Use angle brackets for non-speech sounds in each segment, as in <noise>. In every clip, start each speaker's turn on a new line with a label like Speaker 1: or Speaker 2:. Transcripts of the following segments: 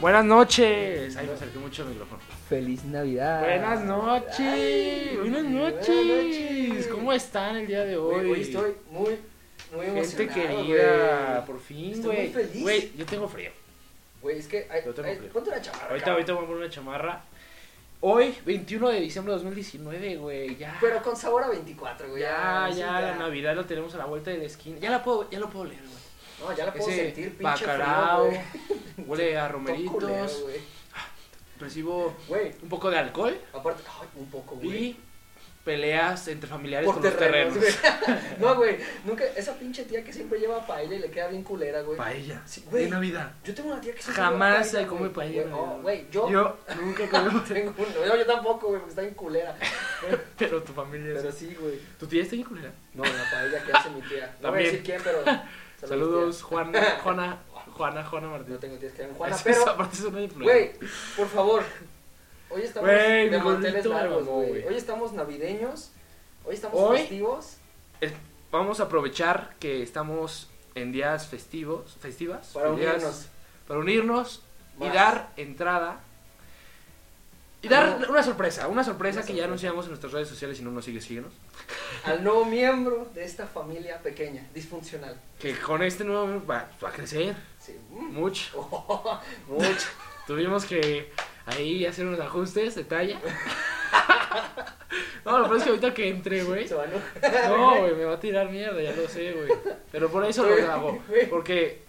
Speaker 1: Buenas noches. Ahí me acerqué mucho el micrófono.
Speaker 2: Feliz Navidad.
Speaker 1: Buenas noches.
Speaker 2: Ay,
Speaker 1: buenas
Speaker 2: buenas
Speaker 1: noches.
Speaker 2: noches.
Speaker 1: ¿Cómo están el día de hoy?
Speaker 2: Hoy, hoy estoy muy, muy
Speaker 1: Gente
Speaker 2: emocionado.
Speaker 1: querida,
Speaker 2: güey.
Speaker 1: por fin,
Speaker 2: Estoy
Speaker 1: güey.
Speaker 2: muy feliz.
Speaker 1: Güey, yo tengo frío.
Speaker 2: Güey, es que. Ay,
Speaker 1: Yo tengo
Speaker 2: ay,
Speaker 1: frío.
Speaker 2: ponte una chamarra.
Speaker 1: Ahorita,
Speaker 2: cabrón.
Speaker 1: ahorita voy a poner una chamarra. Hoy, 21 de diciembre de 2019, güey. Ya.
Speaker 2: Pero con sabor a 24, güey.
Speaker 1: ya,
Speaker 2: sí,
Speaker 1: ya, la Navidad la tenemos a la vuelta de la esquina. Ya la puedo, ya lo puedo leer, güey.
Speaker 2: No, ya la puedo
Speaker 1: Ese
Speaker 2: sentir, pinche.
Speaker 1: bacalao,
Speaker 2: frío, güey.
Speaker 1: huele a
Speaker 2: <laughs> Todo culero,
Speaker 1: romeritos,
Speaker 2: güey.
Speaker 1: recibo
Speaker 2: Güey,
Speaker 1: un poco de alcohol
Speaker 2: aparte. Ay, un poco, güey.
Speaker 1: y peleas entre familiares
Speaker 2: Por
Speaker 1: por los terrenos.
Speaker 2: terrenos, <laughs> güey. No, güey. Nunca. Esa pinche tía que siempre lleva paella y le queda bien culera, güey.
Speaker 1: Paella,
Speaker 2: Sí, güey.
Speaker 1: de Navidad.
Speaker 2: Yo tengo una tía que siempre
Speaker 1: Jamás
Speaker 2: lleva
Speaker 1: se come paella.
Speaker 2: güey.
Speaker 1: en
Speaker 2: Güey, oh,
Speaker 1: Navidad.
Speaker 2: Güey, yo.
Speaker 1: Yo nunca como.
Speaker 2: <laughs> Tengo uno. No, yo tampoco, güey, porque está bien culera.
Speaker 1: <laughs> pero tu familia es.
Speaker 2: Pero sí, güey.
Speaker 1: ¿Tu tía está bien culera?
Speaker 2: No, la paella que hace mi tía. No voy a
Speaker 1: También.
Speaker 2: decir quién,
Speaker 1: <laughs>
Speaker 2: pero.
Speaker 1: Saludos,
Speaker 2: tía.
Speaker 1: Juan,
Speaker 2: <laughs>
Speaker 1: Juana, Juana, Juana
Speaker 2: No
Speaker 1: Martín.
Speaker 2: tengo tías que eran
Speaker 1: <laughs>
Speaker 2: Juana,
Speaker 1: Esa- esa
Speaker 2: pero.
Speaker 1: parte es una
Speaker 2: Güey,
Speaker 1: influencia.
Speaker 2: por favor. Hoy estamos
Speaker 1: Güey,
Speaker 2: de
Speaker 1: mi
Speaker 2: manteles
Speaker 1: gordito me
Speaker 2: largos,
Speaker 1: mamó,
Speaker 2: güey.
Speaker 1: güey.
Speaker 2: Hoy estamos navideños. Hoy estamos
Speaker 1: Hoy-
Speaker 2: festivos.
Speaker 1: Es- Vamos a aprovechar que estamos en días festivos, festivas.
Speaker 2: Para
Speaker 1: en días-
Speaker 2: unirnos.
Speaker 1: Para unirnos
Speaker 2: Más.
Speaker 1: y dar entrada. Y dar
Speaker 2: Algo-
Speaker 1: una sorpresa, una sorpresa
Speaker 2: Una
Speaker 1: que ya
Speaker 2: sorpresa.
Speaker 1: anunciamos en nuestras redes sociales. Si no nos sigues, síguenos.
Speaker 2: Al nuevo miembro de esta familia pequeña, disfuncional.
Speaker 1: Que con este nuevo va, va a crecer
Speaker 2: Sí. mm. <laughs>
Speaker 1: mucho.
Speaker 2: Mucho.
Speaker 1: <laughs> Tuvimos que ahí hacer unos ajustes de talla. No, lo peor es que ahorita que entre, güey.
Speaker 2: Se van, ¿no? <laughs>
Speaker 1: No, güey, me va a tirar mierda, ya lo sé, güey. Pero por eso lo
Speaker 2: <laughs>
Speaker 1: grabo. Porque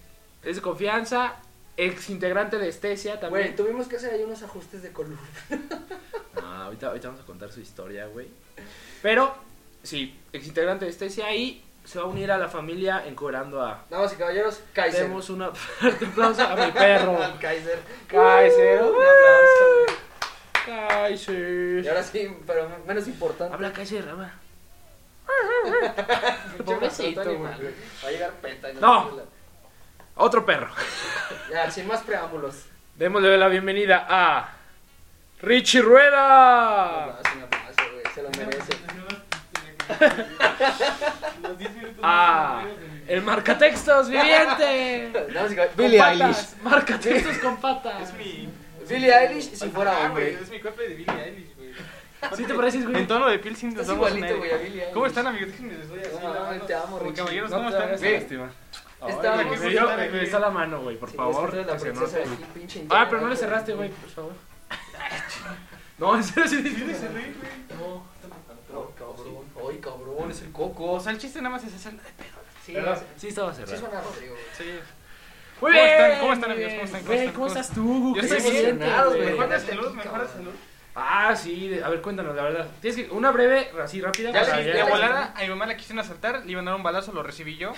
Speaker 1: es de confianza, ex integrante de Estesia
Speaker 2: Güey,
Speaker 1: también.
Speaker 2: tuvimos que hacer ahí unos ajustes de color.
Speaker 1: Ah, ahorita, ahorita vamos a contar su historia, güey. Pero, sí, ex integrante de Estesia y se va a unir a la familia encubrando a.
Speaker 2: Damas y caballeros, Kaiser. <laughs>
Speaker 1: Tenemos una. <laughs> Un aplauso a mi perro.
Speaker 2: Al Kaiser.
Speaker 1: Kaiser,
Speaker 2: Uh,
Speaker 1: un aplauso, güey. Kaiser.
Speaker 2: Y ahora sí, pero menos importante.
Speaker 1: Habla Kaiser, habla. <laughs>
Speaker 2: Pinche
Speaker 1: Ah, Pobrecito,
Speaker 2: mascota
Speaker 1: güey.
Speaker 2: animal, güey. Va a llegar peta. y
Speaker 1: No. Otro perro.
Speaker 2: Ya, sin más preámbulos.
Speaker 1: Démosle la bienvenida a Richie Rueda,
Speaker 2: Un aplauso, un aplauso, güey. Se lo merece.
Speaker 3: Los 10 minutos
Speaker 1: a el marcatextos viviente,
Speaker 2: Damas y caballeros,
Speaker 1: con
Speaker 2: <laughs> Billie
Speaker 1: patas, marcatextos con patas.
Speaker 3: Es mi.
Speaker 2: Billie Eilish, si fuera
Speaker 3: Ah, güey,
Speaker 2: hombre.
Speaker 3: Es mi copia de Billie Eilish, güey.
Speaker 1: ¿Sí te pareces, güey?
Speaker 3: En tono de piel sin
Speaker 2: Estás
Speaker 3: somos
Speaker 2: igualito,
Speaker 3: nadie.
Speaker 2: güey, a Billie Eilish.
Speaker 3: ¿Cómo están, amigos? Déjenme les doy así.
Speaker 2: No,
Speaker 3: la
Speaker 2: mames,
Speaker 3: mano.
Speaker 2: te amo,
Speaker 3: Como
Speaker 2: Richie.
Speaker 3: caballeros,
Speaker 1: No
Speaker 3: ¿cómo
Speaker 1: te
Speaker 3: están?
Speaker 1: hagas
Speaker 2: Güey,
Speaker 1: lastimar.
Speaker 2: estábamos-
Speaker 1: Ay, güey, Me dio- me besó la mano, güey, por
Speaker 2: Sí,
Speaker 1: favor.
Speaker 2: es que tú eres la
Speaker 1: que se
Speaker 2: princesa
Speaker 1: note.
Speaker 2: de aquí, pinche
Speaker 1: Ah,
Speaker 2: Indiana,
Speaker 1: pero no le cerraste, güey, por favor. <laughs> No, en serio, sí.
Speaker 2: <laughs>
Speaker 3: ¿Quién es
Speaker 1: sí.
Speaker 3: el rey, güey?
Speaker 1: No.
Speaker 2: No, cabrón. Ay, cabrón, es el
Speaker 3: O
Speaker 2: coco.
Speaker 3: sea, el chiste nada más es hacer. Ay, pero-
Speaker 2: Sí,
Speaker 1: ¿Verdad? Sí estaba
Speaker 2: sí
Speaker 1: cerrado.
Speaker 2: suena frío, güey.
Speaker 3: Sí.
Speaker 1: Muy
Speaker 3: ¿Cómo
Speaker 1: bien,
Speaker 3: están? ¿Cómo están,
Speaker 1: muy
Speaker 3: amigos?
Speaker 1: bien.
Speaker 3: ¿Cómo están? ¿Cómo
Speaker 1: Güey,
Speaker 3: están?
Speaker 1: ¿cómo
Speaker 3: ¿Cómo
Speaker 1: estás tú?
Speaker 2: Yo
Speaker 1: ¿Qué
Speaker 2: estoy
Speaker 1: se siente,
Speaker 2: emocionado,
Speaker 1: güey?
Speaker 2: güey.
Speaker 3: Mejor de salud, mejor de salud.
Speaker 1: Ah, sí, de- a ver, cuéntanos, la verdad. Tienes que, una breve, así rápida.
Speaker 2: Ya
Speaker 1: para
Speaker 2: le-
Speaker 3: De
Speaker 2: ya le-
Speaker 3: volada, a mi mamá la quisieron asaltar, le iban a dar un balazo, lo recibí <laughs> yo.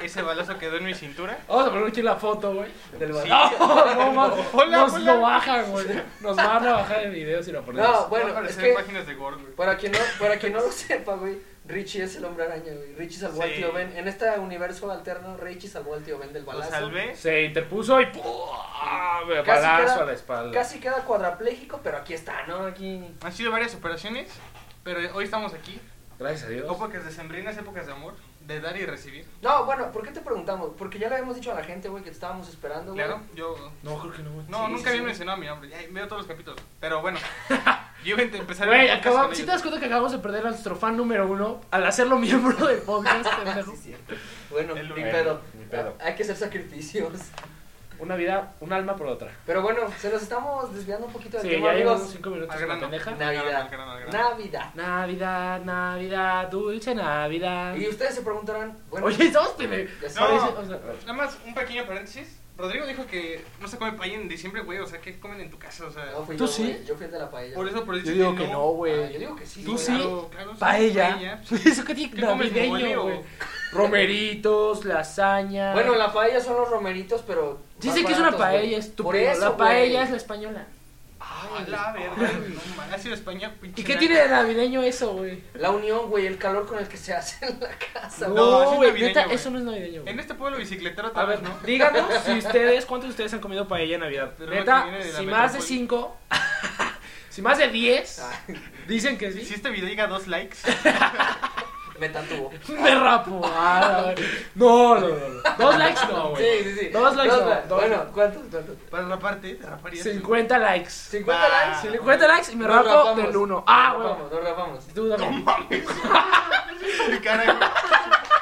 Speaker 3: Y ese balazo quedó en mi cintura.
Speaker 1: Vamos a poner aquí la foto, güey.
Speaker 2: Del
Speaker 3: Sí.
Speaker 2: barrio.
Speaker 1: No, mames.
Speaker 3: Hola,
Speaker 1: Nos
Speaker 3: hola.
Speaker 1: lo bajan, güey. Nos van a bajar el video si lo
Speaker 2: No,
Speaker 1: ponemos.
Speaker 2: bueno,
Speaker 3: Van a
Speaker 2: es
Speaker 3: aparecer en
Speaker 2: que
Speaker 3: páginas de Gordo, güey.
Speaker 2: para quien no, para quien no lo sepa, güey, Richie es el hombre araña, güey. Richie salvó al
Speaker 3: Sí.
Speaker 2: tío Ben. En este universo alterno, Richie salvó al tío Ben del
Speaker 3: Lo
Speaker 2: balazo.
Speaker 3: salvé.
Speaker 1: Se interpuso y ¡pua!
Speaker 2: Casi
Speaker 1: Balazo
Speaker 2: queda-
Speaker 1: a la espalda.
Speaker 2: Casi queda cuadrapléjico, pero aquí está, ¿no? Aquí.
Speaker 3: Han sido varias operaciones, pero hoy estamos aquí.
Speaker 1: Gracias a Dios.
Speaker 3: Épocas de sembrinas, épocas de amor, de dar y recibir.
Speaker 2: No, bueno, ¿por qué te preguntamos? Porque ya le habíamos dicho a la gente, güey, que te estábamos esperando, güey.
Speaker 3: Claro, yo.
Speaker 1: No, creo que no, güey.
Speaker 3: No,
Speaker 2: Sí, sí,
Speaker 3: nunca había
Speaker 2: sí.
Speaker 3: mencionado mi nombre. Ya veo todos los capítulos. Pero bueno, yo iba a empezar
Speaker 1: Güey,
Speaker 3: el podcast
Speaker 1: acabamos-
Speaker 3: con
Speaker 1: ¿sí te
Speaker 3: ellos.
Speaker 1: das cuenta que acabamos de perder a nuestro fan número uno al hacerlo <laughs> miembro del podcast, pendejo?
Speaker 2: <laughs> Sí, cierto. Bueno,
Speaker 3: El
Speaker 2: ni
Speaker 3: lugar.
Speaker 2: pedo. Ah,
Speaker 1: Ni pedo.
Speaker 2: Hay que hacer sacrificios.
Speaker 1: Una vida, un alma por otra.
Speaker 2: Pero bueno, se nos estamos desviando un poquito del
Speaker 1: Sí,
Speaker 2: tema,
Speaker 1: ya llevamos
Speaker 2: amigos.
Speaker 1: cinco minutos
Speaker 3: Al
Speaker 1: con la
Speaker 3: grano.
Speaker 1: pendeja.
Speaker 3: Al grano,
Speaker 2: Navidad.
Speaker 3: al grano, al grano.
Speaker 2: Navidad.
Speaker 1: Navidad, Navidad, dulce Navidad.
Speaker 2: Y ustedes se preguntarán, bueno,
Speaker 1: Oye, estamos pene.
Speaker 2: Ya sé.
Speaker 3: No.
Speaker 1: parece- o sea,
Speaker 3: Nada más un pequeño paréntesis. Rodrigo dijo que no se come paella en diciembre, güey. O sea, ¿qué comen en tu casa? O sea,
Speaker 2: no fui
Speaker 1: ¿Tú
Speaker 2: yo,
Speaker 1: sí?
Speaker 2: güey, Yo fui el de la paella.
Speaker 3: por eso, por eso
Speaker 1: Yo
Speaker 3: dice
Speaker 1: digo que no,
Speaker 2: Ah, yo
Speaker 1: güey.
Speaker 2: digo que sí.
Speaker 1: ¿Tú
Speaker 2: güey.
Speaker 1: sí?
Speaker 3: Claro, claro, sí,
Speaker 1: Paella. <laughs> Eso que tiene
Speaker 3: ¿Qué comes, mole
Speaker 1: navideño,
Speaker 3: o-
Speaker 1: güey. Romeritos, lasaña.
Speaker 2: Bueno, la paella son los romeritos, pero.
Speaker 1: Dice
Speaker 2: más
Speaker 1: que es una
Speaker 2: baratos,
Speaker 1: paella,
Speaker 2: güey.
Speaker 1: estúpido.
Speaker 2: Por eso,
Speaker 1: la
Speaker 2: güey.
Speaker 1: paella es la española.
Speaker 3: A la verga, no mames. Ha sido España, pinche.
Speaker 1: ¿Y qué
Speaker 3: naca.
Speaker 1: tiene de navideño eso, güey?
Speaker 2: La unión, güey, el calor con el que se hace en la casa.
Speaker 3: No,
Speaker 2: güey.
Speaker 3: eso es
Speaker 1: güey,
Speaker 3: navideño,
Speaker 1: neta,
Speaker 3: güey.
Speaker 1: eso no es navideño. güey.
Speaker 3: En este pueblo bicicletero
Speaker 1: A
Speaker 3: tal vez
Speaker 1: ver,
Speaker 3: no.
Speaker 1: díganos si ustedes, ¿cuántos de ustedes han comido paella en Navidad?
Speaker 3: Pero
Speaker 1: neta,
Speaker 3: que viene de la
Speaker 1: si más de
Speaker 3: metrópoli.
Speaker 1: 5, <laughs> si más de 10,
Speaker 2: Ah.
Speaker 1: dicen que
Speaker 3: Si
Speaker 1: sí.
Speaker 3: este video llega a dos likes,
Speaker 2: Me tatuó.
Speaker 1: <laughs> Me rapo. ah, la- no, no, no, no. Dos likes no, güey.
Speaker 2: Sí, sí, sí.
Speaker 1: Dos likes, no,
Speaker 2: likes.
Speaker 1: dos.
Speaker 2: Bueno, ¿cuántos? ¿Cuántos?
Speaker 3: Para raparte, te raparías.
Speaker 1: 50 likes.
Speaker 2: 50
Speaker 3: Va.
Speaker 2: likes.
Speaker 1: 50 likes y me
Speaker 2: Nos
Speaker 1: rapo
Speaker 2: rapamos.
Speaker 1: del 1. Ah,
Speaker 2: Nos
Speaker 1: güey.
Speaker 2: rapamos, nos rapamos.
Speaker 1: Tú también.
Speaker 3: <laughs> El carajo.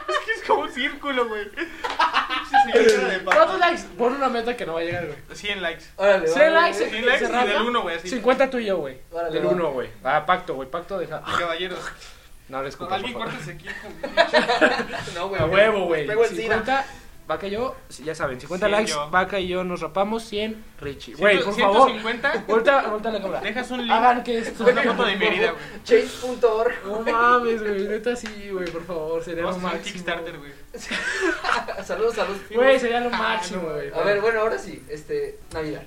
Speaker 3: Es que es como un círculo, güey. Pinche señora de papas.
Speaker 1: ¿Cuántos likes? Pon una meta que no va a llegar, güey.
Speaker 3: 100 likes.
Speaker 2: Órale,
Speaker 1: 100
Speaker 2: órale.
Speaker 1: likes,
Speaker 3: Sin likes
Speaker 1: ¿Se rapa?
Speaker 3: y del 1, güey, así.
Speaker 1: 50 tú y yo, güey.
Speaker 2: Órale,
Speaker 1: Del
Speaker 2: va.
Speaker 1: 1, güey. Ah, pacto, güey. Pacto de... ja-
Speaker 3: Caballeros.
Speaker 1: No, les escucho.
Speaker 3: Alguien córtese aquí. con-
Speaker 2: No, güey.
Speaker 1: A
Speaker 2: ok.
Speaker 1: huevo, güey.
Speaker 2: Pego el SIDA.
Speaker 1: 50, Vaca y yo, sí, ya saben, 50
Speaker 3: 100
Speaker 1: likes,
Speaker 3: yo.
Speaker 1: Vaca y yo nos rapamos, 100 Richie. Güey, por favor,
Speaker 3: 150,
Speaker 1: vuelta, vuelta la cámara.
Speaker 3: dejas un link.
Speaker 1: Hagan que esto.
Speaker 3: Una foto de Mérida, güey.
Speaker 2: Change.org.
Speaker 1: <laughs> No mames, güey, neta sí, güey, por favor, sería lo
Speaker 3: Vamos a hacer un
Speaker 1: máximo.
Speaker 3: Kickstarter, güey.
Speaker 2: Saludos, saludos.
Speaker 1: Güey, sería lo
Speaker 3: Ah,
Speaker 1: máximo,
Speaker 3: no,
Speaker 1: güey.
Speaker 2: A ver, bueno, ahora sí. Este, Navidad.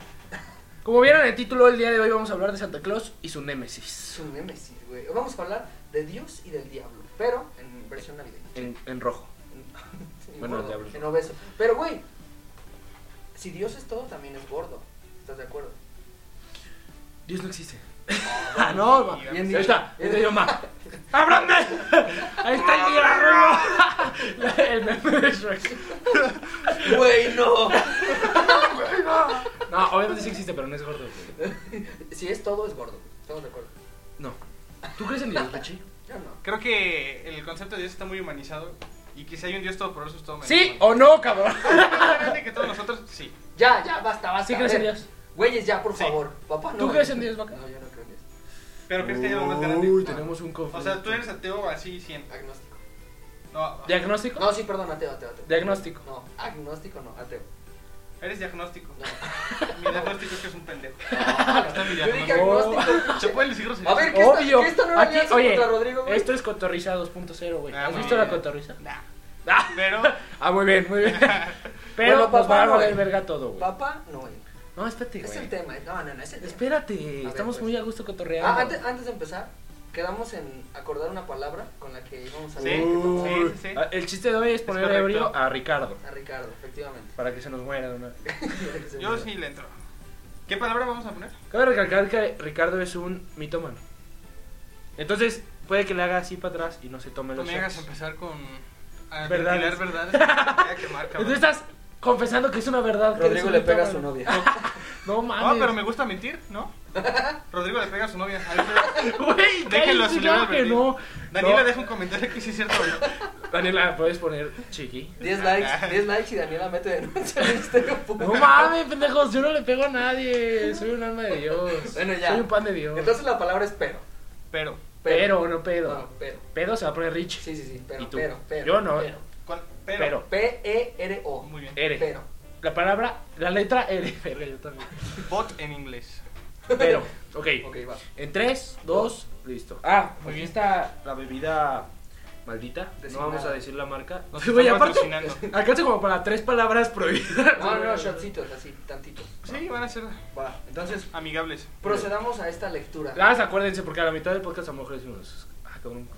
Speaker 1: Como vieron en el título, el día de hoy vamos a hablar de Santa Claus y su némesis.
Speaker 2: Su némesis, güey. Vamos a hablar de Dios y del diablo, pero en versión navideña.
Speaker 1: En, en rojo.
Speaker 2: En
Speaker 1: Bueno,
Speaker 2: gordo,
Speaker 1: diablo.
Speaker 2: En obeso. Pero, güey, si Dios es todo, también es gordo. ¿Estás de acuerdo?
Speaker 1: Dios no existe. <laughs> ah, no, ma.
Speaker 3: Bien
Speaker 1: Ahí
Speaker 2: dicho.
Speaker 1: está, este yo, ma. ¡Ábranme! <laughs> Ahí está el diablo. <laughs> el meme de Shrek.
Speaker 2: Güey, no.
Speaker 1: No, obviamente sí existe, pero no es gordo, güey.
Speaker 2: <laughs> si es todo, es gordo. Estamos de acuerdo.
Speaker 1: No. ¿Tú crees en Dios, Richie?
Speaker 2: Yo no.
Speaker 3: Creo que el concepto de Dios está muy humanizado. Y que si hay un Dios todopoderoso es todo
Speaker 1: ¿Sí Oh.
Speaker 3: menos
Speaker 1: o no, cabrón?
Speaker 3: humano. Obviamente que todos nosotros, sí.
Speaker 2: Ya, ya, basta, basta.
Speaker 1: ¿Sí
Speaker 2: A
Speaker 1: crees en
Speaker 2: ver,
Speaker 1: Dios?
Speaker 2: Güeyes, ya, por
Speaker 3: Sí.
Speaker 2: favor. Papá, no.
Speaker 1: ¿Tú crees en Dios, vaca?
Speaker 2: No, yo no creo en Dios.
Speaker 3: Pero crees que este hay algo más
Speaker 1: Uy,
Speaker 3: grande.
Speaker 1: tenemos un conflicto.
Speaker 3: O sea, tú eres ateo así 100.
Speaker 2: Agnóstico.
Speaker 3: No,
Speaker 1: ¿Diagnóstico?
Speaker 2: No, sí, perdón, ateo, ateo, ateo.
Speaker 1: Diagnóstico.
Speaker 2: No, agnóstico no, ateo.
Speaker 3: eres
Speaker 1: <laughs>
Speaker 3: diagnóstico.
Speaker 2: <laughs> No.
Speaker 3: Mi diagnóstico es que es un <laughs> pendejo. Ah, está mi
Speaker 2: Yo dije <laughs>
Speaker 3: diagnóstico.
Speaker 2: agnóstico.
Speaker 3: Se pueden decir groserías.
Speaker 2: A ver, ¿qué está,
Speaker 1: Obvio.
Speaker 2: ¿qué está en una
Speaker 1: Aquí,
Speaker 2: alianza
Speaker 1: oye,
Speaker 2: contra Rodrigo, güey?
Speaker 1: esto es Cotorriza 2.0, güey.
Speaker 3: Ah,
Speaker 1: ¿Has
Speaker 3: muy
Speaker 1: visto
Speaker 3: bien.
Speaker 1: la Cotorriza?
Speaker 3: Nah.
Speaker 1: Ah,
Speaker 3: Pero
Speaker 1: ah, muy bien, muy bien. <laughs> Pero
Speaker 2: Bueno,
Speaker 1: nos
Speaker 2: papá,
Speaker 1: va a
Speaker 2: no,
Speaker 1: valer
Speaker 2: eh.
Speaker 1: verga todo, güey.
Speaker 2: Papá, no entra.
Speaker 1: No, espérate,
Speaker 2: Es el
Speaker 1: güey.
Speaker 2: tema. No, no, no, es el tema.
Speaker 1: Espérate,
Speaker 2: ver,
Speaker 1: estamos
Speaker 2: pues.
Speaker 1: muy a gusto cotorreando.
Speaker 2: Ah, antes, antes de empezar, quedamos en acordar una palabra con la que íbamos a
Speaker 3: Sí,
Speaker 2: hablar.
Speaker 3: sí, sí, sí.
Speaker 1: Ah, El chiste de hoy es poner
Speaker 3: correcto.
Speaker 1: ebrio a Ricardo.
Speaker 2: A Ricardo, efectivamente. <laughs>
Speaker 1: Para que se nos muera de una vez.
Speaker 3: yo sí le entro. ¿Qué palabra vamos a poner?
Speaker 1: Cabe recalcar que Ricardo es un mitómano. Entonces, puede que le haga así para atrás y no se tome
Speaker 3: No
Speaker 1: los
Speaker 3: me hagas
Speaker 1: shots.
Speaker 3: empezar con. A
Speaker 1: Verdades.
Speaker 3: verdades. verdades. Te
Speaker 1: <laughs>
Speaker 3: voy a quemar, cabrón.
Speaker 1: Entonces estás confesando que es una verdad. que eres
Speaker 2: Rodrigo
Speaker 1: un
Speaker 2: le pega a su
Speaker 1: mitómano.
Speaker 2: novia. <laughs>
Speaker 1: No mames.
Speaker 3: No, Ah, pero me gusta mentir, ¿no? Rodrigo le pega a su novia. A ver,
Speaker 1: <laughs> <laughs> Güey,
Speaker 3: Déjenlo
Speaker 1: cállate,
Speaker 3: celebrar
Speaker 1: claro que
Speaker 3: el
Speaker 1: no.
Speaker 3: Daniela,
Speaker 1: No.
Speaker 3: deja un comentario que sí es cierto. güey.
Speaker 1: Daniela, puedes poner chiqui.
Speaker 2: 10 <laughs> likes, 10 likes y Daniela mete denuncia este al Ministerio
Speaker 1: No
Speaker 2: Público.
Speaker 1: mames, pendejos, yo no le pego a nadie. Soy un alma de Dios.
Speaker 2: Bueno, ya.
Speaker 1: Soy un pan de Dios.
Speaker 2: Entonces la palabra es pero.
Speaker 3: Pero,
Speaker 1: pero, no pedo.
Speaker 2: No, pero.
Speaker 1: Pedo se va a poner Rich.
Speaker 2: Sí, sí, sí, pero,
Speaker 1: ¿Y tú?
Speaker 2: pero, pero.
Speaker 1: Yo no.
Speaker 2: pero.
Speaker 3: ¿cuál?
Speaker 1: Pero.
Speaker 2: P-E-R-O.
Speaker 3: Muy bien.
Speaker 1: R.
Speaker 2: Pero.
Speaker 1: La palabra, la letra <laughs> R. Verga, yo también.
Speaker 3: Bot en inglés.
Speaker 1: Pero,
Speaker 2: Ok, va.
Speaker 1: En 3, 2, listo. Ah,
Speaker 3: Muy
Speaker 1: aquí
Speaker 3: bien.
Speaker 1: está la bebida maldita. No
Speaker 2: Designada.
Speaker 1: vamos a decir la marca.
Speaker 3: Nos
Speaker 1: Güey,
Speaker 3: están
Speaker 1: aparte,
Speaker 3: patrocinando.
Speaker 1: alcanza como para tres palabras prohibidas.
Speaker 2: No, no, shotcitos, así, tantitos.
Speaker 3: Sí, van a ser
Speaker 2: Va. Entonces,
Speaker 3: amigables.
Speaker 2: procedamos a esta lectura.
Speaker 1: Las Ah, acuérdense, porque a la mitad del podcast a lo mejor decimos. Ah, cabrón.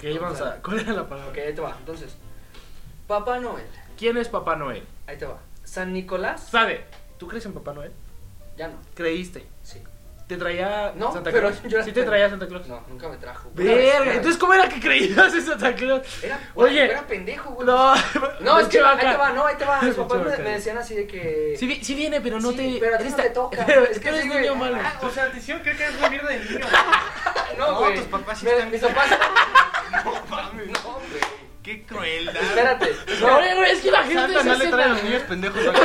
Speaker 1: ¿Qué íbamos a.? ¿Cuál era la palabra?
Speaker 2: Ok, ahí te va. Entonces, Papá Noel.
Speaker 1: ¿Quién es Papá Noel?
Speaker 2: Ahí te va. San Nicolás.
Speaker 1: Sabe, ¿tú crees en Papá Noel?
Speaker 2: Ya no.
Speaker 1: ¿Creíste?
Speaker 2: Sí.
Speaker 1: ¿Te traía
Speaker 2: No,
Speaker 1: Santa
Speaker 2: pero
Speaker 1: Claus?
Speaker 2: yo-
Speaker 1: ¿Sí te traía Santa Claus?
Speaker 2: No, nunca me trajo. Una vez, una
Speaker 1: Verga,
Speaker 2: vez.
Speaker 1: entonces, ¿cómo era que creías en Santa Claus?
Speaker 2: Era,
Speaker 1: Oye.
Speaker 2: Oye. Era pendejo, güey.
Speaker 1: No, <laughs>
Speaker 2: No, es que
Speaker 1: Chewbacca.
Speaker 2: ahí te va, no, ahí te va. Mis papás me,
Speaker 1: Chewbacca.
Speaker 2: me decían así de que.
Speaker 1: Sí, vi- sí viene, pero no
Speaker 2: Sí,
Speaker 1: te.
Speaker 2: pero a ti
Speaker 1: eres
Speaker 2: no
Speaker 1: ta-
Speaker 2: te
Speaker 1: <laughs>
Speaker 2: toca.
Speaker 1: Pero
Speaker 2: Es
Speaker 1: es que
Speaker 2: que
Speaker 1: eres
Speaker 2: sí, güey.
Speaker 1: niño malo.
Speaker 3: Ah, o sea, atención, creo que es una mierda de niño.
Speaker 2: No,
Speaker 3: No,
Speaker 2: güey.
Speaker 3: tus papás sí
Speaker 2: Me-
Speaker 3: están-
Speaker 2: Mis papás.
Speaker 3: No mames.
Speaker 2: <laughs> No, güey.
Speaker 3: Qué crueldad.
Speaker 2: Espérate.
Speaker 1: No, güey, güey, es que la gente
Speaker 3: Santa
Speaker 1: se
Speaker 3: no le trae a los niños pendejos. acá.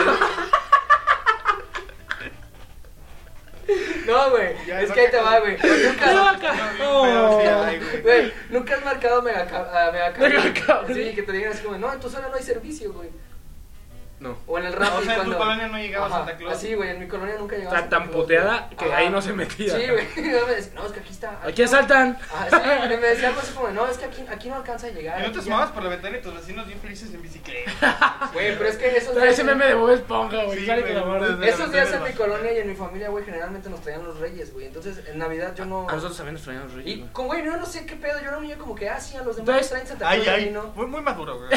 Speaker 2: No, güey.
Speaker 3: Ya,
Speaker 2: es
Speaker 3: no
Speaker 2: que ahí te
Speaker 3: te-
Speaker 2: va, güey. Nunca.
Speaker 3: No, bien pedo, sí, ay, güey.
Speaker 2: Güey, nunca has marcado mega ca- a mega
Speaker 1: Megacable.
Speaker 2: cable. Sí, que te digan así como, no, en tu zona no hay servicio, güey.
Speaker 1: No.
Speaker 2: O en el rap.
Speaker 3: O sea, en tu colonia no llegaba Santa Claus.
Speaker 2: Así, güey, en mi colonia nunca llegaba
Speaker 1: Está tan
Speaker 2: Claus,
Speaker 1: puteada
Speaker 2: güey.
Speaker 1: que
Speaker 2: Ajá.
Speaker 1: ahí no se metía.
Speaker 2: Sí, güey. <laughs> No, me decía, "No, es que aquí está.
Speaker 1: Aquí
Speaker 2: está.
Speaker 1: asaltan.
Speaker 2: Ah, sí, me me decía algo así como, no, es que aquí, aquí no alcanza a llegar.
Speaker 3: Y no
Speaker 2: aquí
Speaker 3: te
Speaker 2: ya".
Speaker 3: asomabas por la ventana y tus vecinos bien felices en bicicleta.
Speaker 2: Güey, pero es que esos
Speaker 1: Trae ese
Speaker 2: en-
Speaker 1: meme de Bob Esponja, güey.
Speaker 3: Sí,
Speaker 1: sale
Speaker 3: güey,
Speaker 1: con la barba.
Speaker 3: desde-
Speaker 2: Esos días en
Speaker 3: Delantero,
Speaker 2: mi
Speaker 3: ¿no?
Speaker 2: colonia y en mi familia, güey, generalmente nos traían los reyes, güey. Entonces, en Navidad yo no...
Speaker 1: A nosotros también nos traían los reyes.
Speaker 2: Y,
Speaker 1: güey.
Speaker 2: con, güey, yo no sé qué pedo. Yo era un niño como que, ah, sí, a los demás
Speaker 1: Entonces,
Speaker 2: traen Santa Claus
Speaker 3: Ay,
Speaker 2: y a mí
Speaker 3: ay,
Speaker 2: no.
Speaker 3: muy, muy maduro, güey.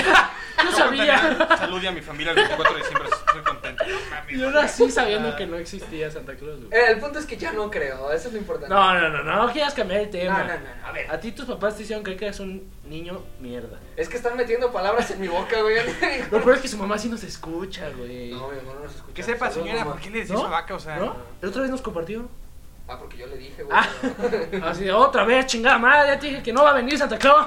Speaker 1: Yo sabía.
Speaker 3: Salud y a mi familia. güey. 24 de diciembre estoy contento. No mames.
Speaker 1: Yo nací sabiendo que no existía Santa Claus, güey.
Speaker 2: Eh, El punto es que ya no creo, eso es lo importante.
Speaker 1: No, no, no, no, no quieras cambiar el
Speaker 2: no,
Speaker 1: tema.
Speaker 2: no, no, no, a ver.
Speaker 1: A ti tus papás te hicieron creer que eres un niño mierda.
Speaker 2: Es que están metiendo palabras en mi
Speaker 1: <laughs>
Speaker 2: boca, güey.
Speaker 1: Lo peor es que su mamá sí nos escucha, güey.
Speaker 2: No, mi amor, no nos escucha.
Speaker 3: Que sepa,
Speaker 2: Saludos,
Speaker 3: señora,
Speaker 2: mamá.
Speaker 3: ¿por qué le decís
Speaker 1: ¿No?
Speaker 3: a vaca? O sea,
Speaker 1: ¿No? ¿La otra vez nos compartió?
Speaker 2: Ah, porque yo le dije, güey.
Speaker 1: Ah, <laughs>
Speaker 2: <laughs>
Speaker 1: así de otra vez, chingada madre, ya te dije que no va a venir Santa
Speaker 3: <laughs>
Speaker 1: Claus.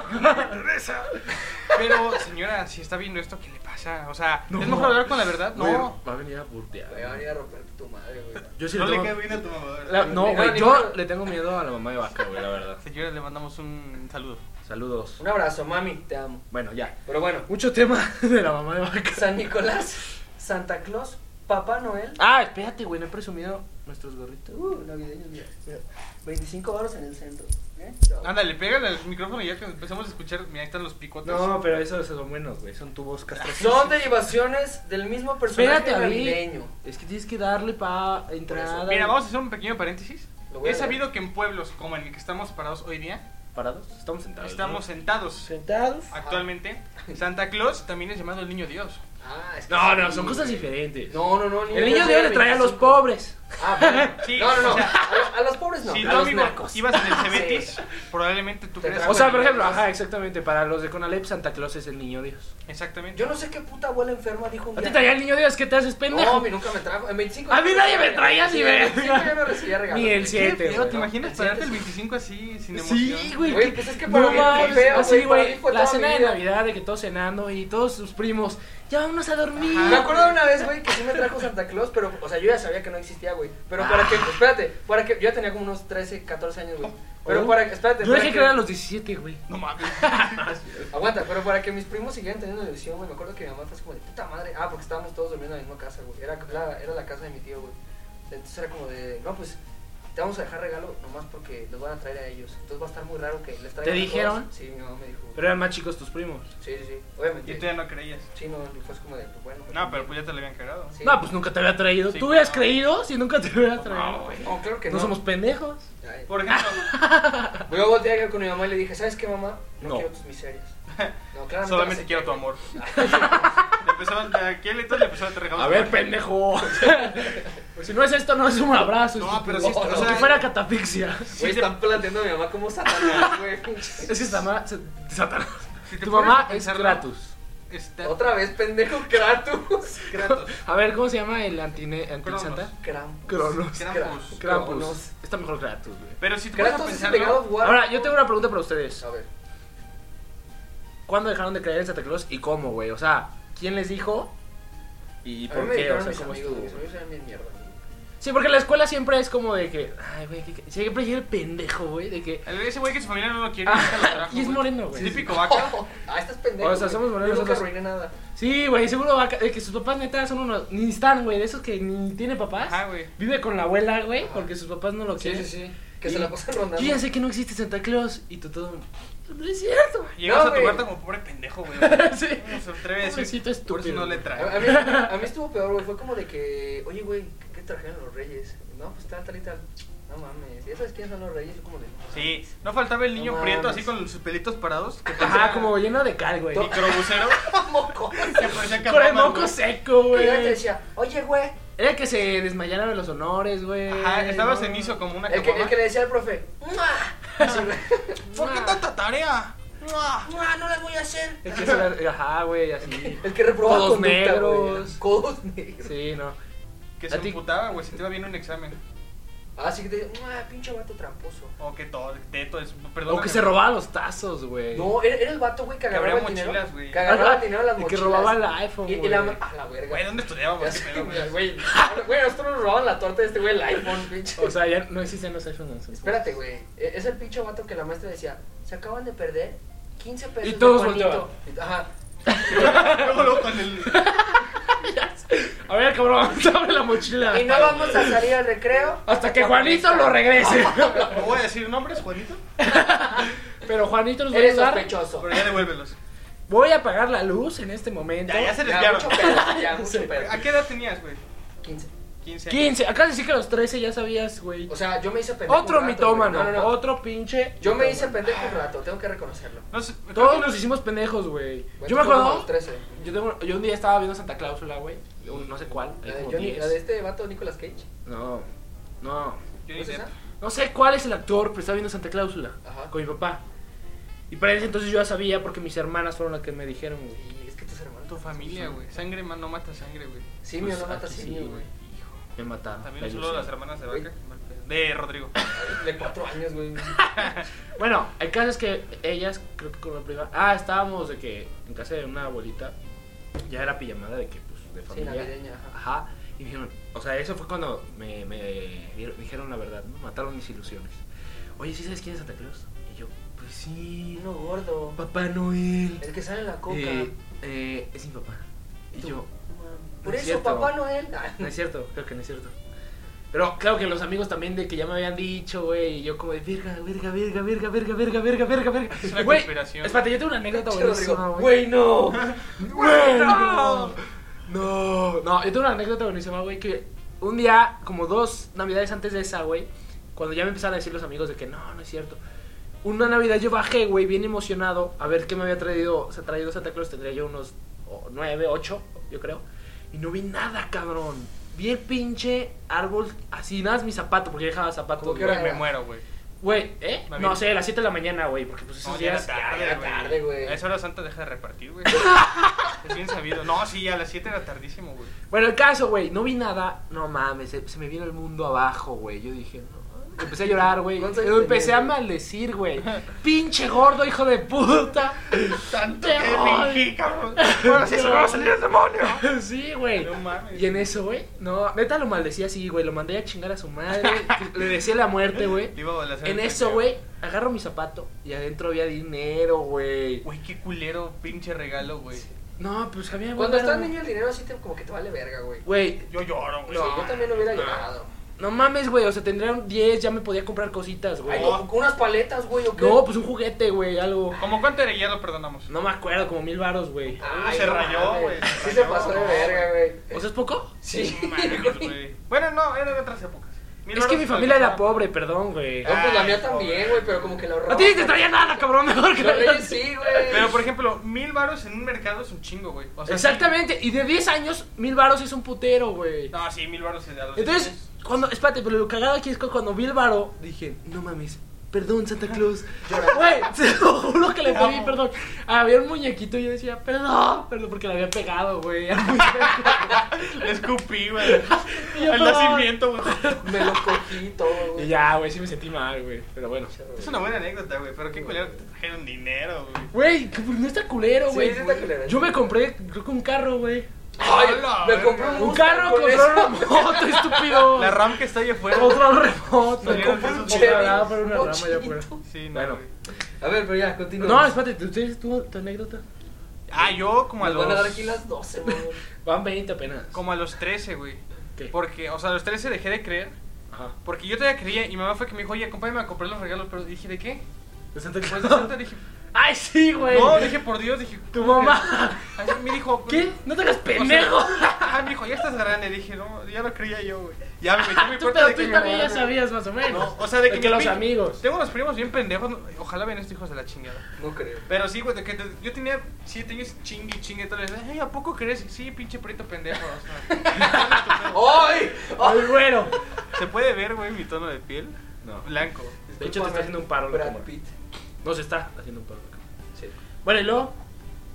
Speaker 3: Pero, señora, si está viendo esto, ¿qué le pasa? O sea,
Speaker 1: No.
Speaker 3: ¿es mejor hablar con la verdad?
Speaker 1: Güey,
Speaker 3: No.
Speaker 1: Va a venir a
Speaker 2: Güey, van a
Speaker 1: burdear.
Speaker 2: ir a romper tu madre, güey.
Speaker 1: Yo sí
Speaker 4: No
Speaker 1: le
Speaker 4: le
Speaker 1: tengo...
Speaker 4: cae bien a tu mamá.
Speaker 1: la- no,
Speaker 2: Mira,
Speaker 1: güey,
Speaker 2: ni
Speaker 1: yo
Speaker 2: modo.
Speaker 1: le tengo miedo a la mamá de vaca, güey, la verdad.
Speaker 3: Señora, le mandamos un saludo.
Speaker 1: Saludos.
Speaker 2: Un abrazo, mami, te amo.
Speaker 1: Bueno, ya.
Speaker 2: Pero bueno,
Speaker 1: Mucho tema <laughs> de la mamá de vaca.
Speaker 2: San Nicolás, Santa Claus, Papá Noel.
Speaker 1: Ah, espérate, güey, no he presumido nuestros gorritos.
Speaker 2: Uh, navideños, mira. 25 baros en el centro. ¿eh?
Speaker 3: Ándale, pégale al micrófono y ya que empezamos a escuchar, mira, ahí están los picotes.
Speaker 1: No, pero esos son buenos, güey. Son tubos castrosos.
Speaker 2: Son derivaciones del mismo personaje
Speaker 1: Espérate, David.
Speaker 2: navideño.
Speaker 1: Es que tienes que darle pa entrada.
Speaker 3: Mira, vamos a hacer un pequeño paréntesis.
Speaker 2: Lo voy a
Speaker 3: He
Speaker 2: ver.
Speaker 3: sabido que en pueblos como en el que estamos parados hoy día,
Speaker 1: Parados. Estamos sentados.
Speaker 3: estamos
Speaker 1: ¿no?
Speaker 3: sentados
Speaker 1: sentados.
Speaker 3: actualmente. Santa Claus también es llamado el niño Dios.
Speaker 2: Ah, es que
Speaker 1: No,
Speaker 2: sí,
Speaker 1: no, son cosas
Speaker 2: güey.
Speaker 1: diferentes.
Speaker 2: No, no, no.
Speaker 1: El niño de
Speaker 2: Dios
Speaker 1: hoy le trae a los
Speaker 2: 25.
Speaker 1: pobres.
Speaker 2: Ah,
Speaker 1: <laughs>
Speaker 2: bueno.
Speaker 3: Sí,
Speaker 2: no, no, no.
Speaker 3: o sea,
Speaker 2: a, lo- a los pobres no.
Speaker 3: si
Speaker 2: a
Speaker 3: tú,
Speaker 2: los
Speaker 3: amigo,
Speaker 2: nacos.
Speaker 3: ibas en el
Speaker 2: <laughs>
Speaker 3: Cebetis,
Speaker 2: Sí.
Speaker 3: probablemente tú
Speaker 2: Te
Speaker 3: creas
Speaker 2: trajo
Speaker 1: O sea,
Speaker 2: Bueno,
Speaker 1: por ejemplo,
Speaker 2: entonces-
Speaker 1: ajá, exactamente. Para los de Conalep, Santa Claus es el niño Dios.
Speaker 3: Exactamente.
Speaker 2: Yo no sé qué puta abuela enferma dijo un
Speaker 1: ¿A ti
Speaker 2: día.
Speaker 1: te traía el niño Dios? ¿Qué te haces,
Speaker 2: No,
Speaker 1: pendejo?
Speaker 2: a mí nunca me trajo. En 25
Speaker 1: A mí nadie me traía así,
Speaker 2: Sí,
Speaker 1: ve.
Speaker 2: en 25 yo no recibía regalos.
Speaker 1: Ni el
Speaker 3: ¿Qué
Speaker 1: siete,
Speaker 3: pedo?
Speaker 1: güey.
Speaker 3: ¿Te imaginas
Speaker 2: ¿Te
Speaker 3: pararte
Speaker 2: sientes?
Speaker 3: el 25 así, sin emoción?
Speaker 1: Sí, güey.
Speaker 2: Güey,
Speaker 1: qué-
Speaker 2: pues es que para mí fue
Speaker 1: mames,
Speaker 2: feo,
Speaker 1: así,
Speaker 2: güey, para mí
Speaker 1: güey.
Speaker 2: fue
Speaker 1: La
Speaker 2: toda
Speaker 1: cena
Speaker 2: mi
Speaker 1: de
Speaker 2: vida.
Speaker 1: Navidad de que todos cenando y todos sus primos, ya vámonos a dormir.
Speaker 2: Me acuerdo de una vez, güey, que sí me trajo Santa Claus, pero, o sea, yo ya sabía que no existía, güey. Pero para que, espérate, para que, yo ya tenía como unos 13, 14 años, güey. Pero
Speaker 1: Ah. Oh.
Speaker 2: para que, espérate,
Speaker 1: Yo
Speaker 2: para
Speaker 1: dejé que eran los 17, güey.
Speaker 2: <laughs>
Speaker 3: No mames.
Speaker 2: Aguanta, pero para que mis primos siguieran teniendo ilusión, güey, me acuerdo que mi mamá fue así como de puta madre. Ah, porque estábamos todos durmiendo en la misma casa, güey. Era la, era la casa de mi tío, güey. Entonces era como de, no, pues te vamos a dejar regalo nomás porque los van a traer a ellos. Entonces va a estar muy raro que les traigan. a todos.
Speaker 1: dijeron?
Speaker 2: Sí, mi mamá me dijo. güey.
Speaker 1: Pero eran más chicos tus primos.
Speaker 2: Sí, sí, sí.
Speaker 3: Y
Speaker 2: Obviamente.
Speaker 3: tú ya no creías.
Speaker 2: Sí, no, fue así como de, pues bueno.
Speaker 3: No, pero pues ya te lo habían cagado.
Speaker 2: Sí.
Speaker 1: No, pues nunca te había traído.
Speaker 3: Sí,
Speaker 1: ¿Tú hubieras
Speaker 3: no.
Speaker 1: creído si nunca te hubiera traído?
Speaker 3: No, güey.
Speaker 2: No, Oh, claro que
Speaker 1: no,
Speaker 2: no.
Speaker 1: somos pendejos.
Speaker 2: Ay.
Speaker 3: Por ejemplo,
Speaker 2: Voy a voltear con mi mamá y le dije, ¿sabes qué, mamá? No,
Speaker 1: No.
Speaker 2: quiero tus miserias.
Speaker 1: <laughs>
Speaker 2: No, claramente.
Speaker 3: solamente
Speaker 2: las-
Speaker 3: quiero tu amor. <laughs> Le empezaron, a quién le entonces le empezaron a traer regalos.
Speaker 1: A ver, <laughs> pendejo. Pues si no es esto, no es un abrazo.
Speaker 3: No,
Speaker 1: estúpido.
Speaker 3: pero sí,
Speaker 2: o
Speaker 1: Como
Speaker 2: sea-
Speaker 1: si fuera catafixia.
Speaker 2: Güey, están planteando a mi mamá como satanás, güey.
Speaker 1: <laughs> Es que Satanás. Satanás.
Speaker 3: Si te
Speaker 1: Tu
Speaker 3: pones
Speaker 1: mamá
Speaker 3: a
Speaker 1: es
Speaker 3: pensarlo,
Speaker 1: Kratos.
Speaker 3: Está
Speaker 2: Otra vez, pendejo, Kratos.
Speaker 3: Kratos.
Speaker 1: A ver, ¿cómo se llama el antine- anti-santa?
Speaker 2: Krampus.
Speaker 1: Cronos.
Speaker 3: Krampus.
Speaker 1: Krampus. Está mejor Kratos, güey.
Speaker 3: Pero si te pones a
Speaker 2: Kratos es el de God
Speaker 3: pensarlo,
Speaker 2: of War.
Speaker 1: Ahora, yo tengo una pregunta para ustedes.
Speaker 2: A ver.
Speaker 1: ¿Cuándo dejaron de creer en Santa Claus y cómo, güey? O sea, ¿quién les dijo? ¿Y
Speaker 2: A mí
Speaker 1: por
Speaker 2: me
Speaker 1: qué? O
Speaker 2: dijeron
Speaker 1: sea,
Speaker 2: mis
Speaker 1: ¿cómo
Speaker 2: amigos, güey,
Speaker 1: estuvo?
Speaker 2: mis amigos eran bien mierda. güey.
Speaker 1: Sí, porque en la escuela siempre es como de que. Ay, güey, que, que- siempre llega el pendejo, güey, de que.
Speaker 3: el- ese güey que su familia no lo quiere,
Speaker 1: Ah,
Speaker 3: nunca lo trajo,
Speaker 1: y es
Speaker 3: güey.
Speaker 1: moreno, güey.
Speaker 3: Típico
Speaker 1: <laughs>
Speaker 3: vaca.
Speaker 2: <laughs> Ah, estás pendejo.
Speaker 1: O sea,
Speaker 2: güey.
Speaker 1: somos
Speaker 2: Yo
Speaker 1: morenos,
Speaker 2: nunca
Speaker 1: somos-
Speaker 2: arruiné nada.
Speaker 1: Sí, güey, seguro va, de que sus papás neta son unos. Ni están, güey, de esos que ni tiene papás.
Speaker 3: Ajá, güey.
Speaker 1: Vive con la abuela, güey,
Speaker 2: Ajá.
Speaker 1: porque sus papás no lo
Speaker 2: Sí,
Speaker 1: quieren.
Speaker 2: sí, sí. Que se la pasan rondando.
Speaker 1: Yo ya sé que no existe Santa Claus y tú todo. No es cierto,
Speaker 2: <laughs>
Speaker 1: güey.
Speaker 3: Llegas
Speaker 2: No,
Speaker 3: a tu
Speaker 2: güey.
Speaker 3: huerta como pobre pendejo, güey.
Speaker 1: <laughs>
Speaker 3: <laughs>
Speaker 1: Sí.
Speaker 3: No se atreve a decir.
Speaker 1: Pobrecito
Speaker 3: Por eso
Speaker 1: estúpido.
Speaker 3: no le
Speaker 2: A, a
Speaker 3: trae.
Speaker 2: mí, a mí estuvo peor, güey. Fue como de que, oye, güey, ¿qué- ¿qué trajeron los reyes? No, pues tal, tal y tal. No mames. ¿Ya sabes quiénes son los reyes? Yo como de.
Speaker 3: Sí, no faltaba el niño
Speaker 2: No
Speaker 3: prieto
Speaker 2: mames.
Speaker 3: así con sus pelitos parados. Que
Speaker 1: Ajá, como lleno de cal, güey.
Speaker 2: To-
Speaker 3: microbusero.
Speaker 2: moco.
Speaker 3: que parecía
Speaker 1: Con el
Speaker 3: Catman,
Speaker 1: moco
Speaker 3: güey.
Speaker 1: seco,
Speaker 2: Y yo te
Speaker 1: güey.
Speaker 2: decía, oye, güey.
Speaker 1: Era el que se desmayara de los honores, güey.
Speaker 3: Ajá, estaba
Speaker 1: No.
Speaker 3: cenizo como una
Speaker 2: El que, el
Speaker 3: caguama.
Speaker 2: que le decía al profe, "Mua". <laughs> Así, güey.
Speaker 3: ¿Por qué tanta tarea?
Speaker 1: Ah.
Speaker 3: ¡Mua!
Speaker 2: "Mua, no las voy a hacer.
Speaker 1: El que se la- Ajá, güey, así.
Speaker 2: El que reprobaba
Speaker 1: Codos
Speaker 2: conducta, güey.
Speaker 1: negros.
Speaker 2: Codos negros.
Speaker 1: Sí, no.
Speaker 3: Que
Speaker 1: ¿A
Speaker 3: se
Speaker 1: ti?
Speaker 3: emputaba, güey, si te iba bien un examen.
Speaker 2: Así Ah, que te decía, "Mua, pinche vato tramposo.
Speaker 3: O que todo, teto, es, perdón.
Speaker 1: O que se robaba los tazos, güey.
Speaker 2: No, era, era el vato, güey, que
Speaker 3: Que
Speaker 2: agarraba
Speaker 3: abría
Speaker 2: el dinero.
Speaker 3: mochilas, güey.
Speaker 2: Que agarraba
Speaker 1: Ajá,
Speaker 2: el dinero de las
Speaker 1: y que
Speaker 2: mochilas.
Speaker 1: robaba el iPhone,
Speaker 2: Y, y la,
Speaker 1: güey.
Speaker 2: a la verga. <laughs>
Speaker 3: Güey, ¿dónde
Speaker 2: Ya
Speaker 3: estudiábamos?
Speaker 2: sé,
Speaker 3: ¿Qué pedo,
Speaker 2: güey,
Speaker 3: güey?
Speaker 2: <laughs> güey, güey, nosotros nos robaban la torta de este güey el iPhone, pinche.
Speaker 1: O sea, ya no existen los iPhones.
Speaker 2: Espérate, güey. E- Es el pinche vato que la maestra decía, se acaban de perder 15 pesos.
Speaker 1: Y todos
Speaker 2: de Juanito".
Speaker 1: volteaban.
Speaker 2: Y- Ajá.
Speaker 3: Luego, luego con el.
Speaker 1: A ver, cabrón, <laughs> abre la mochila.
Speaker 2: Y no vamos a salir al
Speaker 1: <laughs>
Speaker 2: recreo.
Speaker 1: Hasta que Juanito lo
Speaker 2: <laughs>
Speaker 1: regrese.
Speaker 3: No voy a decir nombres, Juanito,
Speaker 1: Pero Juanito nos va a
Speaker 2: Eres
Speaker 1: ayudar.
Speaker 2: sospechoso.
Speaker 3: pero ya devuélvelos.
Speaker 1: Voy a apagar la luz en este momento.
Speaker 3: Ya, ya se
Speaker 2: Ya,
Speaker 1: <laughs>
Speaker 3: desviaron.
Speaker 2: mucho pedo, ya, mucho
Speaker 1: Sí.
Speaker 2: pedo.
Speaker 3: ¿A qué edad tenías, güey?
Speaker 2: 15.
Speaker 3: 15 años.
Speaker 1: 15. Acá decir que a los 13 ya sabías, güey.
Speaker 2: O sea, yo me hice pendejo.
Speaker 1: Otro
Speaker 2: un rato,
Speaker 1: mitómano.
Speaker 2: güey. No, no, no.
Speaker 1: Otro pinche.
Speaker 2: Yo me hice
Speaker 1: mitómano.
Speaker 2: pendejo un rato, tengo que reconocerlo.
Speaker 3: No sé, creo
Speaker 1: Todos
Speaker 3: que
Speaker 1: nos
Speaker 3: los-
Speaker 1: hicimos pendejos, güey.
Speaker 2: Bueno,
Speaker 1: Yo me
Speaker 2: tú como
Speaker 1: acuerdo.
Speaker 2: los 13.
Speaker 1: Yo, tengo- yo un día estaba viendo Santa Cláusula, güey. un- No sé cuál. hay
Speaker 2: La de,
Speaker 1: como
Speaker 2: Johnny-
Speaker 1: 10.
Speaker 2: la de este vato Nicolas Cage.
Speaker 1: No, no.
Speaker 3: Yo
Speaker 2: ¿No es
Speaker 3: dije,
Speaker 2: esa?
Speaker 1: No sé cuál es el actor, pero estaba viendo Santa Cláusula.
Speaker 2: Ajá.
Speaker 1: Con mi papá. Y para ese entonces yo ya sabía porque mis hermanas fueron las que me dijeron, güey.
Speaker 2: Y es que tus hermanos.
Speaker 3: tu familia, güey. Sangre ma- no mata sangre, güey.
Speaker 2: Simio
Speaker 1: Pues
Speaker 2: no mata
Speaker 1: aquí sí,
Speaker 2: simio, güey.
Speaker 1: Me mataron.
Speaker 3: También
Speaker 1: la
Speaker 3: solo
Speaker 1: ilusión.
Speaker 3: las hermanas de vaca. qué mal pedo. De Rodrigo.
Speaker 2: De cuatro años, güey.
Speaker 1: <laughs> Bueno, el caso es que ellas, creo que con la prima. Ah, estábamos de que en casa de una abuelita. Ya era pijamada de que, pues, de
Speaker 2: Sí,
Speaker 1: familia.
Speaker 2: navideña. ajá.
Speaker 1: Ajá, y dijeron, o sea, eso fue cuando me, me dieron- dijeron la verdad, ¿no? Mataron mis ilusiones. Oye, ¿sí sabes quién es Santa Claus? Y yo, pues sí,
Speaker 2: Uno gordo.
Speaker 1: Papá Noel.
Speaker 2: El que sale en la coca.
Speaker 1: Eh, eh, es mi papá. Y
Speaker 2: Tú.
Speaker 1: yo,
Speaker 2: Por
Speaker 1: No es
Speaker 2: eso,
Speaker 1: cierto.
Speaker 2: Papá Noel. <laughs> Ah,
Speaker 1: no es cierto, creo que no es cierto. Pero claro que los amigos también de que ya me habían dicho, güey, y yo como de verga, verga, verga, verga, verga, verga, verga, verga, verga.
Speaker 3: Es una
Speaker 1: Güey,
Speaker 3: conspiración.
Speaker 1: Espérate, yo tengo una anécdota
Speaker 2: Yo digo,
Speaker 1: buenísima, güey.
Speaker 2: Güey,
Speaker 3: <laughs>
Speaker 2: no.
Speaker 1: Güey,
Speaker 3: no.
Speaker 1: no. No, no, yo tengo una anécdota buenísima, güey, que un día, como dos navidades antes de esa, güey, cuando ya me empezaron a decir los amigos de que no, no es cierto. Una navidad yo bajé, güey, bien emocionado a ver qué me había traído, se ha traído Santa Claus, tendría yo unos oh, nueve, ocho, yo creo, y no vi nada, cabrón. Vi el pinche árbol, así nada, más mi zapato, porque yo dejaba zapatos.
Speaker 2: ¿Cómo que
Speaker 1: güey.
Speaker 2: hora
Speaker 3: Me
Speaker 2: era?
Speaker 3: muero, güey.
Speaker 1: Güey, ¿eh?
Speaker 3: Más bien.
Speaker 1: No sé, a las 7 de la mañana, güey, porque pues esos
Speaker 3: No, ya era
Speaker 1: días...
Speaker 2: ya
Speaker 3: tarde,
Speaker 2: era
Speaker 3: güey.
Speaker 2: tarde, güey.
Speaker 3: A esa hora santa deja de repartir, güey. es bien sabido. No, sí, a las 7 era tardísimo, güey.
Speaker 1: Bueno, el caso, güey, no vi nada. No mames, se, se me vino el mundo abajo, güey. Yo dije, no. Empecé a llorar, güey.
Speaker 2: ¿Cuántos años
Speaker 1: Lo Empecé
Speaker 2: tenías,
Speaker 1: a
Speaker 2: güey?
Speaker 1: maldecir, güey. Pinche gordo, hijo de puta.
Speaker 3: Tanto
Speaker 1: que fingí,
Speaker 3: cabrón.
Speaker 1: Ahora sí se me va a salir
Speaker 3: el demonio.
Speaker 1: <laughs> Sí, güey.
Speaker 3: No mames.
Speaker 1: Y en eso, güey. No, neta lo maldecí así, güey. Lo mandé a chingar a su madre. <laughs> Le decía la muerte, güey.
Speaker 3: Iba a balazar
Speaker 1: En
Speaker 3: el
Speaker 1: eso,
Speaker 3: pendejo.
Speaker 1: güey, agarro mi zapato y adentro había dinero, güey.
Speaker 3: Güey, qué culero, pinche regalo, güey.
Speaker 1: No, pues había...
Speaker 2: Cuando
Speaker 1: bueno,
Speaker 2: estás niño el dinero así te, como que te vale verga, güey.
Speaker 1: Güey,
Speaker 3: Yo lloro, güey. Ah.
Speaker 2: Sí,
Speaker 1: No.
Speaker 2: yo también hubiera llorado.
Speaker 1: no mames, güey. O sea, tendrían 10, ya me podía comprar cositas, güey.
Speaker 2: Ay, como con unas paletas, güey, o qué.
Speaker 1: No, pues un juguete, güey, algo.
Speaker 3: Como cuánto era ya lo perdonamos.
Speaker 1: No me acuerdo, como mil varos, güey.
Speaker 2: Ay,
Speaker 3: se
Speaker 2: no
Speaker 3: rayó,
Speaker 2: mames.
Speaker 3: güey, se
Speaker 2: Sí
Speaker 3: rayó,
Speaker 2: se pasó de
Speaker 3: no,
Speaker 2: verga, güey.
Speaker 1: ¿O sea, es poco?
Speaker 2: Sí.
Speaker 3: No mames, güey. Bueno, no, era de otras épocas. Mil
Speaker 1: es que
Speaker 3: varos Eh,
Speaker 1: mi familia era
Speaker 3: alcanzaba.
Speaker 1: pobre, perdón, güey.
Speaker 2: No, pues la
Speaker 3: Ay,
Speaker 2: mía también, güey, pero como que la ahorraba.
Speaker 1: A ti ni te traía nada, cabrón, mejor que
Speaker 2: Los
Speaker 1: la
Speaker 2: Reyes sí, güey.
Speaker 3: Pero por ejemplo, mil varos en un mercado es un chingo, güey. O sea,
Speaker 1: Exactamente, y de 10 años, mil varos es un putero, güey.
Speaker 3: sí. No, pues sí, mil varos es a los
Speaker 1: Entonces,
Speaker 3: diez.
Speaker 1: cuando, espérate, pero lo cagado aquí es que cuando vi el varo, dije, no mames, perdón, Santa Claus.
Speaker 2: Llora.
Speaker 1: Güey, <laughs> te lo juro que le
Speaker 3: Te
Speaker 1: pedí
Speaker 3: amo.
Speaker 1: perdón. Había un muñequito y yo decía, perdón, perdón, porque le había pegado, güey. <laughs> al muñeco.
Speaker 3: Le
Speaker 1: <laughs>
Speaker 3: escupí, güey.
Speaker 1: Y yo,
Speaker 3: El
Speaker 1: "Perdón".
Speaker 3: nacimiento, güey.
Speaker 2: Me lo cogí todo,
Speaker 1: <laughs> Y
Speaker 2: güey.
Speaker 1: ya, güey, sí me sentí mal, güey. Pero bueno.
Speaker 3: Es una buena anécdota, güey. Pero qué culero que te trajeron dinero, güey.
Speaker 1: Güey, que pues, no está culero,
Speaker 2: Sí,
Speaker 1: güey.
Speaker 2: sí está culero.
Speaker 1: Yo me compré, creo que un carro, güey.
Speaker 2: Ay,
Speaker 3: Hola,
Speaker 2: me
Speaker 3: verga.
Speaker 2: compré
Speaker 1: Un
Speaker 2: Mustang
Speaker 1: carro
Speaker 2: con
Speaker 1: compré
Speaker 2: eso.
Speaker 1: una moto, <laughs> estúpido.
Speaker 3: La RAM que está ahí afuera.
Speaker 1: Otro remoto.
Speaker 3: Me
Speaker 2: Compré
Speaker 3: Eso
Speaker 2: un
Speaker 3: es
Speaker 2: Chevy.
Speaker 1: Otra lava para una
Speaker 2: un
Speaker 1: rama, ya
Speaker 2: chiquito.
Speaker 1: fuera.
Speaker 3: Sí, no,
Speaker 1: Bueno.
Speaker 3: güey.
Speaker 2: A ver, pero ya, continúa.
Speaker 1: No, espérate, ¿tú tienes tu, tu anécdota?
Speaker 3: Ah, yo como a
Speaker 2: Nos van a dar aquí
Speaker 3: los...
Speaker 2: las 12, güey.
Speaker 1: Van 20 apenas.
Speaker 3: Como a los 13, güey.
Speaker 1: ¿Qué?
Speaker 3: Porque, o sea, a los 13 dejé de creer.
Speaker 1: Ajá.
Speaker 3: Porque yo todavía creía y mi mamá fue que me dijo, oye, acompáñame a comprar los regalos. Pero dije, ¿de qué?
Speaker 1: ¿De Santa
Speaker 3: Pues
Speaker 1: Claus?
Speaker 3: de Santa dije,
Speaker 1: <laughs> Ay, sí, güey.
Speaker 3: no, dije, por Dios, dije,
Speaker 1: Pues, <laughs> Tu
Speaker 3: ¿cómo que- <laughs>
Speaker 1: mamá.
Speaker 3: Así me dijo,
Speaker 1: <laughs> ¿Qué?
Speaker 3: o
Speaker 1: No te hagas
Speaker 3: sea, <laughs>
Speaker 1: pendejo.
Speaker 3: Ah, me dijo, ya estás grande. Dije, no, ya lo creía yo, güey.
Speaker 1: <laughs>
Speaker 3: Ya me metí en mi
Speaker 1: tú,
Speaker 3: cuarto
Speaker 1: pero
Speaker 3: de que
Speaker 1: tú
Speaker 3: mi
Speaker 1: también
Speaker 3: mamá-
Speaker 1: ya sabías más o menos.
Speaker 3: No, o sea, de que, mi
Speaker 1: los
Speaker 3: pin-
Speaker 1: amigos.
Speaker 3: <laughs> Tengo unos primos bien pendejos. no- Ojalá ven estos hijos de la chingada.
Speaker 2: No creo.
Speaker 3: Pero sí, güey, de que te- yo tenía 7 años chingue, chingue, todo. Ay, ¿a poco crees? Sí, pinche prieto pendejo. O sea,
Speaker 1: <laughs>
Speaker 2: ¡Ay! ¡Ay!
Speaker 1: Al güero.
Speaker 3: ¿Se puede ver, güey, mi tono de piel?
Speaker 1: No.
Speaker 3: Blanco.
Speaker 1: De hecho, te está haciendo un paro la
Speaker 2: Brad
Speaker 1: cámara.
Speaker 2: Pitt.
Speaker 1: No se está haciendo un paro.
Speaker 2: Sí.
Speaker 1: Bueno, y luego,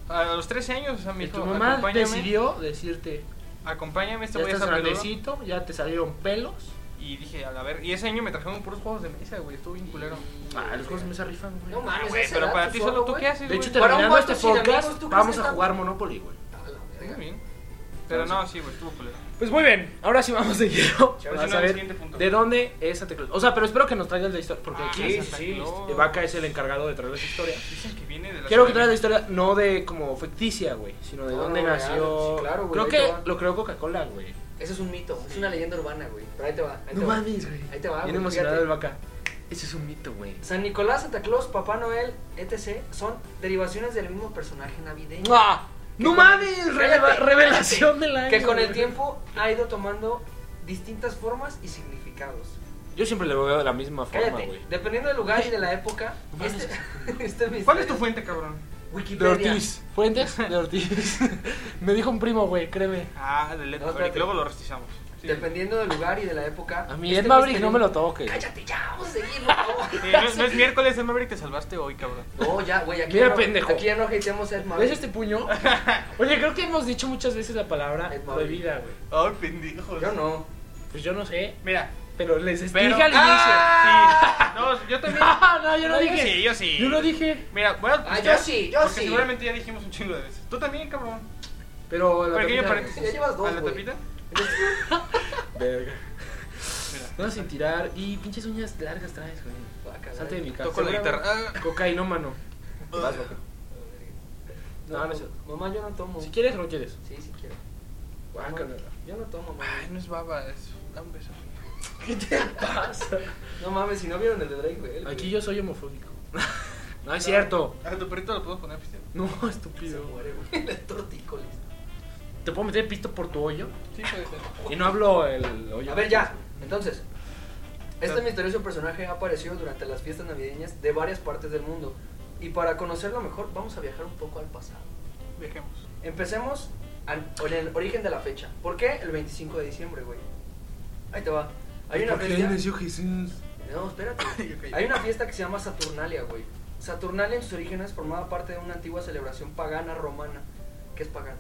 Speaker 3: A los 13 años, o sea, me
Speaker 1: y
Speaker 3: dijo,
Speaker 1: tu mamá
Speaker 3: acompáñame,
Speaker 1: decidió decirte,
Speaker 3: acompáñame, este
Speaker 1: ya
Speaker 3: voy a
Speaker 1: estás
Speaker 3: estar peludo.
Speaker 1: grandecito, ya te salieron pelos.
Speaker 3: Y dije, a la ver, y ese año me trajeron puros juegos de mesa, güey, estuvo bien culero.
Speaker 1: Ah, los juegos me se rifan, güey.
Speaker 2: No mames,
Speaker 3: Güey,
Speaker 2: esa
Speaker 3: pero
Speaker 2: edad,
Speaker 3: para
Speaker 2: pues,
Speaker 3: ti solo,
Speaker 2: solo,
Speaker 3: ¿tú
Speaker 2: güey.
Speaker 3: qué haces,
Speaker 1: De
Speaker 3: güey?
Speaker 1: hecho,
Speaker 2: Para un
Speaker 1: terminando
Speaker 2: vato
Speaker 1: este
Speaker 2: sin
Speaker 1: podcast,
Speaker 2: amigos, ¿tú crees
Speaker 1: vamos
Speaker 2: que
Speaker 1: a
Speaker 2: tan-
Speaker 1: jugar Monopoly, güey.
Speaker 2: A la
Speaker 3: Muy
Speaker 2: verga.
Speaker 3: bien. Pero no, sí, güey, estuvo culero.
Speaker 1: Pues muy bien, ahora sí vamos de <laughs> lleno
Speaker 3: Ahora
Speaker 1: para
Speaker 3: sí, no, el siguiente
Speaker 1: saber
Speaker 3: punto.
Speaker 1: de dónde es Santa Claus. O sea, pero espero que nos traigas la historia, porque
Speaker 3: Ah,
Speaker 1: aquí
Speaker 3: Santa Claus.
Speaker 1: eh, Vaca es el encargado de traer la historia.
Speaker 3: Dicen que viene de la
Speaker 1: Quiero que
Speaker 3: ciudad
Speaker 1: traigas
Speaker 3: de-
Speaker 1: la historia no de como ficticia, güey, sino de
Speaker 2: No,
Speaker 1: dónde
Speaker 2: no, real,
Speaker 1: nació.
Speaker 2: sí, claro, güey,
Speaker 1: Creo
Speaker 2: ahí
Speaker 1: que
Speaker 2: te va.
Speaker 1: lo creó Coca-Cola, güey.
Speaker 2: Eso es un mito, es una leyenda urbana, güey. Pero ahí te va. Ahí
Speaker 1: No
Speaker 2: te va.
Speaker 1: mames, güey.
Speaker 2: Ahí te va,
Speaker 1: Bien
Speaker 2: güey,
Speaker 1: emocionado
Speaker 2: fíjate.
Speaker 1: el Vaca. Ese es un mito, güey.
Speaker 2: San Nicolás, Santa Claus, Papá Noel, etc. son derivaciones del mismo personaje navideño.
Speaker 1: ¡Ah! ¡No
Speaker 2: Que con- <laughs>
Speaker 1: mames! Revela-
Speaker 2: Cállate,
Speaker 1: revelación de la
Speaker 2: Que con el tiempo ha ido tomando distintas formas y significados.
Speaker 1: Yo siempre le veo de la misma forma,
Speaker 2: Cállate,
Speaker 1: güey.
Speaker 2: dependiendo del lugar y de la época.
Speaker 1: No
Speaker 2: Este, <laughs> este misterio-
Speaker 3: ¿Cuál es tu fuente, cabrón?
Speaker 1: De
Speaker 2: Wikipedia.
Speaker 1: Ortiz. Fuentes <laughs> de Ortiz. Me dijo un primo, güey, créeme.
Speaker 3: Ah, de Led
Speaker 2: No,
Speaker 3: Maverick.
Speaker 2: espérate.
Speaker 3: Luego lo restizamos. Sí.
Speaker 2: Dependiendo del lugar y de la época.
Speaker 1: A mí
Speaker 2: este
Speaker 1: Ed Maverick
Speaker 2: misterio-
Speaker 1: no me lo toque.
Speaker 2: Cállate ya, vamos a seguir, por favor.
Speaker 3: Eh, no, no es miércoles, el Maverick te salvaste hoy, cabrón.
Speaker 2: <laughs> No, ya, güey, aquí,
Speaker 1: Mira,
Speaker 2: ya no-
Speaker 1: pendejo.
Speaker 2: aquí ya no hateamos a Ed
Speaker 1: ¿Ves
Speaker 2: Maverick.
Speaker 1: este <laughs> puño? Oye, creo que hemos dicho muchas veces la palabra
Speaker 2: Ed Maverick.
Speaker 1: prohibida, güey.
Speaker 3: Ay, pendejo.
Speaker 2: Yo no.
Speaker 1: Pues yo no sé,
Speaker 3: Mira,
Speaker 1: pero les dije
Speaker 3: pero...
Speaker 1: al inicio.
Speaker 3: ¡Ah! Sí. No, yo
Speaker 1: <laughs>
Speaker 3: también...
Speaker 1: No, no, <laughs> yo no,
Speaker 3: No, yo
Speaker 1: dije.
Speaker 3: sí, yo sí.
Speaker 1: Yo no dije.
Speaker 3: Mira, voy a...
Speaker 2: Ah, yo
Speaker 3: ya,
Speaker 2: sí, yo
Speaker 3: porque
Speaker 2: sí.
Speaker 3: seguramente ya dijimos un chingo de veces. Tú también, cabrón.
Speaker 1: Pero la
Speaker 3: Pequeño
Speaker 1: tapita-
Speaker 3: paréntesis.
Speaker 2: Ya llevas dos,
Speaker 3: ¿A la
Speaker 2: güey.
Speaker 3: tapita?
Speaker 1: Verga.
Speaker 3: Mira.
Speaker 1: No sin tirar. Y pinches uñas largas traes, güey.
Speaker 2: Ah, caray.
Speaker 1: Salte de mi casa.
Speaker 3: Toco la guitarra. Ah,
Speaker 1: Cocainómano.
Speaker 2: Vas, loco.
Speaker 1: No, no es cierto.
Speaker 2: Mamá, yo no tomo.
Speaker 1: Si quieres o no quieres.
Speaker 2: Sí, sí quiero.
Speaker 1: Ah. Guácala.
Speaker 2: No, Yo no tomo, mamá.
Speaker 3: Ay, no es baba, es... Dame un beso.
Speaker 1: ¿Qué te pasa?
Speaker 2: No mames, si no vieron el de Drake, güey.
Speaker 1: Aquí yo soy homofóbico. <laughs> No es cierto.
Speaker 3: A tu perrito lo puedo poner, piste.
Speaker 2: <laughs>
Speaker 1: No,
Speaker 2: Se
Speaker 1: estúpido.
Speaker 2: muere, güey. <laughs> El tortícolis.
Speaker 1: ¿Te puedo meter pisto por tu hoyo?
Speaker 3: Sí, puede ser.
Speaker 1: Y no hablo el hoyo.
Speaker 2: A ver, ya.
Speaker 1: pues.
Speaker 2: Entonces, este misterioso personaje ha aparecido durante las fiestas navideñas de varias partes del mundo. Y para conocerlo mejor, vamos a viajar un poco al pasado.
Speaker 3: Viajemos.
Speaker 2: Empecemos al, en el origen de la fecha. ¿Por qué el 25 de diciembre, güey? Ahí te va. Hay una
Speaker 1: ¿Por qué
Speaker 2: fiesta.
Speaker 1: nació Jesús?
Speaker 2: No, espérate.
Speaker 3: Ok.
Speaker 2: Hay una fiesta que se llama Saturnalia, güey. Saturnalia en sus orígenes formaba parte de una antigua celebración pagana romana. ¿Qué es pagana?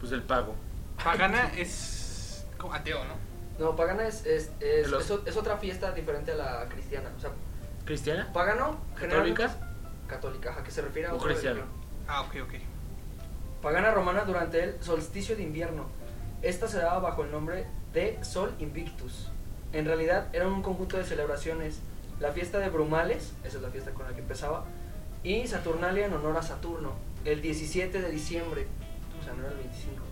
Speaker 1: Pues el pago.
Speaker 3: Pagana es... como ateo, ¿no?
Speaker 2: No, pagana es, es, es,
Speaker 1: El os-
Speaker 2: es o- es otra fiesta diferente a la cristiana. O sea,
Speaker 1: ¿Cristiana?
Speaker 2: pagano, generalmente-
Speaker 1: ¿Católicas?
Speaker 2: Católica, ajá, que se refiere a
Speaker 1: O
Speaker 2: otra
Speaker 1: cristiana.
Speaker 2: religión.
Speaker 3: Ah, ok, ok.
Speaker 2: Pagana romana durante el solsticio de invierno. Esta se daba bajo el nombre de Sol Invictus. En realidad eran un conjunto de celebraciones. La fiesta de Brumales, esa es la fiesta con la que empezaba, y Saturnalia en honor a Saturno, el 17 de diciembre, o sea, no era el 25.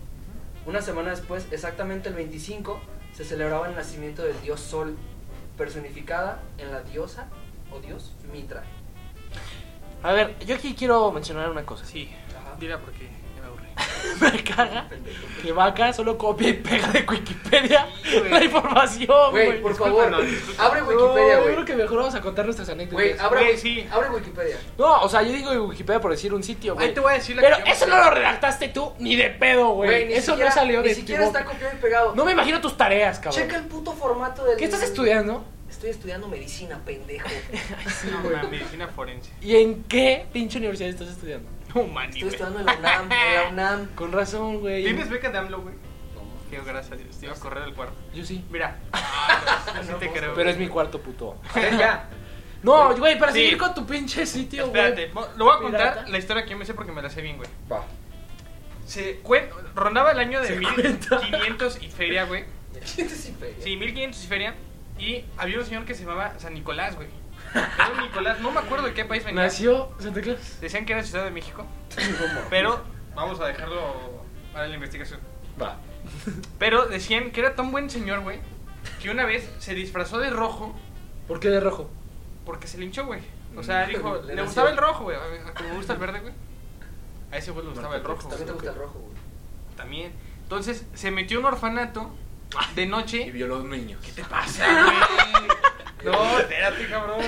Speaker 2: Una semana después, exactamente el 25, se celebraba el nacimiento del dios Sol, personificada en la diosa o dios Mitra.
Speaker 1: A ver, yo aquí quiero mencionar una cosa.
Speaker 3: Sí,
Speaker 2: Ajá.
Speaker 3: dila porque ya me aburrí.
Speaker 1: <laughs> Me caga que Vaca solo copia y pega de Wikipedia
Speaker 3: Sí, güey.
Speaker 1: la información,
Speaker 2: Güey,
Speaker 1: güey.
Speaker 2: por
Speaker 3: discúlpanos,
Speaker 2: favor,
Speaker 3: discúlpanos.
Speaker 2: abre
Speaker 1: No,
Speaker 2: Wikipedia,
Speaker 1: yo
Speaker 2: güey.
Speaker 1: creo que mejor vamos a contar nuestras anécdotas.
Speaker 2: Güey, abre,
Speaker 3: Güey,
Speaker 2: Wik-
Speaker 3: sí.
Speaker 2: abre Wikipedia.
Speaker 1: No, o sea, yo digo Wikipedia por decir un sitio, güey.
Speaker 3: Ahí te voy a decir la
Speaker 1: Pero
Speaker 3: que yo me
Speaker 1: eso no
Speaker 3: acuerdo.
Speaker 1: lo redactaste tú ni de pedo, güey.
Speaker 2: ni
Speaker 1: Eso
Speaker 2: siquiera-
Speaker 1: no salió de
Speaker 2: Ni
Speaker 1: tu
Speaker 2: siquiera
Speaker 1: boca.
Speaker 2: está copiado y pegado.
Speaker 1: No me imagino tus tareas, cabrón.
Speaker 2: Checa el puto formato del.
Speaker 1: ¿Qué estás estudiando?
Speaker 2: Estoy estudiando medicina,
Speaker 1: <laughs>
Speaker 2: pendejo.
Speaker 3: No, una medicina forense. <laughs>
Speaker 1: ¿Y en qué pinche universidad estás estudiando?
Speaker 3: No, mani,
Speaker 2: Estoy
Speaker 3: güey.
Speaker 2: estudiando en la UNAM. En la UNAM.
Speaker 1: Con razón, güey.
Speaker 3: ¿Tienes beca de AMLO, güey? Que gracias a Dios, te iba a correr al cuarto.
Speaker 1: Yo sí.
Speaker 3: Mira. Ah, <laughs> pues, así te creo.
Speaker 1: Pero es mi
Speaker 3: güey.
Speaker 1: cuarto puto.
Speaker 2: A ver, ya.
Speaker 1: No, güey, para
Speaker 3: Sí.
Speaker 1: seguir con tu pinche sitio, güey.
Speaker 3: Espérate, mo- lo voy a contar
Speaker 1: Pirata.
Speaker 3: la historia que yo me sé porque me la sé bien, güey.
Speaker 2: Va.
Speaker 3: Se cuen- rondaba el año de
Speaker 1: Se
Speaker 3: 1500 y feria, güey.
Speaker 2: <laughs> ¿Quién te sigue?
Speaker 3: Sí, 1500 y feria. Y había un señor que se llamaba San Nicolás, güey. Era un Nicolás, no me acuerdo de qué país venía.
Speaker 1: Nació Santa Claus.
Speaker 3: Decían que era Ciudad de México,
Speaker 2: ¿Cómo?
Speaker 3: pero vamos a dejarlo para la investigación.
Speaker 1: Va.
Speaker 3: Pero decían que era tan buen señor, güey, que una vez se disfrazó de rojo
Speaker 1: ¿Por qué de rojo?
Speaker 3: porque se le hinchó, güey. O sea,
Speaker 2: Mm.
Speaker 3: dijo,
Speaker 2: Le
Speaker 3: le
Speaker 2: nació.
Speaker 3: gustaba el rojo, güey. A- a- Como me gusta el verde, güey. A ese güey le gustaba el rojo.
Speaker 2: También te
Speaker 3: güey.
Speaker 2: gusta Ah, el rojo, güey.
Speaker 3: También. Entonces, se metió a un orfanato de noche.
Speaker 1: violó a los niños.
Speaker 3: ¿Qué te pasa, güey? No, espérate, cabrón.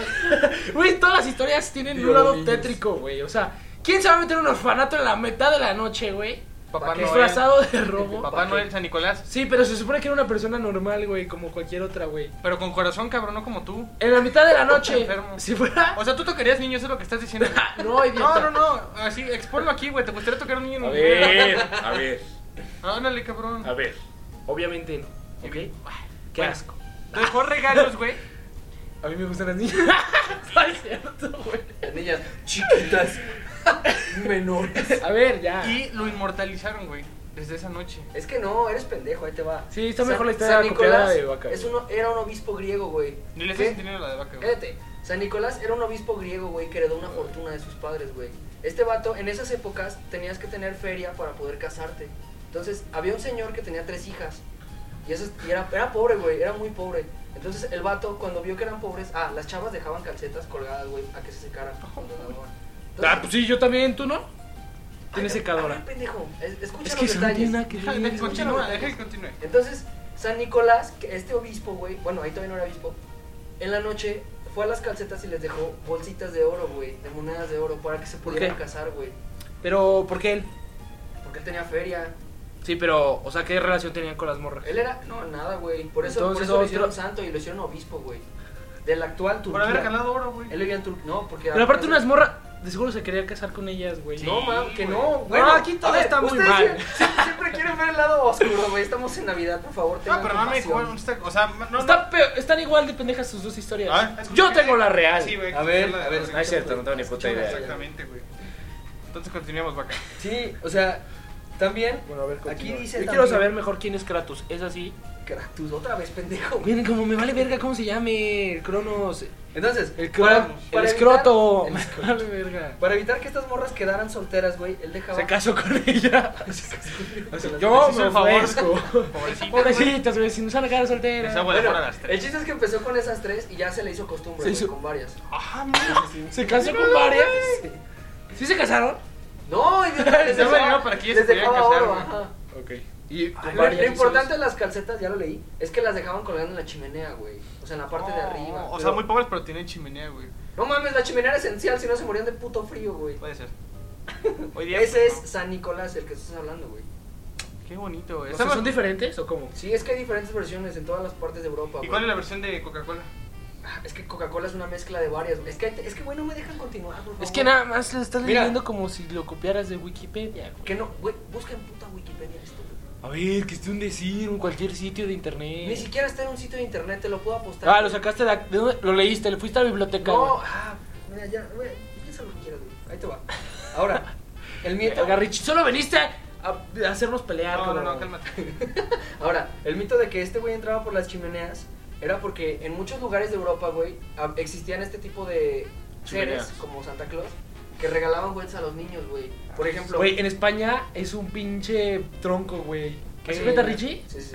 Speaker 1: Güey, todas las historias tienen un
Speaker 2: Violó
Speaker 1: lado
Speaker 2: niños.
Speaker 1: tétrico, güey. O sea, ¿quién se va a meter en un orfanato en la mitad de la noche, güey?
Speaker 3: Papá
Speaker 2: qué?
Speaker 3: Noel.
Speaker 1: Disfrazado de robo.
Speaker 3: <laughs> Papá Noel San Nicolás.
Speaker 1: Sí, pero se supone que era una persona normal, güey, como cualquier otra, güey.
Speaker 3: Pero con corazón, cabrón, no como tú.
Speaker 1: En la mitad de la noche,
Speaker 3: Enfermo.
Speaker 1: si fuera...
Speaker 3: O sea, tú tocarías niños, eso es lo que estás diciendo. güey.
Speaker 1: No,
Speaker 3: <laughs> No,
Speaker 1: idiota.
Speaker 3: no, no. Así, exponlo aquí, güey. Te gustaría tocar a un niño en
Speaker 1: A
Speaker 3: un
Speaker 1: ver, a ver,
Speaker 3: Ándale, cabrón.
Speaker 1: a ver. Obviamente no, ¿ok? Qué
Speaker 3: Bueno,
Speaker 1: asco.
Speaker 3: Dejó regalos, <laughs> güey.
Speaker 1: A mí me gustan las niñas. <laughs> No es cierto, güey.
Speaker 2: Las niñas chiquitas, <laughs> menores.
Speaker 1: A ver, ya.
Speaker 3: Y lo inmortalizaron, güey. Desde esa noche.
Speaker 2: Es que no, eres pendejo, ahí te va.
Speaker 1: Sí, está
Speaker 2: San-
Speaker 1: mejor la historia
Speaker 2: San
Speaker 1: copiada
Speaker 2: Nicolás
Speaker 1: de Vaca,
Speaker 2: Es
Speaker 1: güey.
Speaker 2: uno, era un obispo griego, güey.
Speaker 3: Ni les
Speaker 2: ¿Qué?
Speaker 3: hacen dinero la de vaca, güey.
Speaker 2: Cállate. San Nicolás era un obispo griego, güey, que heredó una fortuna de sus padres, güey. Este vato, en esas épocas, tenías que tener feria para poder casarte. Entonces, había un señor que tenía tres hijas. Y, esas- y era, era pobre, güey, era muy pobre. Entonces, el vato, cuando vio que eran pobres, ah, las chavas dejaban calcetas colgadas, güey, a que se secaran. cuando lavaban. Entonces-
Speaker 1: Ah, pues sí, yo también, ¿tú no? Tienes
Speaker 2: Ay,
Speaker 1: secadora.
Speaker 2: ay, pendejo, es- escucha
Speaker 1: Es que
Speaker 2: los
Speaker 1: eso no
Speaker 2: detalles.
Speaker 1: tiene nada que ver.
Speaker 3: Continúa, deja que continúe.
Speaker 2: Entonces, San Nicolás, que este obispo, güey, bueno, ahí todavía no era obispo, en la noche fue a las calcetas y les dejó bolsitas de oro, güey, de monedas de oro para que se
Speaker 1: ¿Por
Speaker 2: pudieran
Speaker 1: qué?
Speaker 2: casar, güey.
Speaker 1: Pero, ¿por qué él?
Speaker 2: Porque él tenía feria.
Speaker 1: Sí, pero, o sea, ¿qué relación tenían con las morras?
Speaker 2: Él era, no, nada, güey. Por eso, por
Speaker 1: Entonces,
Speaker 2: eso lo
Speaker 1: otro-
Speaker 2: hicieron santo y lo hicieron obispo, güey. Del actual
Speaker 3: Por
Speaker 2: Turquía.
Speaker 3: haber ganado oro, güey.
Speaker 2: Él vivía en Turquía, no, porque...
Speaker 1: Pero aparte unas morras, de seguro se quería casar con ellas, güey.
Speaker 2: No, mames, que
Speaker 3: güey.
Speaker 2: no.
Speaker 3: No,
Speaker 2: Bueno,
Speaker 1: aquí todo
Speaker 2: a ver,
Speaker 1: está muy
Speaker 2: ustedes
Speaker 1: mal.
Speaker 2: sie- Siempre, siempre quieren ver el lado oscuro, güey. Estamos en Navidad, por favor.
Speaker 3: No,
Speaker 2: tengan
Speaker 3: pero no me
Speaker 2: compasión.
Speaker 3: bueno, está- O sea, no. no.
Speaker 1: Está peor- están igual de pendejas sus dos historias.
Speaker 3: A ver,
Speaker 1: Yo tengo la real.
Speaker 3: Sí, güey.
Speaker 2: A ver,
Speaker 3: la-
Speaker 2: a ver,
Speaker 1: No es cierto, no tengo ni puta idea.
Speaker 3: Exactamente, güey. Entonces continuemos, vaca.
Speaker 2: Sí, o sea, también.
Speaker 1: Bueno, a ver,
Speaker 2: Aquí
Speaker 1: continúa.
Speaker 2: dice
Speaker 1: Yo quiero
Speaker 2: también-
Speaker 1: saber mejor quién es Kratos. ¿Es así?
Speaker 2: Kratos, otra vez, pendejo.
Speaker 1: Miren, como me vale verga cómo se llame el Cronos.
Speaker 2: Entonces,
Speaker 1: El, cro-
Speaker 2: para-
Speaker 1: el
Speaker 2: para
Speaker 1: escroto.
Speaker 2: evitar- el escroto.
Speaker 1: <laughs> Me vale verga.
Speaker 2: Para evitar que estas morras quedaran solteras, güey, él dejaba.
Speaker 1: Se casó con ella.
Speaker 3: Les
Speaker 1: Yo
Speaker 3: hizo
Speaker 1: me
Speaker 3: el favor.
Speaker 1: ofrezco. <laughs>
Speaker 3: Pobrecita. güey.
Speaker 1: Pobrecitas, güey, si nos van a quedar solteras.
Speaker 3: Esa abuela
Speaker 2: Bueno,
Speaker 3: fuera las
Speaker 2: el
Speaker 3: tres.
Speaker 2: chiste es que empezó con esas tres y ya se le hizo costumbre,
Speaker 1: Se hizo-
Speaker 2: güey,
Speaker 1: Ah,
Speaker 2: con varias.
Speaker 3: Ajá, mira.
Speaker 1: Se casó con varias. ¿Sí se casaron?
Speaker 2: No,
Speaker 3: <laughs>
Speaker 2: y
Speaker 3: Ya
Speaker 2: les
Speaker 3: me
Speaker 2: dejaba,
Speaker 3: llegaba para que ellas
Speaker 2: les
Speaker 3: se pudieran
Speaker 2: dejaba
Speaker 3: casar,
Speaker 2: oro,
Speaker 3: güey.
Speaker 2: ajá.
Speaker 1: Ok. Y
Speaker 2: Ay, Lo, lo importante de las calcetas, ya lo leí, es que las dejaban colgando en la chimenea, güey. O sea, en la parte de
Speaker 3: No,
Speaker 2: arriba.
Speaker 3: O
Speaker 2: pero-
Speaker 3: sea, muy pobres, pero tienen chimenea, güey.
Speaker 2: No mames, la chimenea era esencial, si no se morían de puto frío, güey.
Speaker 3: Puede ser. Hoy día.
Speaker 2: Ese es
Speaker 3: no.
Speaker 2: San Nicolás, el que estás hablando, güey.
Speaker 3: Qué bonito, güey.
Speaker 1: O sea,
Speaker 3: Estaba-
Speaker 1: ¿Son diferentes o cómo?
Speaker 2: Sí, es que hay diferentes versiones en todas las partes de Europa,
Speaker 3: ¿Y
Speaker 2: güey.
Speaker 3: cuál es la versión de Coca-Cola?
Speaker 2: Ah, Es que Coca-Cola es una mezcla de varias, güey. Es que, es que, güey, no me dejan continuar, por favor.
Speaker 1: Es que nada más lo estás
Speaker 2: Mira.
Speaker 1: leyendo como si lo copiaras de Wikipedia, güey.
Speaker 2: Que no, güey, busca en puta Wikipedia esto, güey.
Speaker 1: A ver, que esté un decir, en cualquier sitio de internet.
Speaker 2: Ni siquiera está en un sitio de internet, te lo puedo apostar.
Speaker 1: Ah, lo sacaste de, ac- ¿de dónde? Lo leíste, le fuiste a la biblioteca.
Speaker 2: No,
Speaker 1: güey.
Speaker 2: ah, mira, ya, güey, piensa lo que quieras, güey. Ahí te va. Ahora, el mito...
Speaker 1: Verga, Richie, solo veniste a, a hacernos pelear,
Speaker 3: No, no,
Speaker 1: cabrón.
Speaker 3: no, cálmate.
Speaker 2: Ahora, el mito de que este güey entraba por las chimeneas era porque en muchos lugares de Europa, güey, a- existían este tipo de seres
Speaker 1: Chimeneas.
Speaker 2: como Santa Claus que regalaban güeyes a los niños, güey. Por ejemplo,
Speaker 1: Güey, en España es un pinche tronco, güey.
Speaker 2: ¿Qué
Speaker 1: ¿Así cuenta Richie?
Speaker 2: Sí, sí.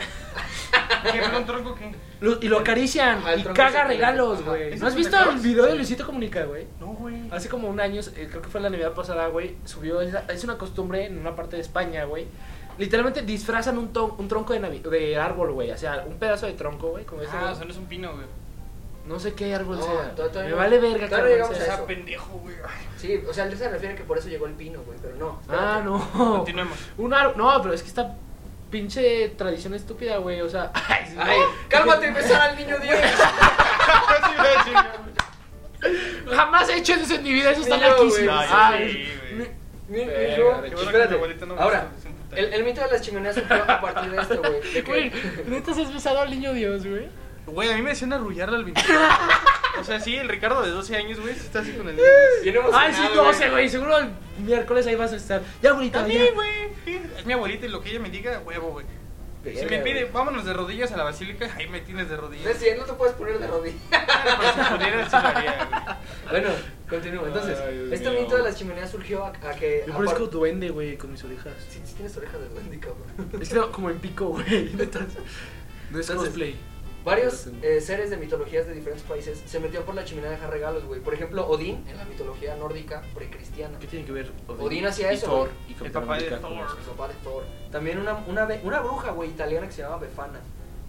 Speaker 3: ¿Qué era un tronco que.?
Speaker 1: Lo- y lo acarician
Speaker 2: Ajá, Ah, el
Speaker 1: y
Speaker 2: tronco
Speaker 1: caga
Speaker 2: se-
Speaker 1: regalos,
Speaker 2: ajá.
Speaker 1: güey.
Speaker 3: ¿Es
Speaker 1: ¿No has
Speaker 3: un
Speaker 1: visto
Speaker 3: tronco?
Speaker 1: el video de Luisito Comunica, güey?
Speaker 3: No, güey.
Speaker 1: Hace como un año, eh, creo que fue la Navidad pasada, güey, subió, esa- es una costumbre en una parte de España, güey. Literalmente disfrazan un, ton- un tronco de, navi- de árbol, güey. O sea, un pedazo de tronco, güey. Como este,
Speaker 3: Ah,
Speaker 1: güey.
Speaker 3: o sea, no es un pino, güey.
Speaker 1: No sé qué árbol
Speaker 2: No,
Speaker 1: sea.
Speaker 2: to- todavía
Speaker 1: Me
Speaker 2: no-
Speaker 1: vale verga qué
Speaker 2: todavía no
Speaker 1: árbol
Speaker 2: llegamos
Speaker 1: sea.
Speaker 2: a
Speaker 3: Está
Speaker 2: eso.
Speaker 3: pendejo, güey. Ay,
Speaker 2: Sí, o sea, él se refiere que por eso llegó el pino, güey, pero no.
Speaker 1: Ah,
Speaker 2: espérate.
Speaker 1: no. <laughs>
Speaker 3: Continuemos.
Speaker 1: Un árbol. No, pero es que esta pinche tradición estúpida, güey. O sea. <laughs> Ay, sí,
Speaker 2: Ay, cálmate, besar al niño Dios.
Speaker 3: Casi me la chinga, güey.
Speaker 1: güey. Jamás he hecho eso en mi vida. Eso está Ah,
Speaker 2: Ni yo, güey.
Speaker 1: larguísimo.
Speaker 3: No, yo
Speaker 1: Ay,
Speaker 3: sí, güey.
Speaker 1: mi-
Speaker 2: Mi- mi-
Speaker 1: Verga, de
Speaker 2: yo-
Speaker 3: Qué bueno que mi
Speaker 2: Espérate.
Speaker 3: abuelita no me
Speaker 2: Ahora,
Speaker 3: hizo sentar.
Speaker 2: el, el mito de las chimeneas surgió a partir de esto, güey.
Speaker 1: <laughs>
Speaker 2: de que-
Speaker 1: Güey, neta se has besado al niño Dios, güey.
Speaker 3: Güey, a mí me decían
Speaker 1: <laughs>
Speaker 3: arrullarla al 25. o sea, sí, el Ricardo de 12 años, güey, se está así
Speaker 1: <laughs>
Speaker 3: con el dedo.
Speaker 2: <laughs> Bien emocionado,
Speaker 1: Ay, sí, no sé, güey. Seguro el miércoles ahí vas a estar. Ya,
Speaker 3: A
Speaker 1: abuelita,
Speaker 3: mí,
Speaker 1: ya.
Speaker 3: güey. sí, Es mi abuelita y lo que ella me diga, huevo, güey. Si me
Speaker 2: Verga,
Speaker 3: pide,
Speaker 2: güey.
Speaker 3: vámonos de rodillas a la basílica, <laughs> ahí me tienes de
Speaker 2: No es
Speaker 3: rodillas.
Speaker 2: cierto, no te puedes poner de rodillas.
Speaker 3: Pero si pudiera, sí lo haría, güey.
Speaker 2: Bueno, continúa. Entonces,
Speaker 1: Ay, Dios
Speaker 2: este
Speaker 1: mío.
Speaker 2: mito de las chimeneas surgió a, a que.
Speaker 1: Yo
Speaker 2: a
Speaker 1: parezco
Speaker 2: par-
Speaker 1: duende, güey, con mis orejas.
Speaker 2: Sí, sí tienes orejas de
Speaker 1: <laughs>
Speaker 2: duende, cabrón.
Speaker 1: Es que no, como en pico, güey. <laughs> neta. No es
Speaker 2: Entonces,
Speaker 1: cosplay.
Speaker 2: Varios eh, seres de mitologías de diferentes países se metió por la chimenea a dejar regalos, güey. Por ejemplo, Odín, en la mitología nórdica precristiana.
Speaker 1: ¿Qué tiene que ver
Speaker 2: Odín hacía
Speaker 1: y
Speaker 2: eso,
Speaker 1: Thor,
Speaker 2: güey.
Speaker 1: y Capitán
Speaker 3: El papá de
Speaker 1: América con
Speaker 3: Thor.
Speaker 1: eso?
Speaker 2: El papá de Thor. También una, una, ve- una bruja, güey, italiana que se llamaba Befana.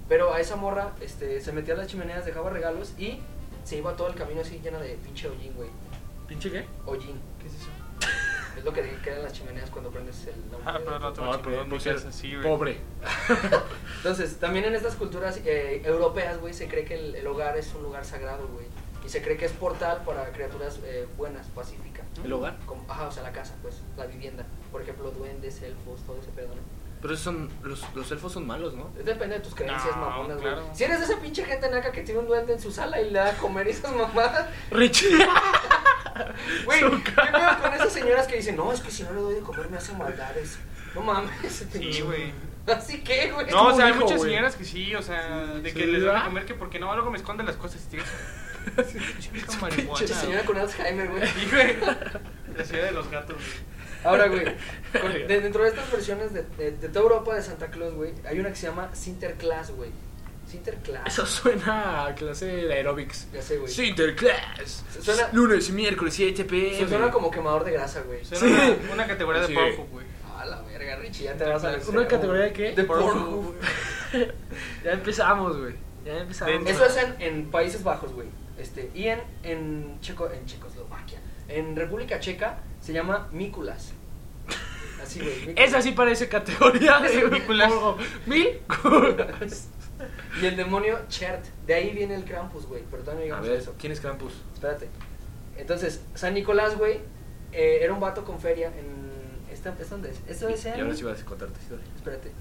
Speaker 2: Pero a esa morra este, se metía a las chimeneas, dejaba regalos y se iba todo el camino así llena de pinche hollín, güey.
Speaker 1: ¿Pinche qué?
Speaker 2: Hollín.
Speaker 3: ¿Qué es eso?
Speaker 2: Es lo que quedan las chimeneas cuando prendes el... la
Speaker 3: Ah,
Speaker 2: hoguera.
Speaker 3: pero no te
Speaker 1: Ah, perdón, por ser
Speaker 3: así, güey.
Speaker 1: Pobre.
Speaker 2: Entonces, también en estas culturas eh, europeas, güey, se cree que el, el hogar es un lugar sagrado, güey. Y se cree que es portal para criaturas eh, buenas, pacíficas.
Speaker 1: ¿El hogar?
Speaker 2: Como- ajá, o sea, la casa, pues, la vivienda. Por ejemplo, duendes, elfos, todo ese pedo, ¿no?
Speaker 1: Pero esos son, los, los elfos son malos, ¿no?
Speaker 2: Depende de tus creencias,
Speaker 3: No,
Speaker 2: mamonas, güey.
Speaker 3: claro.
Speaker 2: Si eres de esa pinche gente naca que tiene un duende en su sala y le da a comer esas
Speaker 1: <laughs>
Speaker 2: mamadas,
Speaker 1: Richie.
Speaker 2: güey, ¿qué pedo con esas señoras que dicen, no, es que si no le doy de comer me hace maldades? No mames.
Speaker 3: Sí, güey.
Speaker 2: <laughs> Así que, güey.
Speaker 3: No, o sea, hay
Speaker 1: hijo,
Speaker 3: muchas
Speaker 1: güey.
Speaker 3: señoras que sí, o sea, de que
Speaker 1: sí,
Speaker 3: les dan
Speaker 1: ¿verdad?
Speaker 3: a comer que porque no, luego me esconden las cosas, tío. Chica marihuana.
Speaker 2: Pinche señora con
Speaker 1: <laughs>
Speaker 2: Alzheimer, güey.
Speaker 3: Sí, güey. La ciudad de los gatos, güey.
Speaker 2: Ahora, güey, con- de- dentro de estas versiones de, de- de toda Europa de Santa Claus, güey, hay una que se llama Sinterklaas, güey. Sinterklaas.
Speaker 1: Eso suena a clase de aerobics.
Speaker 2: Ya sé, güey.
Speaker 1: Sinterclass.
Speaker 2: Suena-
Speaker 1: Lunes y miércoles 7 pm.
Speaker 2: Se suena como quemador de grasa, güey.
Speaker 3: Suena
Speaker 1: Sí.
Speaker 3: una, una categoría
Speaker 1: Sí.
Speaker 3: de Pornhub, güey.
Speaker 2: A la verga, Richie, ya te vas a
Speaker 1: ¿Una categoría de qué?
Speaker 2: De
Speaker 3: Pornhub,
Speaker 2: porno, güey.
Speaker 1: <laughs> Ya empezamos, güey. Ya empezamos.
Speaker 2: Eso es en, en Países Bajos, güey. Este, y en, en, Checo, en Checoslovaquia. En República Checa se llama Mículas. Así, güey.
Speaker 1: <laughs>
Speaker 2: Mículas.
Speaker 1: Esa sí parece categoría de
Speaker 3: Películas.
Speaker 1: Como Mil.
Speaker 2: Y el demonio Chert. De ahí viene el Krampus, güey. Pero todavía
Speaker 1: A
Speaker 2: no llegamos a
Speaker 1: ver,
Speaker 2: eso.
Speaker 1: ¿quién es Krampus?
Speaker 2: Espérate. Entonces, San Nicolás, güey, eh, era un vato con feria en... ¿Esta, ¿esta dónde es? Esto es en...
Speaker 1: Y ahora sí vas a contarte historia.
Speaker 2: Espérate.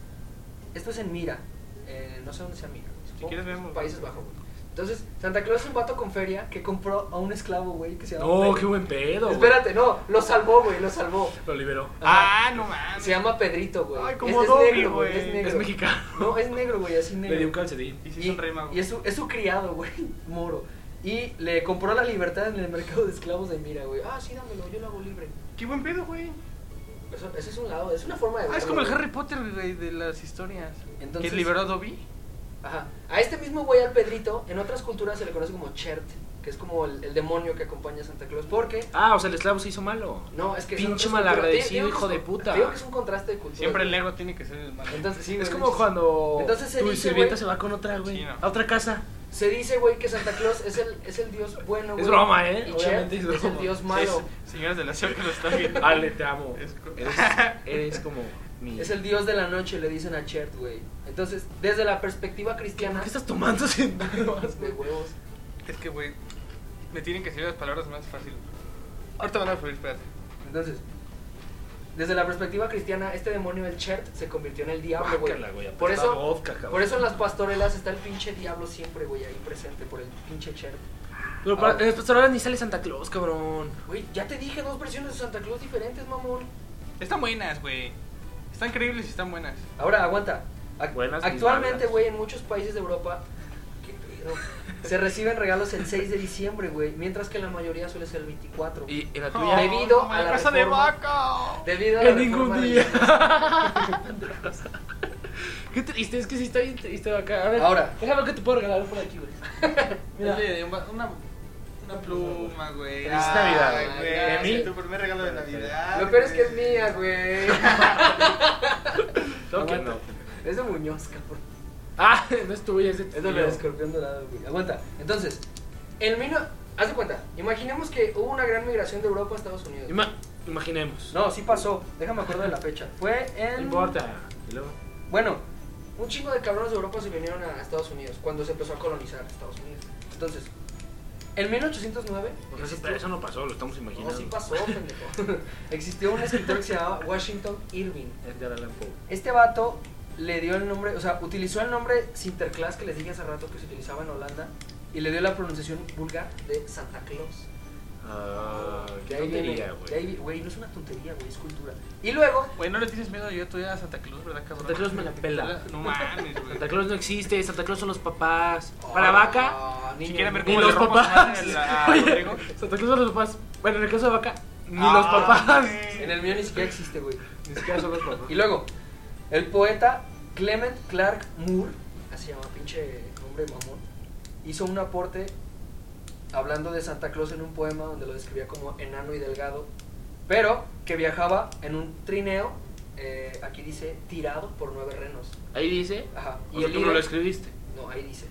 Speaker 2: Esto es en Mira. eh, no sé dónde sea Mira. güey. Supongo
Speaker 3: quieres
Speaker 2: que es
Speaker 3: vemos.
Speaker 2: Países Bajos, güey. Entonces, Santa Claus es un vato con feria que compró a un esclavo, güey, que se llama...
Speaker 1: No,
Speaker 2: Pedro.
Speaker 1: qué buen pedo. güey.
Speaker 2: Espérate, no. Lo salvó, güey, lo salvó.
Speaker 1: Lo liberó.
Speaker 2: Ajá.
Speaker 3: Ah, no mames.
Speaker 2: Se llama Pedrito, güey.
Speaker 3: Ay,
Speaker 2: Es-
Speaker 3: como
Speaker 2: es,
Speaker 3: Dobby,
Speaker 2: negro, güey. Es
Speaker 3: güey.
Speaker 2: negro.
Speaker 1: Es mexicano.
Speaker 2: No, es negro, güey, así negro.
Speaker 1: Le dio un calcetín.
Speaker 3: Y sí son rima,
Speaker 2: y
Speaker 3: güey.
Speaker 2: es su, es su criado, güey, <laughs> moro. Y le compró la libertad en el mercado de esclavos de Mira, güey. Ah, sí, dámelo, yo lo hago libre.
Speaker 3: Qué buen pedo, güey.
Speaker 2: Eso, ese es un lado, es una forma de...
Speaker 3: Ah, es
Speaker 2: verlo,
Speaker 3: como el
Speaker 2: güey.
Speaker 3: Harry Potter, güey, de las historias.
Speaker 2: Entonces-
Speaker 3: Que liberó a Dobby.
Speaker 2: Ajá. A este mismo güey, al Pedrito, en otras culturas se le conoce como Chert, que es como el, el demonio que acompaña a Santa Claus. Porque...
Speaker 1: Ah, o sea, el esclavo se hizo malo.
Speaker 2: No, es que... son
Speaker 1: Pinche
Speaker 2: otras culturas.
Speaker 1: malagradecido,
Speaker 2: Te digo que es
Speaker 1: hijo
Speaker 2: un-
Speaker 1: de puta.
Speaker 2: te digo que es un contraste de culturas.
Speaker 3: Siempre el
Speaker 2: güey.
Speaker 3: negro tiene que ser el malo.
Speaker 2: Entonces, sí,
Speaker 1: es
Speaker 2: güey,
Speaker 1: como
Speaker 2: dices-
Speaker 1: cuando
Speaker 2: Entonces se
Speaker 1: tu
Speaker 2: dice,
Speaker 1: sirvienta
Speaker 2: güey-
Speaker 1: se va con otra, güey.
Speaker 3: Sí, no.
Speaker 1: A otra casa.
Speaker 2: Se dice, güey, que Santa Claus es el, es el dios bueno, güey.
Speaker 1: Es broma, ¿eh?
Speaker 2: Y Chert
Speaker 1: Obviamente es
Speaker 2: es, el
Speaker 1: broma.
Speaker 2: dios malo.
Speaker 3: Sí, señoras de la ciudad que lo están viendo.
Speaker 1: Ale, te amo.
Speaker 3: Es co- <laughs>
Speaker 2: <laughs>
Speaker 1: Eres, eres como mi...
Speaker 2: Es el dios de la noche, le dicen a Chert, güey. Entonces, desde la perspectiva cristiana...
Speaker 1: ¿Qué estás
Speaker 2: <laughs>
Speaker 1: tomando sin
Speaker 2: Más de huevos.
Speaker 3: Es que, güey, me tienen que salir las palabras más fácil. Ahorita van a fluir, espérate.
Speaker 2: Entonces, desde la perspectiva cristiana, este demonio, el Chert, se convirtió en el diablo, güey.
Speaker 1: Guácala, güey,
Speaker 2: Por
Speaker 1: apesta
Speaker 2: eso,
Speaker 1: vodka, cabrón.
Speaker 2: por eso en las pastorelas está el pinche diablo siempre, güey, ahí presente, por el pinche Chert.
Speaker 1: Pero para, en las pastorelas ni sale Santa Claus, cabrón.
Speaker 2: Güey, ya te dije dos versiones de Santa Claus diferentes, mamón.
Speaker 3: Están buenas, güey. Están creíbles y están buenas.
Speaker 2: Ahora, aguanta. Ac-
Speaker 1: Buenas y
Speaker 2: actualmente,
Speaker 1: malas.
Speaker 2: güey, en muchos países de Europa, ¿qué pedo? se reciben regalos el 6 de diciembre, güey, mientras que la mayoría suele ser el 24.
Speaker 1: Y en la
Speaker 2: Oh,
Speaker 1: tuya...
Speaker 2: debido
Speaker 3: no,
Speaker 2: a la
Speaker 3: casa de
Speaker 2: reforma.
Speaker 3: vaca.
Speaker 2: Debido a la
Speaker 1: en
Speaker 2: reforma
Speaker 1: ningún día.
Speaker 2: religiosa-
Speaker 1: Qué triste, es que sí está bien triste acá. A ver,
Speaker 2: Ahora.
Speaker 1: Déjame que te puedo regalar por aquí, güey. Mira.
Speaker 3: Dale, Una, una pluma, güey.
Speaker 1: Feliz Navidad,
Speaker 3: Ay,
Speaker 2: güey.
Speaker 3: güey.
Speaker 2: De
Speaker 3: sí,
Speaker 1: mí.
Speaker 3: Tu primer regalo de Navidad.
Speaker 2: Lo peor es
Speaker 3: güey.
Speaker 2: que es mía, güey.
Speaker 1: Claro que
Speaker 2: Aguanta.
Speaker 1: no.
Speaker 2: Es de Muñoz, cabrón.
Speaker 1: Ah, <laughs> no es tuya, es de tu
Speaker 2: Es de
Speaker 1: tío.
Speaker 2: escorpión dorado, güey. Aguanta. Entonces, el mino. Haz de cuenta. Imaginemos que hubo una gran migración de Europa a Estados Unidos.
Speaker 1: Ima- imaginemos.
Speaker 2: no, sí pasó. Déjame acuerdo de la fecha. Fue en.
Speaker 1: No importa. Y luego,
Speaker 2: Bueno, un chingo de cabrones de Europa se vinieron a Estados Unidos cuando se empezó a colonizar Estados Unidos. Entonces, en 1809.
Speaker 1: o sea, eso-
Speaker 2: existió-
Speaker 1: eso no pasó, lo estamos
Speaker 2: No,
Speaker 1: imaginando.
Speaker 2: sí pasó, pendejo. <laughs> Existió un escritor que se llamaba Washington Irving.
Speaker 1: Edgar Allan Poe.
Speaker 2: Este vato le dio el nombre, o sea, utilizó el nombre Sinterklaas que les dije hace rato que se utilizaba en Holanda y le dio la pronunciación vulgar de Santa Claus.
Speaker 1: Ah, qué
Speaker 2: De ahí viene-
Speaker 1: tontería,
Speaker 2: de ahí
Speaker 1: güey.
Speaker 2: vi- Güey, no es una tontería, güey, es cultura. Y luego,
Speaker 3: Güey, no le tienes miedo yo estoy a Santa Claus, ¿verdad, cabrón?
Speaker 1: Santa Claus me la pela.
Speaker 3: <laughs> No mames, güey.
Speaker 1: Santa Claus no existe, Santa Claus son los papás.
Speaker 2: Oh,
Speaker 1: Para vaca,
Speaker 2: Ah,
Speaker 3: Si
Speaker 2: niño,
Speaker 3: quieren ver
Speaker 1: ni
Speaker 3: cómo le
Speaker 1: los
Speaker 3: rompo
Speaker 1: papás.
Speaker 3: madre a
Speaker 1: Oye,
Speaker 3: Rodrigo.
Speaker 1: Santa Claus son los papás. Bueno, en el caso de vaca, ni
Speaker 3: Ah,
Speaker 1: los papás.
Speaker 3: güey.
Speaker 2: En el mío ni siquiera existe, güey.
Speaker 1: Ni siquiera son los papás.
Speaker 2: Y luego, el poeta Clement Clark Moore, así Ah, se llama, pinche nombre mamón, hizo un aporte hablando de Santa Claus en un poema donde lo describía como enano y delgado, pero que viajaba en un trineo, eh, aquí dice, tirado por nueve renos.
Speaker 1: Ahí dice.
Speaker 2: Ajá.
Speaker 1: Y tú no
Speaker 2: líder-
Speaker 1: lo escribiste.
Speaker 2: No, ahí dice.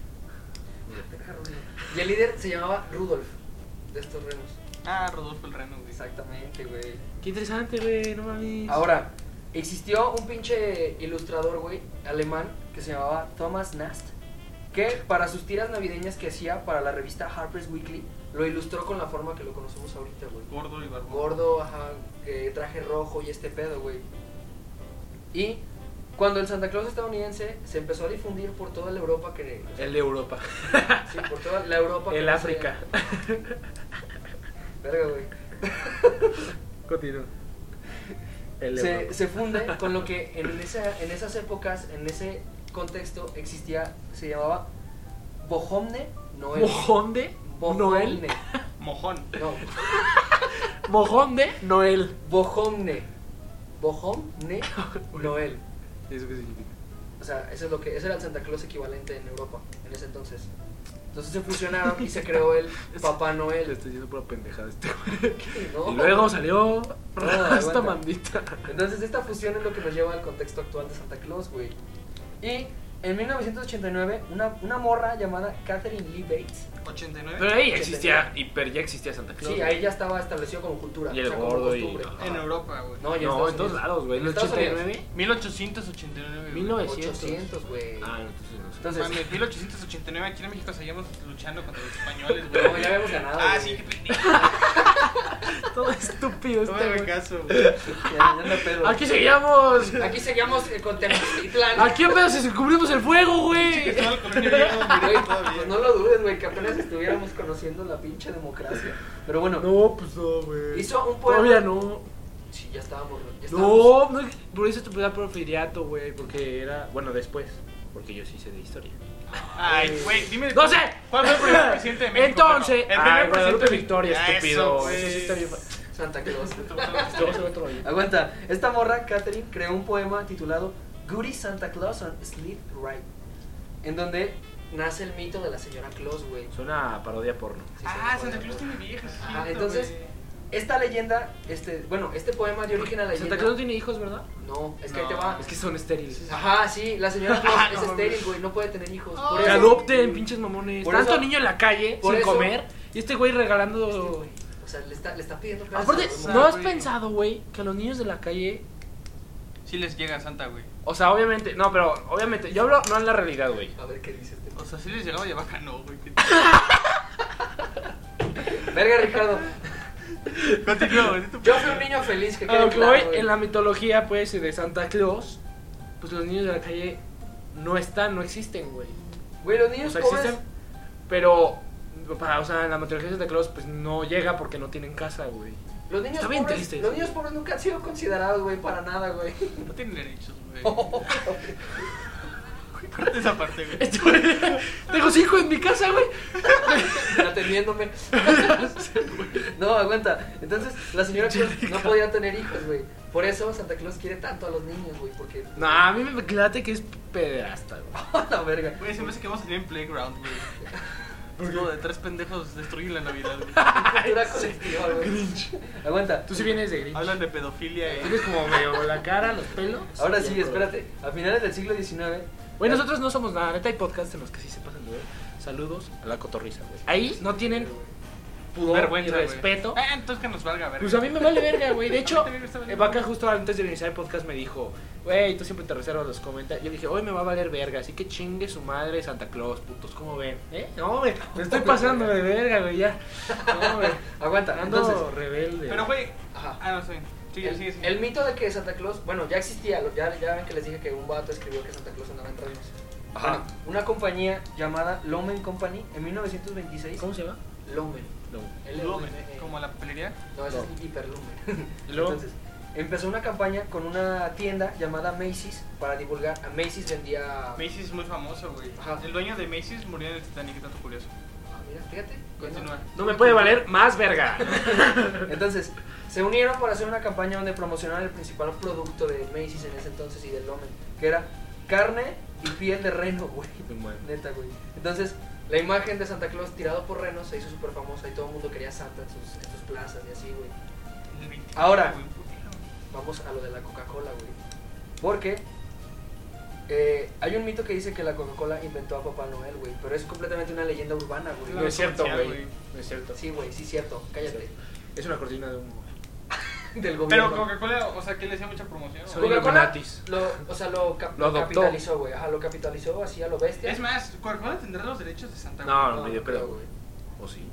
Speaker 2: Y el líder se llamaba Rudolf, de estos renos.
Speaker 3: Ah, Rodolfo el Reno, güey.
Speaker 2: Exactamente, güey.
Speaker 1: Qué interesante, güey, no mames.
Speaker 2: Ahora, existió un pinche ilustrador, güey, alemán, que se llamaba Thomas Nast, que para sus tiras navideñas que hacía para la revista Harper's Weekly, lo ilustró con la forma que lo conocemos ahorita, güey.
Speaker 3: Gordo y barbón.
Speaker 2: Gordo, ajá, que traje rojo y este pedo, güey. Y cuando el Santa Claus estadounidense se empezó a difundir por toda la Europa que...
Speaker 1: El de Europa.
Speaker 2: Sí, por toda la Europa
Speaker 1: <laughs>
Speaker 2: que
Speaker 1: El
Speaker 2: no se-
Speaker 1: África.
Speaker 2: Verga, güey.
Speaker 1: Continúa. El de
Speaker 2: se,
Speaker 1: Europa.
Speaker 2: se funde
Speaker 1: <laughs>
Speaker 2: con lo que en, esa- en esas épocas, en ese contexto, existía, se llamaba Bohomne Noel.
Speaker 1: Mojón de Noel.
Speaker 2: Bohomne.
Speaker 3: Mojón.
Speaker 2: No,
Speaker 1: Mojón de Noel.
Speaker 2: Bohomne. Bohomne Noel.
Speaker 1: ¿Eso qué significa?
Speaker 2: O sea, eso es lo que, ese era el Santa Claus equivalente en Europa, en ese entonces. Entonces se fusionaron y se creó
Speaker 1: <laughs>
Speaker 2: el Papá
Speaker 1: Le
Speaker 2: Noel.
Speaker 1: estoy diciendo pura pendejada a este
Speaker 2: <laughs>
Speaker 1: güey.
Speaker 2: ¿no?
Speaker 1: Y luego salió <laughs>
Speaker 2: aguanta.
Speaker 1: Rasta Mandita.
Speaker 2: Entonces esta fusión es lo que nos lleva al contexto actual de Santa Claus, güey. Y En 1989, una, una morra llamada Catherine Lee Bates.
Speaker 3: 89.
Speaker 1: Pero ahí existía, hiper, ya existía Santa Claus.
Speaker 2: Sí,
Speaker 1: güey.
Speaker 2: ahí ya estaba establecido como cultura.
Speaker 1: Y el
Speaker 2: o sea, como
Speaker 1: gordo y-
Speaker 2: costumbre.
Speaker 1: ajá.
Speaker 3: En Europa, güey.
Speaker 2: No, ya
Speaker 1: No,
Speaker 2: Estados
Speaker 1: en todos
Speaker 2: Unidos.
Speaker 1: lados, güey. En el
Speaker 2: Estados Unidos.
Speaker 1: 89,
Speaker 3: 1889. güey.
Speaker 1: 1900.
Speaker 2: 800, güey.
Speaker 1: Ah, entonces no sé.
Speaker 2: Entonces,
Speaker 3: Mames, 1889 aquí en México seguíamos luchando contra los españoles, güey.
Speaker 2: no, ya habíamos ganado.
Speaker 3: Ah,
Speaker 2: güey.
Speaker 3: sí, qué pendejo.
Speaker 1: Todo estúpido
Speaker 3: No me hagan
Speaker 1: este,
Speaker 3: caso, güey.
Speaker 2: Ya, ya anda pedo.
Speaker 1: güey. Aquí <laughs> seguíamos.
Speaker 2: Aquí seguíamos eh, con Tenochtitlan.
Speaker 1: Aquí apenas si cubrimos el fuego, güey.
Speaker 3: Estaba
Speaker 1: <laughs>
Speaker 3: la colonia griega dominante
Speaker 2: Güey,
Speaker 3: todavía.
Speaker 2: pues no lo dudes, güey, que apenas estuviéramos conociendo la pinche democracia. Pero bueno,
Speaker 1: No, pues no, güey.
Speaker 2: hizo un poema.
Speaker 1: Todavía no.
Speaker 2: Sí, ya estábamos. Ya estábamos.
Speaker 1: No, no, por eso tu primer porfiriato, güey, porque era, bueno, después, porque yo sí sé de historia.
Speaker 3: Ay, güey, dime.
Speaker 1: ¡No sé!
Speaker 3: ¿Cuál fue el primer presidente de México?
Speaker 1: Entonces, ay,
Speaker 3: Bueno, el primer
Speaker 1: Guadalupe
Speaker 3: presidente
Speaker 1: Victoria,
Speaker 3: Ah,
Speaker 1: estúpido.
Speaker 3: eso,
Speaker 1: Eso sí está bien fa-
Speaker 2: Santa Claus.
Speaker 1: Luego se ve otro rollo.
Speaker 2: Aguanta, esta morra, Catherine, creó un poema titulado Goody Santa Claus on Sleep Right, en donde nace el mito de la señora Claus, güey.
Speaker 1: Suena a parodia porno.
Speaker 2: Sí,
Speaker 3: Ah,
Speaker 2: se me
Speaker 3: Santa
Speaker 2: fue,
Speaker 3: Cruz
Speaker 2: güey.
Speaker 3: tiene viejas.
Speaker 2: Ajá, entonces, Esta leyenda, este, bueno, este poema dio origen a la leyenda.
Speaker 1: Santa Claus no tiene hijos, ¿verdad?
Speaker 2: No, es que ahí te
Speaker 3: No.
Speaker 2: va.
Speaker 1: Es que son estériles.
Speaker 2: Ajá, sí, la
Speaker 1: <laughs>
Speaker 2: señora Claus
Speaker 3: Ah,
Speaker 2: es
Speaker 3: no,
Speaker 2: estéril,
Speaker 3: mames.
Speaker 2: güey, no puede tener hijos.
Speaker 3: Ah.
Speaker 2: por
Speaker 1: Que
Speaker 2: eso-
Speaker 1: adopten, pinches mamones.
Speaker 2: Por
Speaker 1: Tanto
Speaker 2: eso-
Speaker 1: niño en la calle,
Speaker 2: por
Speaker 1: sin
Speaker 2: eso-
Speaker 1: comer, y este güey
Speaker 2: Este,
Speaker 1: regalando...
Speaker 2: güey, O sea, le está, le está pidiendo gracias,
Speaker 1: Aparte,
Speaker 2: güey.
Speaker 1: ¿no has
Speaker 3: güey.
Speaker 1: pensado, güey, que a los niños de la calle...
Speaker 3: Sí les llega Santa, güey.
Speaker 1: O sea, obviamente, no, pero obviamente, yo hablo no en la realidad, güey.
Speaker 2: A ver qué dice este.
Speaker 3: O sea, sí les llegaba y a Vaca no, güey.
Speaker 2: Verga, Ricardo.
Speaker 3: Continúa, güey. di tu-
Speaker 2: Yo fui un niño feliz que
Speaker 1: A lo
Speaker 2: quede
Speaker 1: que
Speaker 2: claro,
Speaker 1: voy,
Speaker 2: güey.
Speaker 1: Ah, en la mitología, pues, de Santa Claus, pues los niños de la calle no están, no existen, güey.
Speaker 2: Güey, los
Speaker 1: O
Speaker 2: niños
Speaker 1: sea,
Speaker 2: pobres.
Speaker 1: existen, pero, para, o sea, en la mitología de Santa Claus, pues no llega porque no tienen casa, güey. <laughs>
Speaker 2: Los niños
Speaker 1: Está bien
Speaker 2: pobres,
Speaker 1: triste
Speaker 2: los
Speaker 1: eso.
Speaker 2: niños pobres nunca han sido considerados, güey, para
Speaker 1: <laughs>
Speaker 2: nada, güey.
Speaker 3: No tienen derechos, güey.
Speaker 2: Güey,
Speaker 3: Corta esa parte, güey.
Speaker 1: Este güey, Tengo cinco en mi casa, güey.
Speaker 2: <laughs> Atendiéndome. no, aguanta. Entonces, la señora Claus no podía tener hijos, güey. Por eso Santa Claus quiere tanto a los niños, güey, porque
Speaker 1: No, a mí me clate que es pederasta, güey.
Speaker 2: <laughs> la verga.
Speaker 3: Güey,
Speaker 2: <laughs>
Speaker 3: se me hace que vamos a salir en Playground, güey. Es como de tres pendejos destruyen la Navidad,
Speaker 1: <laughs>
Speaker 3: güey.
Speaker 2: Cultura colectiva, güey. Aguanta.
Speaker 1: Tú sí vienes de gris.
Speaker 3: Hablan de pedofilia y...
Speaker 1: Tienes como medio la cara, los pelos.
Speaker 2: Ahora
Speaker 1: Y el
Speaker 2: sí,
Speaker 1: color.
Speaker 2: espérate. A finales del siglo XIX.
Speaker 1: Güey, nosotros no somos nada. Neta, hay podcasts en los que sí se pasan, güey. Saludos a la cotorriza, güey. Ahí no tienen pudor
Speaker 3: Vergüenza,
Speaker 1: y
Speaker 3: güey.
Speaker 1: respeto.
Speaker 3: Ah, entonces que nos valga, verga.
Speaker 1: Pues a mí me vale verga, güey. De
Speaker 3: <laughs>
Speaker 1: hecho,
Speaker 3: también me está valiendo.
Speaker 1: eh, Vaca justo antes de iniciar el podcast me dijo, güey, tú siempre te reservas los comentarios. Yo le dije, hoy me va a valer verga, así que chingue su madre Santa Claus, putos, ¿cómo ven? ¿Eh? No, güey, me estoy pasando de verga, güey, ya. No, güey.
Speaker 2: Aguanta.
Speaker 1: Ando
Speaker 2: Entonces,
Speaker 1: rebelde.
Speaker 3: Pero, güey...
Speaker 2: Ajá.
Speaker 3: Ah, no, soy. Sigue,
Speaker 2: el,
Speaker 3: sigue, sigue.
Speaker 2: el mito de que Santa Claus, bueno, ya existía, lo- ya, ya ven que les dije que un vato escribió que Santa Claus andaba en renos.
Speaker 1: Ajá.
Speaker 2: Bueno, una compañía llamada Lomen Company en 1926.
Speaker 1: ¿Cómo se llama?
Speaker 2: Lomen.
Speaker 1: No.
Speaker 2: L-
Speaker 3: Lumen,
Speaker 2: eh,
Speaker 3: como la pelería.
Speaker 2: No, ese
Speaker 1: Lomen.
Speaker 2: es hiperlumen. <laughs>
Speaker 1: ¿Y luego?
Speaker 2: Entonces, empezó una campaña con una tienda llamada Macy's para divulgar. A Macy's vendía.
Speaker 3: Macy's es muy famoso, güey.
Speaker 2: Ajá.
Speaker 3: El dueño de Macy's murió en el Titanic, tanto curioso.
Speaker 2: Ah, mira, fíjate.
Speaker 3: Continúa.
Speaker 1: No
Speaker 3: <laughs>
Speaker 1: me puede valer más <laughs> verga.
Speaker 2: Entonces, se unieron para hacer una campaña donde promocionaron el principal producto de Macy's en ese entonces y del Lomen, que era carne y piel de reno, <laughs> güey.
Speaker 1: Me muero.
Speaker 2: Neta, güey. Entonces, la imagen de Santa Claus tirado por renos se hizo súper famosa y todo el mundo quería Santa en sus, en sus plazas y así, güey.
Speaker 3: El 25,
Speaker 2: Ahora.
Speaker 3: güey, putero.
Speaker 2: Vamos a lo de la Coca-Cola, güey. Porque eh, hay un mito que dice que la Coca-Cola inventó a Papá Noel, güey. Pero es completamente una leyenda urbana, güey.
Speaker 1: No es cierto,
Speaker 3: comercial,
Speaker 1: güey. No es cierto.
Speaker 2: Sí, güey, sí, cierto. Cállate.
Speaker 1: Es una cortina de humo.
Speaker 2: <laughs> Del gobierno.
Speaker 3: Pero Coca-Cola, o sea, que le hacía mucha promoción.
Speaker 1: Soy
Speaker 3: güey.
Speaker 2: Coca-Cola
Speaker 1: Illuminatis.
Speaker 2: lo, o sea, lo, cap-
Speaker 1: Lo
Speaker 2: lo
Speaker 1: adoptó.
Speaker 2: capitalizó, güey. Ajá, lo capitalizó así a lo bestia.
Speaker 3: Es más, Coca-Cola tendrá los derechos de Santa
Speaker 1: No,
Speaker 3: Claus?
Speaker 1: no, yo creo, güey. ¿O sí?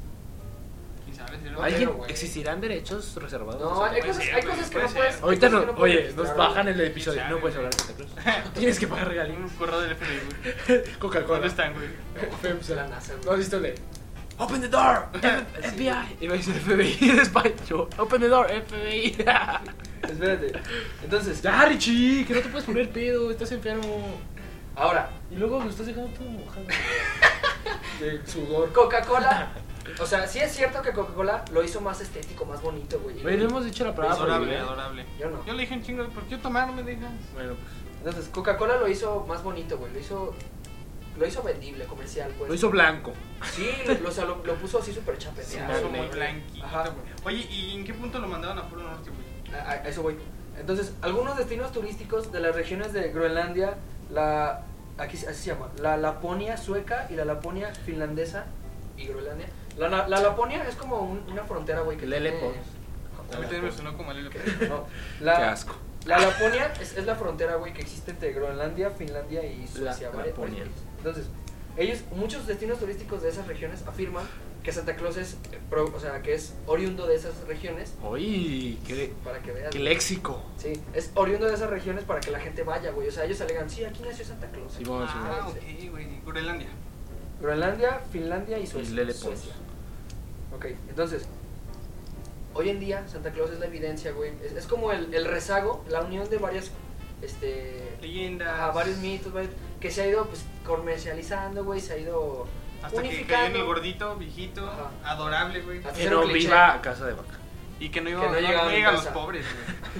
Speaker 3: ¿Quién sabe? Si no,
Speaker 2: Ay,
Speaker 1: ¿Alguien
Speaker 2: creo, güey.
Speaker 1: ¿Existirán derechos reservados?
Speaker 2: No, hay
Speaker 3: puede
Speaker 2: cosas,
Speaker 3: ser,
Speaker 2: hay
Speaker 3: güey,
Speaker 2: cosas que
Speaker 3: puede
Speaker 2: no puedes.
Speaker 3: ser.
Speaker 1: Ahorita
Speaker 2: hay cosas
Speaker 1: no,
Speaker 2: que
Speaker 1: oye,
Speaker 2: puedes
Speaker 1: nos
Speaker 2: quitar,
Speaker 1: bajan el
Speaker 2: güey.
Speaker 1: episodio. No puedes hablar de Santa <laughs> Cruz. Tienes que pagar
Speaker 3: un
Speaker 1: regalos.
Speaker 3: correo del FBI, güey.
Speaker 1: Coca-Cola.
Speaker 3: ¿Dónde están, güey?
Speaker 2: Ah, <laughs>
Speaker 1: FEMSA.
Speaker 2: La NASA, güey.
Speaker 1: ¿No has visto el de, Open the
Speaker 2: <laughs>
Speaker 1: door, FBI. Y me dice <laughs> FBI despacho. Open the door, FBI.
Speaker 2: Espérate. Entonces,
Speaker 1: ya, Richie, que no te puedes poner pedo, estás enfermo.
Speaker 2: ahora,
Speaker 1: Y luego lo estás dejando todo mojado. De sudor.
Speaker 2: Coca-Cola. O sea, sí es cierto que Coca-Cola lo hizo más estético, más bonito, güey.
Speaker 1: Güey, no hemos dicho la palabra.
Speaker 3: Adorable,
Speaker 1: prohibida.
Speaker 3: adorable.
Speaker 2: Yo no.
Speaker 3: Yo le dije un chingo, ¿por qué tomar no me dejas?
Speaker 1: Bueno, pues.
Speaker 2: Entonces, Coca-Cola lo hizo más bonito, güey. Lo hizo, lo hizo vendible, comercial, pues.
Speaker 1: Lo hizo blanco.
Speaker 2: Sí, lo, o sea, lo, lo puso así súper
Speaker 1: Sí,
Speaker 2: chapeteado.
Speaker 1: dale.
Speaker 3: Eso muy
Speaker 2: güey.
Speaker 3: blanquito,
Speaker 2: Ajá.
Speaker 3: güey. Oye, ¿y en qué punto lo mandaban a Polo Norte, güey?
Speaker 2: A, a eso voy. Entonces, algunos destinos turísticos de las regiones de Groenlandia, la aquí se- así se llama, la Laponia sueca y la Laponia finlandesa y Groenlandia. La, la, la Laponia es como un- una frontera, güey, que
Speaker 1: Lelepo.
Speaker 3: A mí también me sonó como el LP.
Speaker 2: No, la,
Speaker 1: Qué asco.
Speaker 2: La Laponia es, es la frontera, güey, que existe entre Groenlandia, Finlandia y Suecia.
Speaker 1: La-
Speaker 2: ¿vale?
Speaker 1: Laponia.
Speaker 2: Entonces, ellos, muchos destinos turísticos de esas regiones afirman que Santa Claus es, eh, pro- o sea, que es oriundo de esas regiones.
Speaker 1: Uy, qué,
Speaker 2: Para que veas.
Speaker 1: qué
Speaker 2: güey.
Speaker 1: léxico.
Speaker 2: Sí, es oriundo de esas regiones para que la gente vaya, güey. O sea, ellos alegan, sí, aquí nació Santa Claus.
Speaker 1: Sí, vamos, sí,
Speaker 3: Ah, ok, güey. Groenlandia.
Speaker 2: Groenlandia, Finlandia y Suecia.
Speaker 1: Y Lele Pons.
Speaker 2: Suecia. Ok, entonces, hoy en día Santa Claus es la evidencia, güey. Es, es como el, el rezago, la unión de varias, este...
Speaker 3: Leyendas.
Speaker 2: ajá, varios mitos, varios- que se ha ido pues comercializando, güey, se ha ido
Speaker 3: Hasta que cayó en
Speaker 2: unificando.
Speaker 3: el gordito, viejito,
Speaker 2: Ajá.
Speaker 3: adorable, güey.
Speaker 2: Hasta-
Speaker 1: Que no
Speaker 2: cliché.
Speaker 1: viva a casa de vaca. <laughs>
Speaker 3: Y que no iba
Speaker 2: Que no
Speaker 3: no
Speaker 2: llegaban
Speaker 3: llegan los
Speaker 2: casa.
Speaker 3: pobres,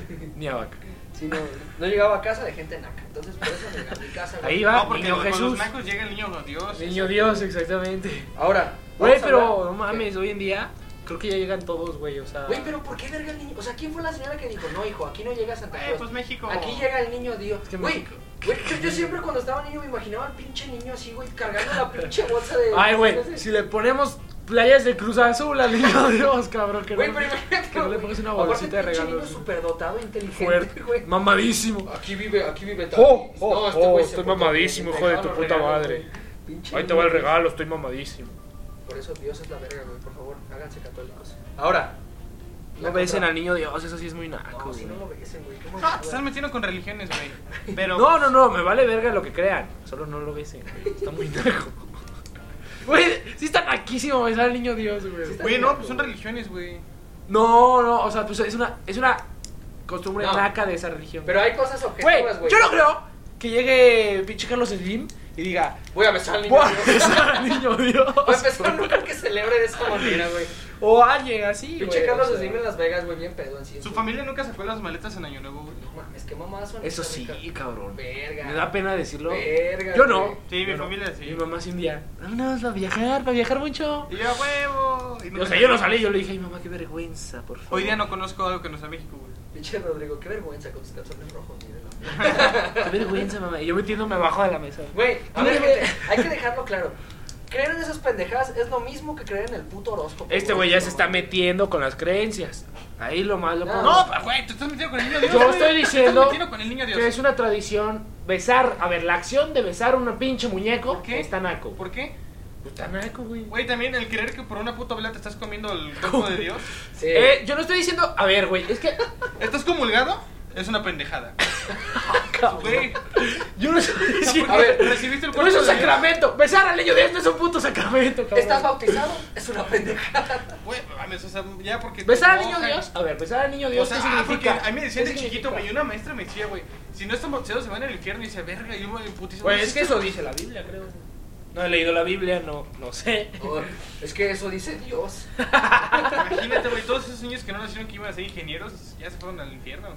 Speaker 3: güey.
Speaker 1: Ni a vaca.
Speaker 2: Sí, no, no llegaba a casa de gente naca, entonces por eso me a mi casa, güey.
Speaker 1: Ahí va.
Speaker 3: No, porque
Speaker 1: Niño
Speaker 3: con
Speaker 1: Jesús.
Speaker 3: los nacos llega el niño Dios.
Speaker 1: Niño Dios, exactamente.
Speaker 2: Ahora,
Speaker 1: Güey,
Speaker 2: vamos a
Speaker 1: pero
Speaker 2: hablar-
Speaker 1: no mames, hoy en día creo que ya llegan todos, güey, o sea...
Speaker 2: Güey, pero ¿por qué verga el niño? O sea, ¿quién fue la señora que dijo, no, hijo, aquí no llega Santa
Speaker 3: Eh,
Speaker 2: Claus?
Speaker 3: pues México.
Speaker 2: Aquí llega el niño Dios.
Speaker 1: Es que
Speaker 2: güey,
Speaker 1: México.
Speaker 2: güey, yo, yo siempre cuando estaba niño me imaginaba al pinche niño así, güey, cargando la pinche bolsa de.
Speaker 1: Ay,
Speaker 2: no
Speaker 1: güey,
Speaker 2: sé.
Speaker 1: si le ponemos playas de Cruz Azul al niño <laughs> Dios, cabrón, que
Speaker 2: Güey,
Speaker 1: no,
Speaker 2: pero imagínate,
Speaker 1: que no le
Speaker 2: güey.
Speaker 1: pongas una
Speaker 2: Aparte,
Speaker 1: bolsita de
Speaker 2: pinche
Speaker 1: regalos.
Speaker 2: niño superdotado, inteligente,
Speaker 1: Fuerte,
Speaker 2: güey.
Speaker 1: mamadísimo.
Speaker 2: Aquí vive, aquí vive tal.
Speaker 1: Oh, oh, oh,
Speaker 2: güey se
Speaker 1: estoy
Speaker 2: portó
Speaker 1: mamadísimo,
Speaker 2: bien,
Speaker 1: hijo de
Speaker 2: te
Speaker 1: tu
Speaker 2: regalo
Speaker 1: puta
Speaker 2: regalo,
Speaker 1: madre.
Speaker 2: güey. Pinche
Speaker 1: Ahí te va el
Speaker 2: niño.
Speaker 1: regalo, estoy mamadísimo.
Speaker 2: Por eso Dios es la verga, güey. Por favor, háganse católicos. Ahora.
Speaker 1: No besen al niño Dios, eso sí es muy naco,
Speaker 2: No, si
Speaker 1: güey.
Speaker 2: no lo besen, güey. qué
Speaker 3: Ah,
Speaker 2: mamada.
Speaker 3: te están metiendo con religiones, güey. Pero.
Speaker 1: No, no, no, me vale verga lo que crean. Solo no lo besen, güey. Está muy naco. <laughs> Güey, sí está naquísimo besar al niño Dios,
Speaker 2: Sí
Speaker 1: güey.
Speaker 2: está-
Speaker 3: Güey, no, pues son religiones, güey.
Speaker 1: No, no, o sea, pues es una, es una costumbre
Speaker 2: No.
Speaker 1: naca de esa religión.
Speaker 2: Pero hay cosas
Speaker 1: Güey,
Speaker 2: objetivas, güey.
Speaker 1: yo no creo que llegue pinche Carlos Slim y diga,
Speaker 2: Voy a besar al niño.
Speaker 1: voy a
Speaker 2: Dios.
Speaker 1: besar al niño Dios.
Speaker 2: Para empezar, no creo que celebre de esa manera, güey.
Speaker 1: O alguien así, güey.
Speaker 2: Pinche Carlos
Speaker 1: o sea.
Speaker 2: Slim en Las Vegas, güey, bien pedo así.
Speaker 3: Su
Speaker 2: güey.
Speaker 3: familia nunca sacó las maletas en Año Nuevo, güey.
Speaker 2: No mames, qué mamada son.
Speaker 1: Eso
Speaker 2: esas,
Speaker 1: sí,
Speaker 2: Ricardo.
Speaker 1: cabrón.
Speaker 2: Verga.
Speaker 1: Me da pena decirlo.
Speaker 2: Verga,
Speaker 1: Yo no.
Speaker 2: güey.
Speaker 3: Sí, mi
Speaker 1: Yo no.
Speaker 3: familia sí.
Speaker 1: Mi mamá sí un día. Vámonos a viajar, para viajar mucho.
Speaker 3: Y yo, "A huevo. Y nunca
Speaker 1: o sea, yo no salí, yo le dije, ay mamá, qué vergüenza, por favor.
Speaker 3: Hoy día no conozco algo que no sea México, güey.
Speaker 2: Pinche Rodrigo, qué vergüenza con tus calzones rojos, míralo.
Speaker 1: Qué vergüenza, mamá. Y yo metiéndome abajo de la mesa.
Speaker 2: Güey, a
Speaker 1: Dime,
Speaker 2: ver,
Speaker 1: güey.
Speaker 2: gente, <laughs> hay que dejarlo claro. Creer en esas pendejadas es lo mismo que creer en el puto horóscopo.
Speaker 1: Este güey ya
Speaker 2: No,
Speaker 1: se está metiendo con las creencias. Ahí lo malo.
Speaker 2: No.
Speaker 1: cabrón.
Speaker 3: No, pa- güey, tú estás metido con el niño Dios.
Speaker 1: Yo
Speaker 3: güey.
Speaker 1: estoy diciendo
Speaker 3: Estás metido con el niño Dios.
Speaker 1: Que es una tradición besar, a ver, la acción de besar un pinche muñeco
Speaker 3: ¿Por qué?
Speaker 1: está naco.
Speaker 3: ¿Por qué?
Speaker 1: Está naco, güey.
Speaker 3: Güey, también el creer que por una puta vela te estás comiendo el cuerpo de Dios.
Speaker 2: Sí.
Speaker 1: Eh, yo no estoy diciendo, a ver, güey, es que
Speaker 3: ¿Estás comulgado? Es
Speaker 1: <laughs>
Speaker 3: una pendejada. Güey,
Speaker 1: yo no
Speaker 3: <laughs>
Speaker 1: estoy diciendo,
Speaker 2: A ver,
Speaker 3: recibiste
Speaker 1: no es
Speaker 3: el cuerpo
Speaker 1: un
Speaker 3: de Dios.
Speaker 1: sacramento, besar al niño de esto es un puto sacramento, cabrón.
Speaker 2: ¿Estás bautizado? Es una pendejada.
Speaker 3: Güey, mames, o sea, ya porque.
Speaker 1: besar al
Speaker 3: te
Speaker 1: niño
Speaker 3: mojan.
Speaker 1: Dios, a ver, besar al niño
Speaker 3: O
Speaker 1: Dios
Speaker 3: sea,
Speaker 1: ¿qué
Speaker 3: ah, porque
Speaker 1: significa?
Speaker 3: a mí me decían
Speaker 1: ¿Qué
Speaker 3: de chiquito,
Speaker 1: significa?
Speaker 3: güey, y una maestra me decía, güey, si no están bautizados se van al infierno y dice, verga, yo me putizo.
Speaker 1: Pues es que eso dice la Biblia, creo. No he leído la Biblia, no, no sé.
Speaker 2: Oh, es que eso dice Dios.
Speaker 3: Imagínate, güey, todos esos niños que no nacieron que iban a ser ingenieros ya se fueron al infierno.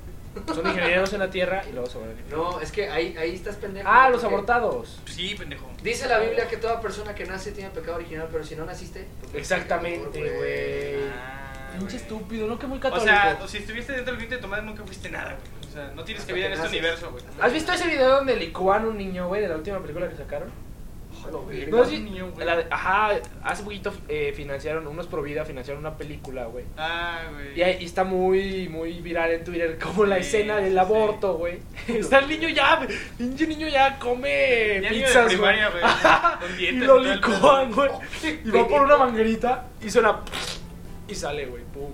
Speaker 1: Son ingenieros en la tierra y luego se van a vivir.
Speaker 2: No, es que ahí, ahí estás pendejo.
Speaker 1: Ah, los
Speaker 2: porque
Speaker 1: abortados.
Speaker 3: Pues sí, pendejo.
Speaker 2: Dice la Biblia que toda persona que nace tiene pecado original, pero si no naciste. pues,
Speaker 1: Exactamente, güey.
Speaker 3: Ah,
Speaker 1: Pinche
Speaker 3: güey.
Speaker 1: estúpido, no que muy
Speaker 3: O
Speaker 1: católico.
Speaker 3: sea, o si estuviste dentro del vientre de tu madre nunca fuiste nada, güey. O sea, no tienes
Speaker 2: Hasta
Speaker 3: que vivir
Speaker 2: que
Speaker 3: en este
Speaker 2: naces.
Speaker 3: universo, güey.
Speaker 1: ¿Has visto ese video donde licuan un niño, güey, de la última película que sacaron?
Speaker 2: Ojalá, güey.
Speaker 1: ¿No has
Speaker 3: Un
Speaker 1: vi-
Speaker 3: niño, güey.
Speaker 1: la de- ajá, hace poquito eh, financiaron, unos pro vida financiaron una película, güey.
Speaker 3: Ah, güey.
Speaker 1: Y, ahí- y está muy, muy viral en Twitter como la
Speaker 3: Sí,
Speaker 1: escena
Speaker 3: sí,
Speaker 1: del
Speaker 3: sí.
Speaker 1: aborto,
Speaker 3: <laughs>
Speaker 1: güey. Está el niño ya, pinche niño ya come
Speaker 3: Ya niño de
Speaker 1: pizzas, güey. <laughs>
Speaker 3: primaria, güey. Con
Speaker 1: Y
Speaker 3: dientes
Speaker 1: lo
Speaker 3: y todo el
Speaker 1: licuan,
Speaker 3: pedo.
Speaker 1: güey. Y va por una manguerita y suena y sale, güey. Pum.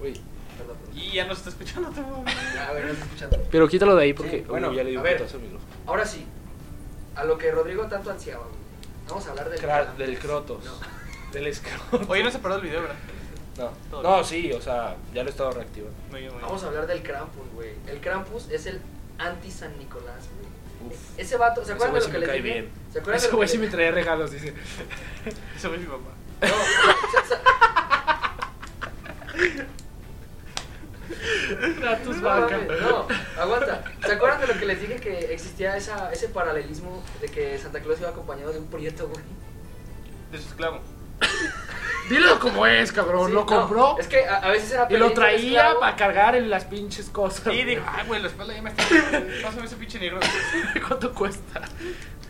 Speaker 1: Güey.
Speaker 2: Perdón, perdón.
Speaker 3: Y ya no se está escuchando tu mamá.
Speaker 1: <laughs>
Speaker 2: Ya, a ver, no estoy escuchando.
Speaker 1: Pero quítalo de ahí
Speaker 2: porque- Sí, bueno, Uy, ya le di a un ver. putazo Ahora sí, a lo que Rodrigo tanto ansiaba, güey. Vamos a hablar del,
Speaker 1: Cra- del crotos. Del escroto.
Speaker 3: Oye, no se paró el video, ¿verdad?
Speaker 1: No. no, sí, o sea, ya lo he estado reactivando.
Speaker 3: Muy bien, muy bien.
Speaker 2: Vamos a hablar del Krampus, güey. El Krampus es el anti-San Nicolás, güey.
Speaker 1: Uf.
Speaker 2: Ese vato,
Speaker 1: Ese
Speaker 2: ¿se
Speaker 1: güey
Speaker 2: acuerdan de lo
Speaker 1: sí
Speaker 2: que
Speaker 1: me
Speaker 2: les
Speaker 1: cae
Speaker 2: dije?
Speaker 1: bien.
Speaker 2: ¿Se acuerdan de
Speaker 1: Ese
Speaker 2: lo
Speaker 1: güey
Speaker 2: que
Speaker 1: sí me
Speaker 2: les-
Speaker 1: trae regalos, dice.
Speaker 3: Eso fue mi papá.
Speaker 2: No, se- se-
Speaker 1: A tus
Speaker 2: no,
Speaker 1: vacas.
Speaker 2: mames, no, aguanta. ¿Se acuerdan de lo que les dije que existía esa, ese paralelismo de que Santa Claus iba acompañado de un prieto, güey?
Speaker 3: De su esclavo.
Speaker 1: Dilo como es, cabrón.
Speaker 2: Sí,
Speaker 1: lo
Speaker 2: no,
Speaker 1: compró
Speaker 2: es que a, a veces era
Speaker 1: y lo
Speaker 2: pelito, esclavo.
Speaker 1: traía para cargar en las pinches cosas.
Speaker 3: Y dijo,
Speaker 1: güey.
Speaker 3: ah, güey, la espalda ya me está. Pásame ese pinche negro.
Speaker 1: ¿Cuánto cuesta?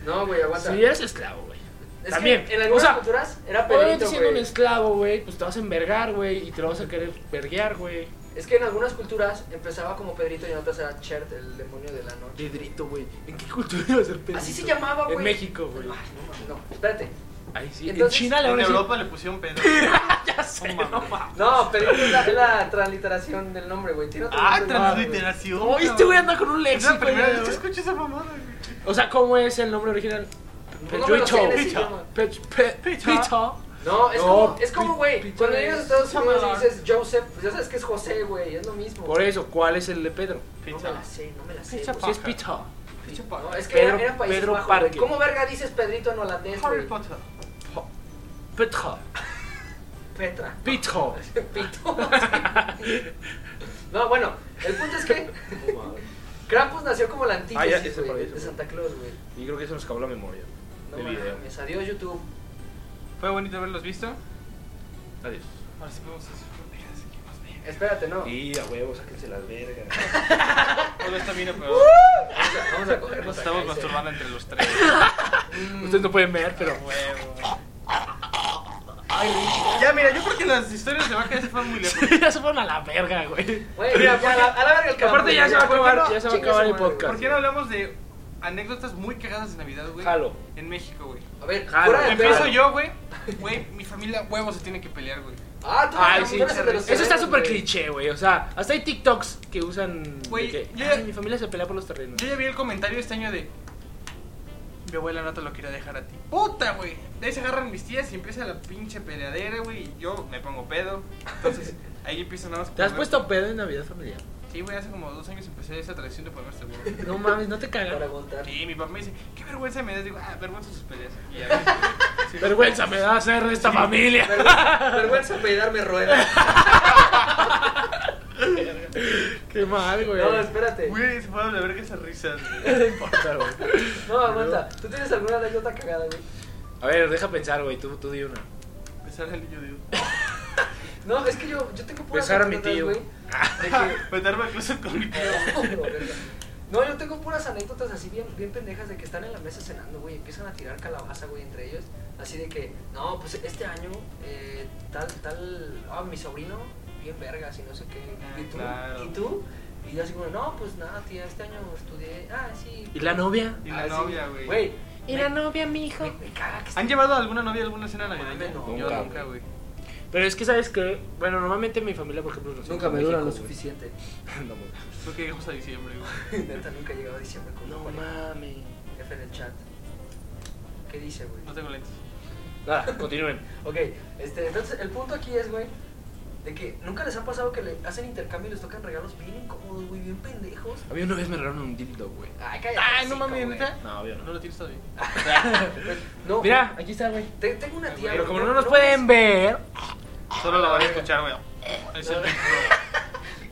Speaker 2: No, güey, aguanta.
Speaker 1: Si eres esclavo, güey.
Speaker 2: Es
Speaker 1: También.
Speaker 2: que en algunas
Speaker 1: O sea,
Speaker 2: culturas era
Speaker 1: Obviamente
Speaker 2: pelito,
Speaker 1: siendo un
Speaker 2: güey.
Speaker 1: esclavo, güey, pues te vas a envergar, güey, y te lo vas a querer verguear, güey.
Speaker 2: Es que en algunas culturas empezaba como Pedrito y en otras era Chert, el demonio de la noche.
Speaker 1: Pedrito, güey. ¿En qué cultura iba a ser Pedrito?
Speaker 2: Así se llamaba, güey.
Speaker 1: En México, güey.
Speaker 2: Ay, no, mames, no, espérate.
Speaker 1: Ahí sí.
Speaker 2: Entonces,
Speaker 1: en China le
Speaker 3: En
Speaker 1: van a decir.
Speaker 3: Europa le pusieron pedo.
Speaker 1: Ya sé,
Speaker 3: <laughs> No
Speaker 1: no
Speaker 3: mames.
Speaker 1: mames.
Speaker 2: No, Pedrito es la, es la transliteración del nombre, güey. Tiene otro
Speaker 3: Ah,
Speaker 2: nombre, güey.
Speaker 3: transliteración.
Speaker 1: No, este güey anda con un
Speaker 3: Es la
Speaker 1: léxico.
Speaker 3: primera
Speaker 1: ya,
Speaker 3: vez que
Speaker 1: güey.
Speaker 3: escucho esa mamada, güey.
Speaker 1: O sea, ¿cómo es el nombre original?
Speaker 2: No, no me lo sé en ese
Speaker 1: Pedrito.
Speaker 2: idioma.
Speaker 1: Pech- pe-
Speaker 3: Picha.
Speaker 1: Picha.
Speaker 2: No, es
Speaker 1: No,
Speaker 2: como, es como,
Speaker 1: pi-
Speaker 2: güey,
Speaker 1: pito
Speaker 2: cuando
Speaker 1: es
Speaker 2: llegas a Estados Unidos
Speaker 1: chamador.
Speaker 2: y dices Joseph, pues ya sabes que es José, güey, es lo mismo.
Speaker 1: Por eso, ¿cuál es el de Pedro?
Speaker 2: No me la sé, no me la sé.
Speaker 3: Pizza
Speaker 2: güey.
Speaker 1: Si es
Speaker 3: Paja.
Speaker 1: Picha.
Speaker 3: Pinche
Speaker 2: No,
Speaker 3: paja.
Speaker 2: es que era-
Speaker 1: Pedro-
Speaker 2: eran Países
Speaker 1: Pedro
Speaker 2: Bajos, güey.
Speaker 1: Parker.
Speaker 2: ¿Cómo verga dices Pedrito en holandés,
Speaker 3: Harry
Speaker 2: güey?
Speaker 3: Potter.
Speaker 1: Picha.
Speaker 2: Petra.
Speaker 1: Picha.
Speaker 2: <laughs> Pito. no, bueno, el punto es
Speaker 1: <laughs>
Speaker 2: que Krampus nació como la
Speaker 1: Ah, ya,
Speaker 2: antítesis,
Speaker 1: ese
Speaker 2: güey,
Speaker 1: para eso,
Speaker 2: de
Speaker 1: güey.
Speaker 2: Santa Claus, güey.
Speaker 1: Y creo que eso nos acabó la memoria.
Speaker 2: No
Speaker 1: De video.
Speaker 2: mames, adiós YouTube.
Speaker 3: Fue bonito haberlos visto.
Speaker 1: Adiós.
Speaker 3: Ahora sí podemos hacer pendejadas aquí más bien.
Speaker 2: Espérate, no.
Speaker 1: Y a huevo, sáquense las vergas.
Speaker 3: Todo está bien, pero
Speaker 2: Vamos a-
Speaker 1: <laughs>
Speaker 2: Vamos a coger.
Speaker 3: nos estamos masturbando entre los tres.
Speaker 1: Mm. Ustedes no pueden ver, pero.
Speaker 3: Huevo. Ya, mira, yo creo que las historias de vaca se fueron muy lejos.
Speaker 1: <laughs> ya se fueron a la verga, güey.
Speaker 2: Güey, ya, a la, a la verga el
Speaker 1: Aparte
Speaker 2: Krampus,
Speaker 1: ya
Speaker 2: güey,
Speaker 1: se va a
Speaker 2: ¿por qué
Speaker 1: acabar-
Speaker 2: no?
Speaker 1: ya se va a
Speaker 2: Chingue
Speaker 1: acabar
Speaker 2: su
Speaker 1: el
Speaker 2: madre, güey.
Speaker 1: podcast.
Speaker 3: ¿Por qué no hablamos de anécdotas muy cagadas de Navidad, güey?
Speaker 1: Jalo.
Speaker 3: En México, güey.
Speaker 2: A ver,
Speaker 1: Jalo.
Speaker 2: fuera de
Speaker 3: Empiezo
Speaker 2: pedo.
Speaker 3: yo, güey. Güey, mi familia huevo se tiene que pelear, güey.
Speaker 2: Ah, tú
Speaker 1: Ay,
Speaker 2: eres-
Speaker 1: sí.
Speaker 2: tú eres el de los
Speaker 1: Eso está
Speaker 2: terrenos,
Speaker 1: súper
Speaker 2: güey.
Speaker 1: cliché, güey. O sea, hasta hay TikToks que usan. de
Speaker 3: Güey,
Speaker 1: que,
Speaker 3: ya-
Speaker 1: "Ay, mi familia se pelea por los terrenos.
Speaker 3: Yo ya vi el comentario este año de. Mi abuela no te lo quiere dejar a ti. ¡Puta, güey! De ahí se agarran mis tías y empieza la pinche peleadera, güey. Y yo me pongo pedo.
Speaker 1: <laughs>
Speaker 3: Entonces, ahí empiezo nada más.
Speaker 1: ¿Te has
Speaker 3: poner-
Speaker 1: puesto pedo en Navidad familiar?
Speaker 3: Sí, güey, hace como dos años empecé esa tradición de ponerme seguro.
Speaker 1: No mames, no te
Speaker 2: Para
Speaker 1: cagas.
Speaker 2: aguantar.
Speaker 3: Sí, mi papá me dice, qué vergüenza me das. Digo, ah, vergüenza sus peleas. Y
Speaker 1: <laughs>
Speaker 3: ya, güey. Sí.
Speaker 1: Vergüenza me da ser de esta familia.
Speaker 2: Vergüenza vergüenza peidarme ruedas.
Speaker 1: <laughs> Qué mal, <laughs> güey.
Speaker 2: No, espérate.
Speaker 3: Güey, se fueron a ver que esas risas, güey.
Speaker 1: <laughs> No importa, güey.
Speaker 2: No, aguanta. ¿Tú tienes alguna anécdota cagada, güey?
Speaker 1: A ver, deja pensar, güey. Tú, tú di una.
Speaker 3: Besar al niño Dios.
Speaker 2: No, es que yo, yo tengo puras
Speaker 1: Besar a mi
Speaker 2: anécdotas,
Speaker 1: tío.
Speaker 2: güey,
Speaker 1: <laughs>
Speaker 2: de que-
Speaker 3: Meterme al closet con mi tío.
Speaker 2: No, yo tengo puras anécdotas así bien, bien pendejas de que están en la mesa cenando, güey, empiezan a tirar calabaza, güey, entre ellos. Así de que, no, pues este año, eh, tal, tal, ah, mi sobrino, bien vergas y no sé qué. ¿Y tú?
Speaker 3: Ah, Claro.
Speaker 2: ¿Y tú? Y yo así como, no, pues nada, tía, este año estudié, ah, sí.
Speaker 1: ¿Y la novia?
Speaker 3: Y la
Speaker 2: Ah, sí.
Speaker 3: novia, güey.
Speaker 2: Güey,
Speaker 1: ¿Y la novia, mijo?
Speaker 2: me, me caga que
Speaker 3: ¿Han llevado a alguna novia a alguna cena navideña?
Speaker 2: Mames, no.
Speaker 1: Nunca,
Speaker 3: Yo nunca, güey.
Speaker 1: Pero es que, ¿sabes qué? Bueno, normalmente mi familia, por ejemplo, nos
Speaker 2: Nunca
Speaker 1: vamos
Speaker 2: me
Speaker 1: a
Speaker 2: duran
Speaker 1: México,
Speaker 2: lo
Speaker 1: güey.
Speaker 2: suficiente.
Speaker 1: No, güey.
Speaker 3: Creo que llegamos a diciembre, güey.
Speaker 2: Neta, nunca he llegado a diciembre con
Speaker 1: <laughs> No
Speaker 2: una pareja.
Speaker 1: mames.
Speaker 2: F en el chat. ¿Qué dice, güey?
Speaker 3: No tengo lentes.
Speaker 1: Nada, Ah, continúen.
Speaker 2: Ok, este, entonces el punto aquí es, güey, de que nunca les ha pasado que le hacen intercambio y les tocan regalos bien incómodos, güey, bien pendejos.
Speaker 1: A mí una vez me regalaron un dildo, güey. Ah,
Speaker 2: Ay, cállate.
Speaker 3: Ay, no
Speaker 2: hocico,
Speaker 3: mames,
Speaker 2: güey.
Speaker 3: ¿neta?
Speaker 1: No, obvio
Speaker 3: No
Speaker 1: <laughs> no.
Speaker 3: lo tienes todavía.
Speaker 2: No,
Speaker 1: Mira, aquí está, güey.
Speaker 2: te- tengo una tía.
Speaker 1: Pero
Speaker 2: güey,
Speaker 1: como no nos
Speaker 2: mames.
Speaker 1: pueden ver.
Speaker 3: Solo la van a escuchar, güey. Es el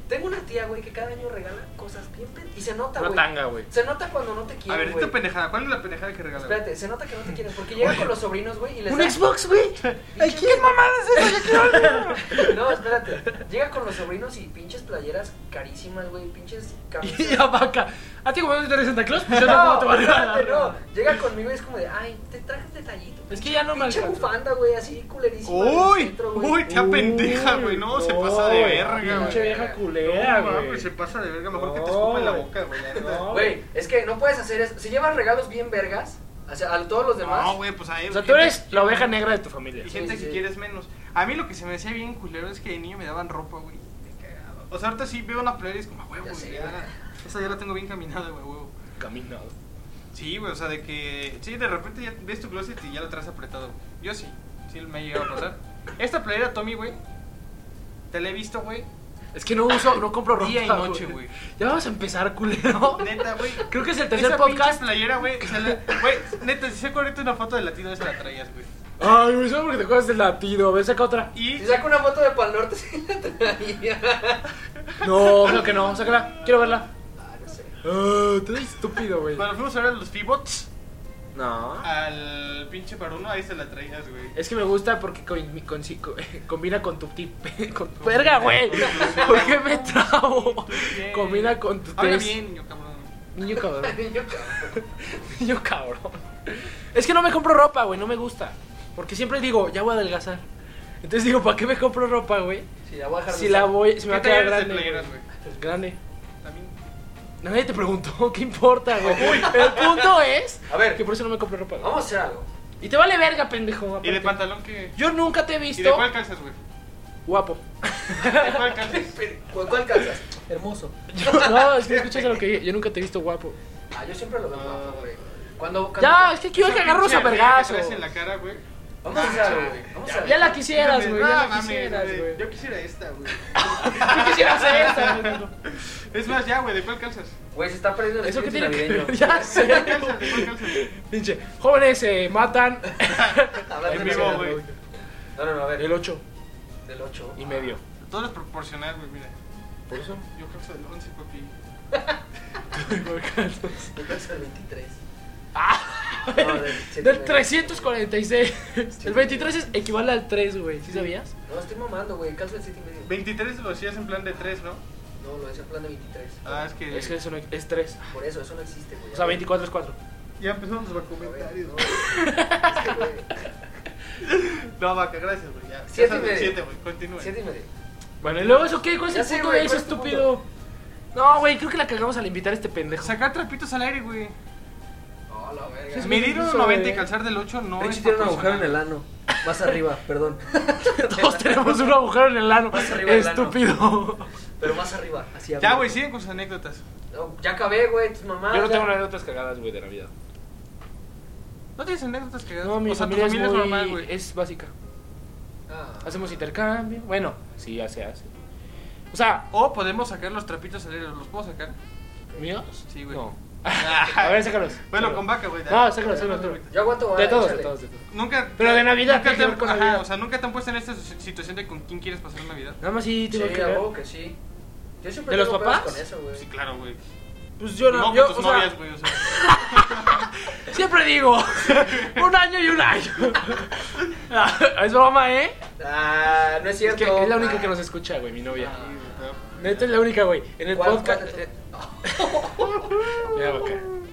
Speaker 2: Tengo una tía, güey, que cada año regala cosas bien pendejos. Y se nota,
Speaker 1: Una
Speaker 2: güey.
Speaker 1: tanga, güey.
Speaker 2: Se nota cuando no te quieren.
Speaker 3: A ver,
Speaker 2: güey.
Speaker 3: esta pendejada. ¿Cuál es la pendejada que regalas?
Speaker 2: Espérate, se nota que no te quieren. Porque llega con los sobrinos, güey, y les da-
Speaker 1: ¿Un Xbox, güey?
Speaker 2: Ay,
Speaker 1: ¿Qué mamada es esa? Yo quiero
Speaker 2: <laughs> No, espérate. Llega con los sobrinos y pinches playeras carísimas, güey. Pinches
Speaker 1: <laughs> <laughs> Y
Speaker 2: camisas.
Speaker 1: la vaca. ¿A ti como no te interesa Santa Claus? Pues yo
Speaker 2: No,
Speaker 1: tampoco te voy a
Speaker 2: espérate,
Speaker 1: regalar.
Speaker 2: no. Llega conmigo y es como de, ay, te traje un detallito.
Speaker 1: Es que ya no me
Speaker 2: Pinche
Speaker 1: alcanzó.
Speaker 2: bufanda, güey, así culerísima. del
Speaker 3: Uy,
Speaker 2: centro, güey.
Speaker 3: uy, tía pendeja, güey. No, se pasa de verga,
Speaker 1: Pinche
Speaker 3: güey.
Speaker 1: vieja culera,
Speaker 3: No,
Speaker 1: güey.
Speaker 3: mames, se pasa de verga. Mejor que te
Speaker 1: No,
Speaker 3: escupa en la
Speaker 1: güey.
Speaker 3: boca, güey. ya,
Speaker 1: No,
Speaker 2: Güey, es que no puedes hacer eso. Si llevas regalos bien vergas, o sea, a todos los demás.
Speaker 3: No, güey, pues ahí.
Speaker 1: O sea, tú eres la oveja negra de tu familia.
Speaker 3: Y gente
Speaker 2: Sí, sí.
Speaker 3: que quieres menos. A mí lo que se me hacía bien culero es que de niño me daban ropa, güey. Me cagaba. O sea, ahorita sí veo una playera y es como, "A huevo,
Speaker 2: Ya
Speaker 3: güey.
Speaker 2: sé,
Speaker 3: ya
Speaker 2: güey.
Speaker 3: la- Esa ya la tengo bien caminada, güey, huevo.
Speaker 1: Caminado.
Speaker 3: Sí, güey, o sea, de que. Sí, de repente ya ves tu closet y ya lo traes apretado. güey. Yo sí, sí me ha llegado a pasar. Esta playera Tommy, güey, te la he visto, güey.
Speaker 1: Es que no uso, no compro ropa.
Speaker 3: Día y noche, güey.
Speaker 1: Ya vamos a empezar, culero.
Speaker 3: Neta, güey.
Speaker 1: Creo que es el tercer
Speaker 3: Esa pinche
Speaker 1: podcast.
Speaker 3: playera, güey. se la- Güey, neta, si se correcto una foto de latino, esa la traías, güey.
Speaker 1: Ay, güey, solo porque te acuerdas del latido. A ver, saca otra.
Speaker 3: Y.
Speaker 2: Si saco una foto de Pal Norte, <laughs> sí la traía.
Speaker 1: No, creo que no. Sácala. Quiero verla.
Speaker 2: Ah, no sé.
Speaker 1: Ah, tú eres estúpido, güey.
Speaker 3: Cuando fuimos a ver a los Fibots,
Speaker 1: No.
Speaker 3: al pinche paruno, ahí se la traías, güey.
Speaker 1: Es que me gusta porque coin- con- co- <laughs> combina con tu tip. <laughs> Con tu verga, güey. ¿Por qué me trabo?
Speaker 3: Bien.
Speaker 1: Combina con tu
Speaker 3: Habla
Speaker 1: test.
Speaker 3: bien, yo cabrón.
Speaker 1: Niño cabrón.
Speaker 2: Niño cabrón.
Speaker 1: <laughs> Niño cabrón. Es que no me compro ropa, güey, no me gusta. Porque siempre digo, ya voy a adelgazar. Entonces digo, ¿para qué me compro ropa, güey?
Speaker 2: Si la voy a dejar de
Speaker 1: Si la
Speaker 2: usar.
Speaker 1: voy, si me va a
Speaker 3: ¿Qué
Speaker 1: quedar
Speaker 3: talleres de
Speaker 1: grande.
Speaker 3: playeras,
Speaker 1: güey.
Speaker 3: güey?
Speaker 1: Pues grande.
Speaker 3: También.
Speaker 1: Nadie te preguntó, <laughs> ¿qué importa, güey? El punto es
Speaker 2: A ver.
Speaker 1: que por eso no me compro ropa. güey.
Speaker 2: Vamos a hacer algo.
Speaker 1: Y te vale verga, pendejo.
Speaker 3: ¿Y de
Speaker 1: aparte.
Speaker 3: pantalón qué?
Speaker 1: Yo nunca te he
Speaker 3: ¿Y
Speaker 1: visto
Speaker 3: de cuál calzas, güey? <laughs>
Speaker 1: guapo.
Speaker 3: ¿De cuál calzas?
Speaker 2: ¿Cuál, cuál calzas?
Speaker 4: Hermoso.
Speaker 1: Yo- no, es que escuchas a lo que dije. Yo nunca te he visto guapo.
Speaker 2: Ah, yo siempre lo veo guapo, güey. Cuando, cuando-
Speaker 1: Ya, es que quiero que agarros a
Speaker 3: Pinche
Speaker 1: vergazo.
Speaker 3: verga que traes en la cara, güey.
Speaker 2: Vamos a hacer algo, güey. Vamos a hacer
Speaker 1: Ya la
Speaker 3: <laughs>
Speaker 2: algo.
Speaker 1: quisieras,
Speaker 3: Déjame-
Speaker 1: güey. Ya
Speaker 3: no,
Speaker 1: la
Speaker 3: mames,
Speaker 1: quisieras,
Speaker 3: güey.
Speaker 1: güey.
Speaker 3: Yo quisiera esta, güey.
Speaker 1: ¿Qué quisieras hacer esa,
Speaker 3: Es más, ya, güey, ¿de cuál calzas?
Speaker 2: Güey, se está perdiendo el
Speaker 1: Eso que
Speaker 2: espíritu
Speaker 1: tiene que
Speaker 2: navideño. <laughs>
Speaker 1: ver. Ya sé.
Speaker 3: ¿De cuál calzas? ¿De cuál calzas?
Speaker 1: Pinche, jóvenes se
Speaker 2: <laughs>
Speaker 1: matan.
Speaker 2: Hablando
Speaker 3: En
Speaker 2: de
Speaker 3: vivo,
Speaker 2: Navidad,
Speaker 3: güey.
Speaker 2: No, no, no, a ver.
Speaker 1: El 8
Speaker 2: Del 8.
Speaker 1: y medio.
Speaker 3: Todo es proporcional, güey, mira.
Speaker 2: Por eso.
Speaker 3: Yo calzo del 11, papi.
Speaker 2: Yo calzo el 23.
Speaker 1: Ah,
Speaker 2: No,
Speaker 1: <laughs>
Speaker 2: del siete y
Speaker 1: del
Speaker 2: medio.
Speaker 1: 346. El
Speaker 2: Siete
Speaker 1: 23 es- equivale al 3, güey. ¿Sí sabías?
Speaker 2: No, estoy mamando, güey. Calzo el 7 y medio.
Speaker 3: 23 lo hacías en plan de 3, ¿no?
Speaker 2: No, lo decía en plan de 23.
Speaker 3: Ah, es que.
Speaker 1: Es que eso no, es 3.
Speaker 2: Por eso, eso no existe, güey.
Speaker 1: O sea, 24 es 4.
Speaker 3: Ya empezaron los
Speaker 2: A ver,
Speaker 3: documentarios.
Speaker 2: no, güey. Es que,
Speaker 1: <laughs>
Speaker 2: güey,
Speaker 3: No, vaca, gracias, güey. Ya.
Speaker 2: Siete y medio.
Speaker 3: 7, güey, continúe.
Speaker 2: 7 y medio.
Speaker 1: Bueno, y luego eso, ¿qué? ¿Cuál
Speaker 2: Ya
Speaker 1: es
Speaker 2: sé,
Speaker 1: el punto
Speaker 2: güey,
Speaker 1: de eso,
Speaker 2: ¿cuál es tu
Speaker 1: estúpido? No, güey, creo que la cagamos al invitar a este pendejo.
Speaker 3: Sacar trapitos al aire, güey.
Speaker 2: No, la verga.
Speaker 1: Es
Speaker 3: Medir
Speaker 1: muy
Speaker 3: 1,90
Speaker 1: difícil,
Speaker 3: y calzar del 8 no
Speaker 2: Richie
Speaker 3: es
Speaker 2: tiene un agujero en
Speaker 3: proporcional.
Speaker 2: el ano. Más arriba,
Speaker 1: <laughs>
Speaker 2: perdón.
Speaker 1: <laughs> Todos tenemos un agujero en el ano.
Speaker 2: Más arriba del ano.
Speaker 1: Estúpido.
Speaker 2: Pero más arriba. Así
Speaker 3: Ya,
Speaker 2: abajo.
Speaker 3: güey, siguen con sus anécdotas.
Speaker 2: No, ya acabé, güey. Tus mamás.
Speaker 1: Yo no
Speaker 2: Ah, ya.
Speaker 1: tengo anécdotas cagadas, güey, de Navidad.
Speaker 3: ¿No tienes anécdotas que
Speaker 1: No, mi
Speaker 3: o sea, tu
Speaker 1: familia,
Speaker 3: familia
Speaker 1: es, muy-
Speaker 3: normal, güey.
Speaker 1: es básica.
Speaker 2: Ah.
Speaker 1: Hacemos intercambio. Bueno, sí, ya se hace. O sea,
Speaker 3: O podemos sacar los trapitos al aire, ¿los puedo sacar?
Speaker 1: ¿míos?
Speaker 3: Sí, güey.
Speaker 1: No. A ver, sácalos.
Speaker 3: Bueno,
Speaker 1: Sácalos.
Speaker 3: con vaca, güey.
Speaker 1: No, sácalo, sácalo, sácalo.
Speaker 2: Yo aguanto,
Speaker 1: De
Speaker 2: ah,
Speaker 1: todos, de
Speaker 2: échale.
Speaker 1: todos, de todos.
Speaker 3: Nunca.
Speaker 1: Pero de Navidad,
Speaker 3: Nunca
Speaker 1: tiene
Speaker 3: te,
Speaker 1: que ver con
Speaker 3: ajá,
Speaker 1: Navidad.
Speaker 3: o sea, nunca te han puesto en esta si- situación de con quién quieres pasar Navidad.
Speaker 1: Nada más sí tengo
Speaker 2: Sí,
Speaker 1: que
Speaker 2: a
Speaker 1: ver.
Speaker 2: huevo que sí. Yo siempre
Speaker 1: ¿De
Speaker 2: tengo
Speaker 1: los
Speaker 2: pedos
Speaker 1: papás?
Speaker 2: con eso, güey.
Speaker 3: Sí, claro, güey.
Speaker 1: Pues yo
Speaker 3: no,
Speaker 1: no,
Speaker 3: con
Speaker 1: yo,
Speaker 3: tus
Speaker 1: o sea,
Speaker 3: novias, güey. O sea,
Speaker 1: <laughs> siempre digo, <laughs> un año y un año. <laughs> es broma, ¿eh?
Speaker 2: Ah, no es
Speaker 1: Es
Speaker 2: cierto.
Speaker 1: que es la única
Speaker 2: Ah.
Speaker 1: que nos escucha, güey, mi novia.
Speaker 2: Ah.
Speaker 1: Neta es la única, güey. En el
Speaker 2: ¿Cuál-
Speaker 1: podcast.
Speaker 2: cuál de
Speaker 1: eh,
Speaker 2: todos?
Speaker 1: Ya, ok.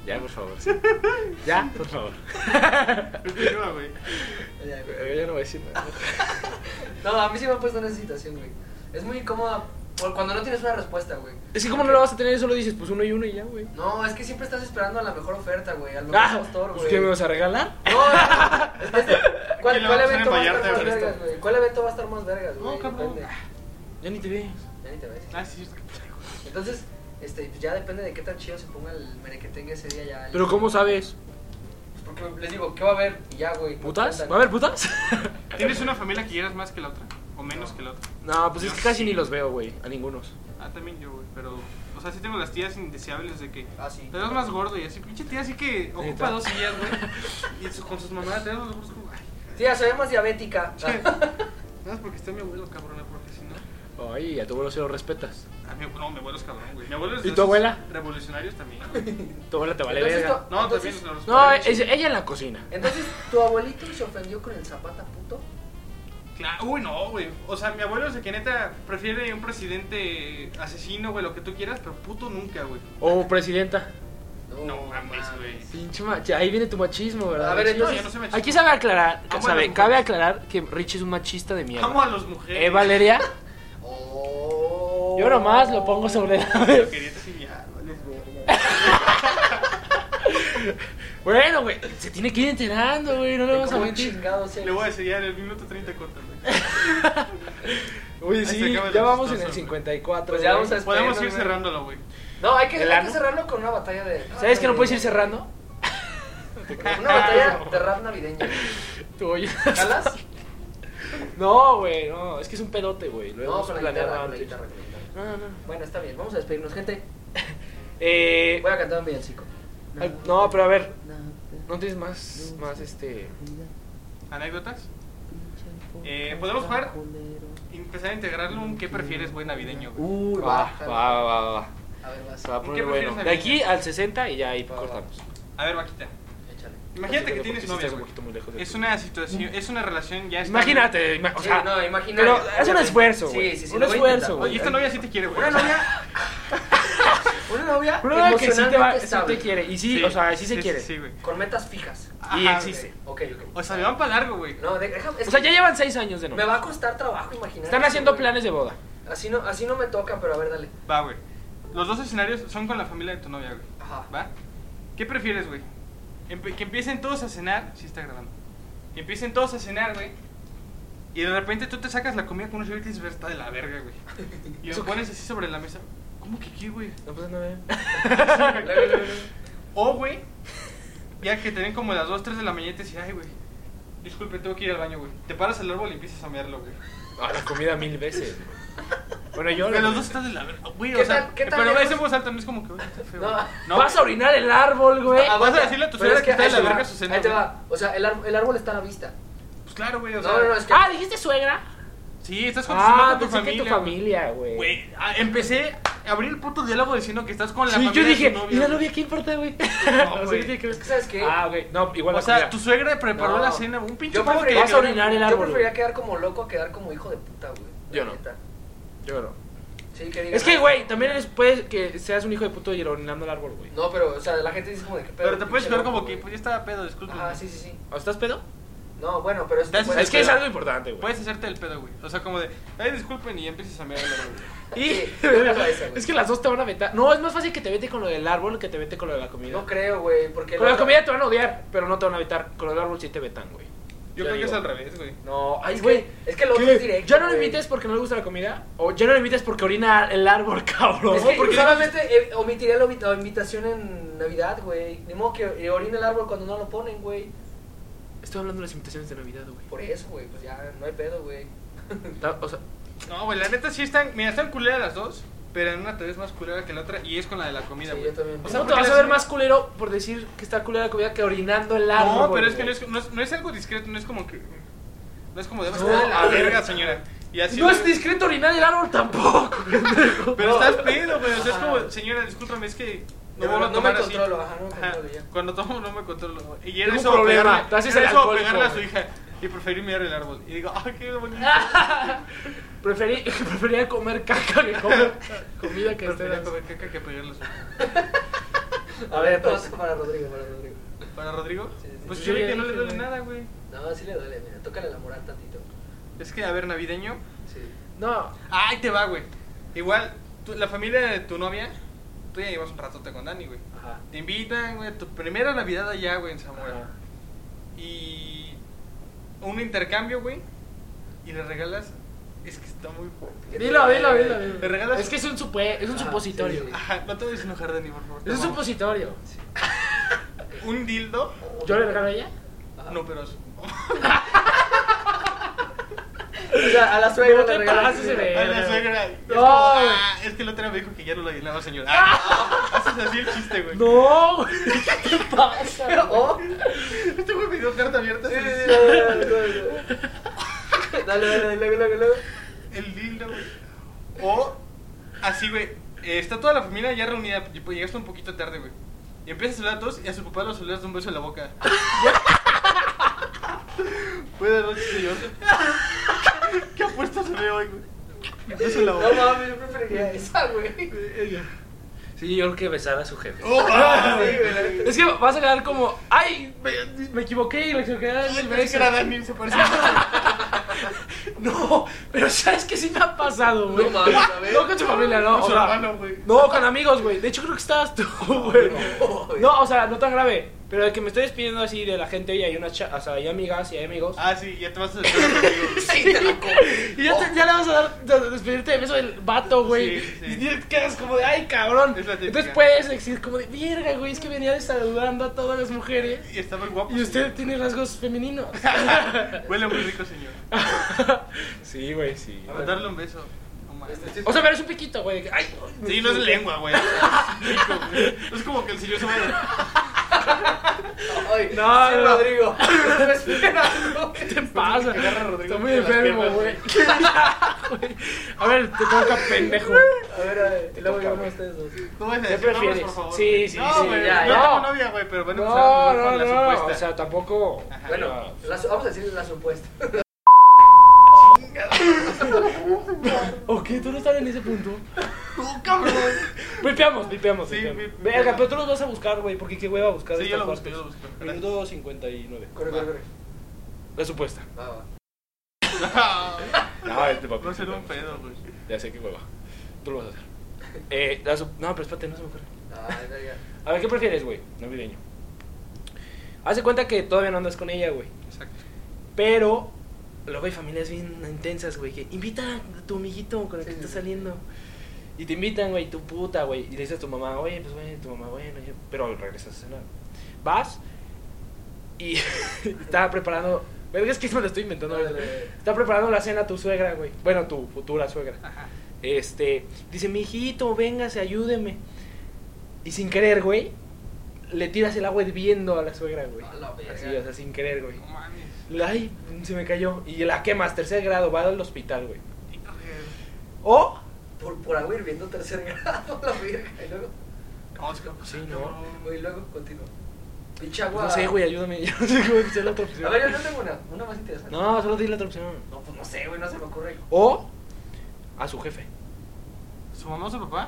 Speaker 1: Ya, por favor. sí. Ya, por favor. <laughs>
Speaker 3: Continúa, güey.
Speaker 2: Ya, güey.
Speaker 1: Eh, Ya no voy a decir nada.
Speaker 2: No, a mí sí me ha puesto en esa situación, güey. Es muy incómoda por cuando no tienes una respuesta, güey.
Speaker 1: Es que, como no lo vas a tener, solo dices, pues uno y uno y ya, güey.
Speaker 2: No, es que siempre estás esperando a la mejor oferta, güey. Al mejor
Speaker 1: Ah,
Speaker 2: postor,
Speaker 1: pues,
Speaker 2: güey.
Speaker 1: ¿qué me vas a regalar?
Speaker 2: No, es- es
Speaker 3: <laughs>
Speaker 2: que- este, ¿Cuál,
Speaker 3: Aquí la
Speaker 2: cuál
Speaker 3: vamos a
Speaker 2: evento va a estar
Speaker 3: embayarte,
Speaker 2: más
Speaker 3: Ernesto.
Speaker 2: vergas, güey? ¿Cuál evento va a estar más vergas, güey?
Speaker 3: No, cabrón.
Speaker 2: Depende.
Speaker 1: Ya ni te ves.
Speaker 2: Ya ni te ves.
Speaker 3: Ah, sí, cierto.
Speaker 2: Entonces, este, ya depende de qué tan chido se ponga el merequetengue ese día ya.
Speaker 1: Pero, ¿cómo sabes?
Speaker 2: Porque les digo, ¿qué va a haber? Y ya, güey.
Speaker 1: ¿Putas?
Speaker 2: Ándale.
Speaker 1: ¿Va a haber putas? <laughs>
Speaker 3: ¿Tienes una familia que quieras más que la otra? ¿O menos que la otra?
Speaker 1: No, pues es que casi ni los veo, güey. A ningunos.
Speaker 3: Ah, también yo, güey. Pero, o sea, sí tengo las tías indeseables de que.
Speaker 2: Ah, sí.
Speaker 3: Te ves más gordo y así, pinche tía, así que ocupa
Speaker 1: Neta.
Speaker 3: dos sillas, güey. Y su- con sus mamás te das los gordos como. Ay,
Speaker 2: Tía, soy más diabética.
Speaker 1: Ah.
Speaker 3: <laughs> nada más porque está mi abuelo, cabrona, porque si no.
Speaker 1: Ay, a tu abuelo se lo respetas.
Speaker 3: A mi, no, mi abuelo es cabrón, güey. Mi abuelo es
Speaker 1: ¿Y
Speaker 3: de
Speaker 1: tu
Speaker 3: esos
Speaker 1: abuela?
Speaker 3: Revolucionarios también. güey.
Speaker 1: Tu abuela te vale
Speaker 2: Entonces,
Speaker 1: verga.
Speaker 3: No,
Speaker 2: Entonces-
Speaker 3: también es los
Speaker 1: No, es- ella en la cocina.
Speaker 2: Entonces, ¿tu abuelito se ofendió con el zapata puto?
Speaker 3: Claro, uy, no, güey. O sea, mi abuelo es de que neta prefiere un presidente asesino, güey, lo que tú quieras, pero puto nunca, güey.
Speaker 1: O presidenta.
Speaker 3: No mames, güey.
Speaker 1: Pinche machi- Ahí viene tu machismo, ¿verdad?
Speaker 2: A ver,
Speaker 1: Sí, sí.
Speaker 2: entonces-
Speaker 3: No, yo no soy machista.
Speaker 1: Aquí sabe aclarar,
Speaker 3: Amo a
Speaker 1: sabe-
Speaker 3: las mujeres.
Speaker 1: cabe aclarar que Richie es un machista de
Speaker 3: Amo
Speaker 1: mierda.
Speaker 3: a los mujeres.
Speaker 1: ¿Eh,
Speaker 3: <laughs>
Speaker 1: Valeria? <laughs>
Speaker 2: Oh.
Speaker 1: Yo nomás lo pongo sobre la
Speaker 3: Lo quería enseñar, vale, verga.
Speaker 1: Bueno, güey, se tiene que ir enterando, güey, no le vamos a
Speaker 2: ¿Cómo
Speaker 1: mentir.
Speaker 2: chingados eres?
Speaker 3: Le voy a decir ya en el minuto 30
Speaker 1: <laughs>
Speaker 3: cuéntame.
Speaker 1: Uy,
Speaker 3: Ahí se
Speaker 1: sí,
Speaker 3: acaba el
Speaker 1: ya vamos en
Speaker 3: chistoso,
Speaker 1: el
Speaker 3: güey.
Speaker 1: 54.
Speaker 2: Pues ya
Speaker 1: güey.
Speaker 2: vamos a-
Speaker 3: Podemos ir
Speaker 2: Espérame.
Speaker 3: cerrándolo, güey.
Speaker 2: No, hay que,
Speaker 1: ¿El
Speaker 2: hay que
Speaker 1: ano?
Speaker 2: cerrarlo con una batalla de.
Speaker 1: ¿Sabes que no puedes ir cerrando?
Speaker 2: Una
Speaker 1: <laughs>
Speaker 2: batalla de rap navideño.
Speaker 1: Tú oyes.
Speaker 2: <laughs> ¿Jalas?
Speaker 1: No, güey, no, es que es un pedote, güey. Lo
Speaker 2: No,
Speaker 1: hemos
Speaker 2: con la guitarra,
Speaker 1: planeado
Speaker 2: con la
Speaker 1: antes.
Speaker 2: guitarra, con la guitarra.
Speaker 1: No, no.
Speaker 2: Bueno, está bien, vamos a despedirnos, gente.
Speaker 1: Eh,
Speaker 2: Voy a cantar un villancico.
Speaker 1: ay, no, pero a ver, ¿no tienes más, más este?
Speaker 3: ¿Anécdotas? Eh, ¿Podemos jugar? Empezar a integrarle un qué prefieres, güey, navideño, güey.
Speaker 2: Uy,
Speaker 1: Va, va, va, va, va.
Speaker 2: A ver, vas.
Speaker 1: Se va a poner
Speaker 3: ¿Qué prefieres,
Speaker 1: bueno. De aquí
Speaker 3: Navidad?
Speaker 1: al 60 y ya ahí
Speaker 2: Va, va.
Speaker 1: cortamos.
Speaker 3: A ver, vaquita.
Speaker 2: Échale.
Speaker 3: Imagínate que
Speaker 1: Porque
Speaker 3: tienes
Speaker 1: sí estás
Speaker 3: novia,
Speaker 1: un
Speaker 3: güey.
Speaker 1: poquito muy lejos de
Speaker 3: Es
Speaker 1: ti.
Speaker 3: una situación, es una relación ya estable.
Speaker 1: Imagínate, ima- o
Speaker 2: Sí,
Speaker 1: sea,
Speaker 2: no, imagínate.
Speaker 1: pero haz un esfuerzo,
Speaker 2: Sí,
Speaker 1: güey.
Speaker 2: sí, sí,
Speaker 1: un
Speaker 2: lo voy a intentar.
Speaker 1: esfuerzo,
Speaker 3: Oye,
Speaker 1: güey. <laughs>
Speaker 3: esta novia sí te quiere, güey.
Speaker 2: Una novia. Una novia
Speaker 1: Una novia que sí te, va-
Speaker 2: emocionalmente
Speaker 1: sí
Speaker 2: estable.
Speaker 1: te quiere. Y sí, o sea, sí se quiere.
Speaker 3: Sí, güey.
Speaker 2: Con metas fijas.
Speaker 1: Y
Speaker 3: Ajá,
Speaker 1: existe.
Speaker 2: Ah, Ok, ok.
Speaker 3: O sea, me van para largo, güey.
Speaker 2: No, de- deja- es
Speaker 1: O sea,
Speaker 2: que
Speaker 1: ya llevan seis años de
Speaker 2: Me
Speaker 1: novio.
Speaker 2: va a costar trabajo imaginar.
Speaker 1: Están
Speaker 2: eso,
Speaker 1: haciendo
Speaker 2: güey.
Speaker 1: planes de boda.
Speaker 2: Así no, así no me toca, pero a ver, dale.
Speaker 3: Va, güey. Los dos escenarios son con la familia de tu novia, güey.
Speaker 2: Ajá.
Speaker 3: <laughs> ¿Va? ¿Qué prefieres, güey? Empe- que empiecen todos a cenar. Sí, está grabando. Que empiecen todos a cenar, güey. Y de repente tú te sacas la comida con un chorizo y dices, "Ver, está de la verga, güey. Y lo pones así sobre la mesa. ¿Cómo que qué, güey?
Speaker 1: No pasa nada.
Speaker 3: O, güey, ya que te ven como a las 2, 3 de la mañana y te dicen, ay, güey, disculpe, tengo que ir al baño, güey. Te paras al árbol y empiezas a mearlo, güey.
Speaker 1: A la comida mil veces. Bueno, yo.
Speaker 3: Pero los dos estás de la verga, güey,
Speaker 2: ¿Qué
Speaker 3: o sea.
Speaker 2: tal- qué tal
Speaker 3: pero
Speaker 2: lejos?
Speaker 3: ves en voz alta, no es como que, güey, está feo.
Speaker 2: No.
Speaker 3: güey.
Speaker 1: Vas a orinar el árbol, güey.
Speaker 3: Ah, vas a decirle a tu
Speaker 2: Pero
Speaker 3: señora
Speaker 2: es
Speaker 3: que está de
Speaker 2: ahí
Speaker 3: la
Speaker 2: te va,
Speaker 3: verga su cena.
Speaker 2: Ahí te
Speaker 3: güey.
Speaker 2: va. O sea, el, ar- el árbol está a la vista.
Speaker 3: Pues claro, güey, o
Speaker 2: No,
Speaker 3: sea.
Speaker 2: no, no, es que.
Speaker 1: Ah, dijiste suegra.
Speaker 3: Sí, estás con tu,
Speaker 1: Ah,
Speaker 3: con tu
Speaker 1: pensé
Speaker 3: familia.
Speaker 1: que tu familia, güey.
Speaker 3: güey. Güey, ah, empecé a abrir el puto diálogo diciendo que estás con la
Speaker 1: Sí,
Speaker 3: familia
Speaker 1: yo
Speaker 3: de
Speaker 1: dije,
Speaker 3: tu novio,
Speaker 1: ¿y la
Speaker 3: güey.
Speaker 1: novia qué importa, güey?
Speaker 3: <laughs> No,
Speaker 1: O sea,
Speaker 3: güey.
Speaker 1: tiene que ver?
Speaker 2: Es que, ¿Sabes qué?
Speaker 1: Ah, ok, no, igual
Speaker 3: O
Speaker 1: la
Speaker 3: sea,
Speaker 1: comida.
Speaker 3: tu suegra preparó
Speaker 2: No.
Speaker 3: la cena, un pinche
Speaker 2: Yo
Speaker 3: pavo que...
Speaker 2: prefería-
Speaker 1: Vas a orinar el
Speaker 2: Yo
Speaker 1: árbol.
Speaker 2: preferiría
Speaker 1: güey.
Speaker 2: quedar como loco a quedar como hijo de puta, güey. La
Speaker 1: Yo no.
Speaker 2: neta.
Speaker 1: Yo no.
Speaker 2: Sí, que diga,
Speaker 1: Es que,
Speaker 2: "Ah,
Speaker 1: güey, también es, puede que seas un hijo de puto y orinando el árbol, güey.
Speaker 2: No, pero, o sea, la gente dice como de que
Speaker 3: Pero te puedes
Speaker 2: pinche
Speaker 3: quedar como
Speaker 2: loco,
Speaker 3: que,
Speaker 2: güey".
Speaker 3: pues yo estaba pedo, disculpe.
Speaker 2: Ah, sí, sí, sí.
Speaker 1: ¿O estás pedo?
Speaker 2: No, bueno, pero eso
Speaker 3: Te haces-
Speaker 2: puede-
Speaker 1: Es que es
Speaker 3: pedo.
Speaker 1: algo importante, güey.
Speaker 3: Puedes hacerte el pedo, güey. O sea, como de, ay, disculpen, y ya empiezas a mear el árbol, güey.
Speaker 1: Y
Speaker 2: Sí,
Speaker 1: <laughs>
Speaker 2: yo creo esa, güey.
Speaker 1: es que las dos te van a vetar. No, es más fácil que te vete con lo del árbol que te vete con lo de la comida.
Speaker 2: No creo, güey, porque...
Speaker 1: con lo de la
Speaker 2: otra-
Speaker 1: comida te van a odiar, pero no te van a vetar. Con lo del árbol sí te vetan, güey.
Speaker 3: Yo creo que es al revés, güey.
Speaker 1: No, ay,
Speaker 2: Es
Speaker 1: güey.
Speaker 2: que- es que lo otro
Speaker 1: ¿Qué?
Speaker 2: es directo,
Speaker 1: Ya no lo
Speaker 2: güey.
Speaker 1: invites porque no le gusta la comida. O ya no lo invites porque orina el árbol, <laughs> cabrón.
Speaker 2: Es que
Speaker 1: porque
Speaker 2: solamente eh, omitiría la, omi- la invitación en Navidad, güey. Ni modo que eh, orine el árbol cuando no lo ponen, güey.
Speaker 1: Estoy hablando de las invitaciones de Navidad, güey.
Speaker 2: Por eso, güey, pues ya no hay
Speaker 1: <laughs>
Speaker 2: pedo, güey.
Speaker 1: Ta- O sea,
Speaker 3: No, güey, la neta sí están, mira, están culeras las dos, pero en una te ves más culera que en la otra, y es con la de la comida,
Speaker 2: Sí,
Speaker 3: güey.
Speaker 2: yo también.
Speaker 1: o sea, no te
Speaker 3: porque
Speaker 1: vas a
Speaker 3: las-
Speaker 1: ver más culero por decir que está culera la comida que orinando el árbol.
Speaker 3: No, pero es que
Speaker 1: güey.
Speaker 3: no es, no, es, no es algo discreto, no es como que... No es como de,
Speaker 2: No,
Speaker 3: "Ah, la
Speaker 2: a ver.
Speaker 3: verga, señora. Y así,
Speaker 1: No
Speaker 3: güey.
Speaker 1: es discreto orinar el árbol tampoco,
Speaker 3: <laughs>
Speaker 1: pendejo.
Speaker 3: Pero
Speaker 2: No.
Speaker 1: <laughs>
Speaker 3: estás pedo, güey. O sea, es
Speaker 2: Ajá.
Speaker 3: como, señora, discúlpame, es que no
Speaker 2: Yo
Speaker 3: vuelvo
Speaker 2: no
Speaker 3: a tomar
Speaker 2: me
Speaker 3: así".
Speaker 2: controlo, ajá, no me controlo ya.
Speaker 3: Cuando tomo no me controlo. Y
Speaker 1: Tengo
Speaker 3: era
Speaker 1: un
Speaker 3: eso
Speaker 1: problema,
Speaker 3: pegarle,
Speaker 1: tú haces
Speaker 3: era
Speaker 1: el
Speaker 3: eso
Speaker 1: alcohólico,
Speaker 3: pegarle a su
Speaker 1: güey.
Speaker 3: hija y preferí mirar el árbol. Y digo, ah, qué bonito.
Speaker 1: Preferí, <laughs> prefería comer caca que comer comida que esté
Speaker 3: Prefería comer caca que pegarle a su hija.
Speaker 2: A ver,
Speaker 1: pues.
Speaker 2: pausa para Rodrigo, para Rodrigo.
Speaker 3: ¿Para Rodrigo?
Speaker 2: Sí, sí.
Speaker 3: Pues
Speaker 1: Yo
Speaker 3: yo vi
Speaker 1: ya
Speaker 3: que no le
Speaker 1: dije,
Speaker 3: duele
Speaker 1: güey.
Speaker 3: nada, güey.
Speaker 2: No, sí le duele, mira, tócale la moral tantito.
Speaker 3: Es que, a ver, navideño.
Speaker 2: Sí.
Speaker 1: No,
Speaker 3: Ay, te va, güey. Igual, tú- la familia de tu novia, tú ya llevas un ratote con Dani, güey.
Speaker 2: Ajá.
Speaker 3: Te invitan, güey, tu primera Navidad allá, güey, en Zamora.
Speaker 2: Ajá.
Speaker 3: Y un intercambio, güey. Y le regalas. Es que está muy.
Speaker 1: dilo, dilo,
Speaker 2: Eh,
Speaker 1: dilo. dilo.
Speaker 3: ¿Le regalas?
Speaker 1: Es que es un, supe- es un
Speaker 2: Ajá,
Speaker 1: supositorio.
Speaker 2: sí,
Speaker 3: Ajá, no te voy a enojar, Dani, por favor. te
Speaker 1: Es un
Speaker 3: amo.
Speaker 1: supositorio.
Speaker 3: Un dildo.
Speaker 1: ¿Yo le regalo a ella?
Speaker 2: Ajá.
Speaker 3: No, pero. es-
Speaker 2: O sea, a la suegra
Speaker 1: No
Speaker 2: le
Speaker 1: te
Speaker 2: regalas
Speaker 1: pases
Speaker 2: dinero.
Speaker 1: de-
Speaker 3: <laughs> Ay, la suegra. Es,
Speaker 1: No.
Speaker 3: como, ah, es que el otro día me dijo que ya no lo llenaba, señora. <laughs> Ah, Haces así el chiste, güey.
Speaker 1: No, güey. ¿Qué te pasa?
Speaker 2: <laughs> Oh.
Speaker 3: Este güey me dio carta abierta.
Speaker 2: Sí, sí,
Speaker 3: así,
Speaker 2: sí, dale, dale, dale. Dale, dale, dale, dale, dale.
Speaker 3: El dildo, güey. O así, güey. eh, está toda la familia ya reunida. y pues Llegaste un poquito tarde, güey. Y empiezas a saludar a todos y a su papá lo saludas de un beso en la boca. Buenas noches, señor. ¿Qué apuestas se ve hoy, güey? Un beso en la
Speaker 2: No
Speaker 3: boca.
Speaker 2: mames, yo preferiría esa, güey.
Speaker 1: Sí, yo creo que besar a su jefe. <laughs>
Speaker 3: Oh,
Speaker 2: Ah,
Speaker 3: <laughs> ah,
Speaker 2: sí, güey, la neta.
Speaker 1: Es que vas a quedar como, ay, me, me equivoqué y le equivoqué.
Speaker 3: Ay,
Speaker 1: al
Speaker 3: pensé que
Speaker 1: beso".
Speaker 3: era Dani, se parecía.
Speaker 1: <laughs> No, pero sabes que sí me ha pasado, güey.
Speaker 2: No mames, a
Speaker 1: <laughs>
Speaker 2: ver.
Speaker 1: No con tu familia, no.
Speaker 3: Con su
Speaker 1: o sea,
Speaker 3: hermano, güey.
Speaker 1: No, con amigos, güey. De hecho, creo que estabas tú, <laughs> güey.
Speaker 2: güey.
Speaker 1: No, o sea, no tan grave. Pero de que me estoy despidiendo así de la gente y hay una cha- o sea, hay amigas y hay amigos.
Speaker 3: Ah, sí, ya te vas a despedir conmigo.
Speaker 2: Sí, te la comes.
Speaker 1: Y ya, te- ya le vas a dar de- despedirte de beso del vato, güey.
Speaker 3: Sí, sí.
Speaker 1: Y te quedas como de, ay, cabrón.
Speaker 3: Es la típica.
Speaker 1: Entonces puedes decir como de, verga, güey, es que venía de saludando a todas las mujeres.
Speaker 3: Y está muy guapo.
Speaker 1: Y usted tiene rasgos
Speaker 3: <laughs>
Speaker 1: femeninos.
Speaker 3: señor. Huele muy rico, señor.
Speaker 1: sí, güey, sí.
Speaker 3: A darle un beso. No mames.
Speaker 2: Este, sí,
Speaker 1: O sea, pero es un piquito, güey. de que, Ay,
Speaker 3: Sí, no es lengua, <laughs> güey. Es rico, güey. No es como que el señor se vaya.
Speaker 2: Ay,
Speaker 1: No,
Speaker 2: sí,
Speaker 1: no. <laughs>
Speaker 2: Rodrigo. Me esperas, no.
Speaker 1: ¿Qué te pasa?
Speaker 3: Que agarra a Rodrigo
Speaker 1: Está muy
Speaker 3: entre las
Speaker 1: enfermo,
Speaker 3: piernas,
Speaker 1: güey. <laughs> A ver, te toca pendejo.
Speaker 3: <laughs>
Speaker 2: A ver, a ver, y luego
Speaker 1: toca,
Speaker 2: yo uno
Speaker 1: güey. Ah,
Speaker 2: de ustedes dos.
Speaker 3: No vas a
Speaker 1: ¿Qué
Speaker 3: decir nombres,
Speaker 1: prefieres?
Speaker 3: por favor.
Speaker 1: Sí,
Speaker 3: güey.
Speaker 1: sí,
Speaker 3: no,
Speaker 1: sí,
Speaker 3: güey,
Speaker 1: ya,
Speaker 3: no
Speaker 1: ya.
Speaker 3: tengo novia, güey, pero bueno, pues,
Speaker 1: No, no,
Speaker 3: con la
Speaker 1: no. O
Speaker 3: supuesta.
Speaker 1: sea, tampoco.
Speaker 2: Bueno, la su- vamos a decir la supuesta.
Speaker 1: Ok, tú no estás en ese punto.
Speaker 3: ¡Oh, <laughs> cabrón!
Speaker 1: Vipeamos, vipeamos.
Speaker 3: Sí,
Speaker 1: vipeamos.
Speaker 3: vip-
Speaker 1: Verga, pero tú los vas a buscar, güey, porque qué hueva buscar.
Speaker 3: Sí, yo
Speaker 1: estas
Speaker 3: lo busqué, yo
Speaker 1: partes.
Speaker 3: lo busqué.
Speaker 1: Minuto 59.
Speaker 2: <laughs> Corre, corre, corre.
Speaker 1: La supuesta.
Speaker 2: Va, va.
Speaker 1: No, este papi.
Speaker 3: No será un pedo, güey.
Speaker 1: Ya sé qué hueva. Tú lo vas a hacer. Eh, la sup- no, pero espérate, no se me ocurre.
Speaker 2: Ay, verga.
Speaker 1: A ver, ¿qué prefieres, güey? Navideño. Hace cuenta que todavía no andas con ella, güey.
Speaker 3: Exacto.
Speaker 1: Pero luego hay familias bien intensas, güey, que invita a tu amiguito con el
Speaker 2: Sí,
Speaker 1: que
Speaker 2: sí,
Speaker 1: estás
Speaker 2: sí.
Speaker 1: saliendo. Y te invitan, güey, tu puta, güey. Y le dices a tu mamá, oye, pues bueno, y tu mamá, bueno, yo- pero regresas a cenar. Vas y <laughs> estaba preparando. Verga, es que me lo estoy inventando.
Speaker 2: Dale,
Speaker 1: güey.
Speaker 2: dale.
Speaker 1: Está preparando la cena tu suegra, güey. Bueno, tu futura suegra.
Speaker 3: Ajá.
Speaker 1: Este, dice, mijito, véngase, ayúdeme. Y sin querer, güey, le tiras el agua hirviendo a la suegra, güey.
Speaker 2: A la verga.
Speaker 1: Así, o sea, sin querer, güey.
Speaker 3: No mames.
Speaker 1: Ay, se me cayó. Y la quemas, tercer grado, va al hospital, güey.
Speaker 3: Híjole.
Speaker 1: O,
Speaker 2: Por, por agua hirviendo tercer <laughs> grado, la verga. Y luego,
Speaker 3: No, es que-
Speaker 1: Sí, no.
Speaker 2: güey, luego continúa. Pinche agua.
Speaker 1: no sé, güey, ayúdame. <laughs> Yo no sé cómo hacer la otra
Speaker 2: A
Speaker 1: opción.
Speaker 2: ver, yo no tengo una, una más interesante.
Speaker 1: No, solo di la otra opción.
Speaker 2: No, pues no sé, güey, no se me ocurre.
Speaker 1: O, a su jefe.
Speaker 3: ¿Su mamá o su <laughs> papá?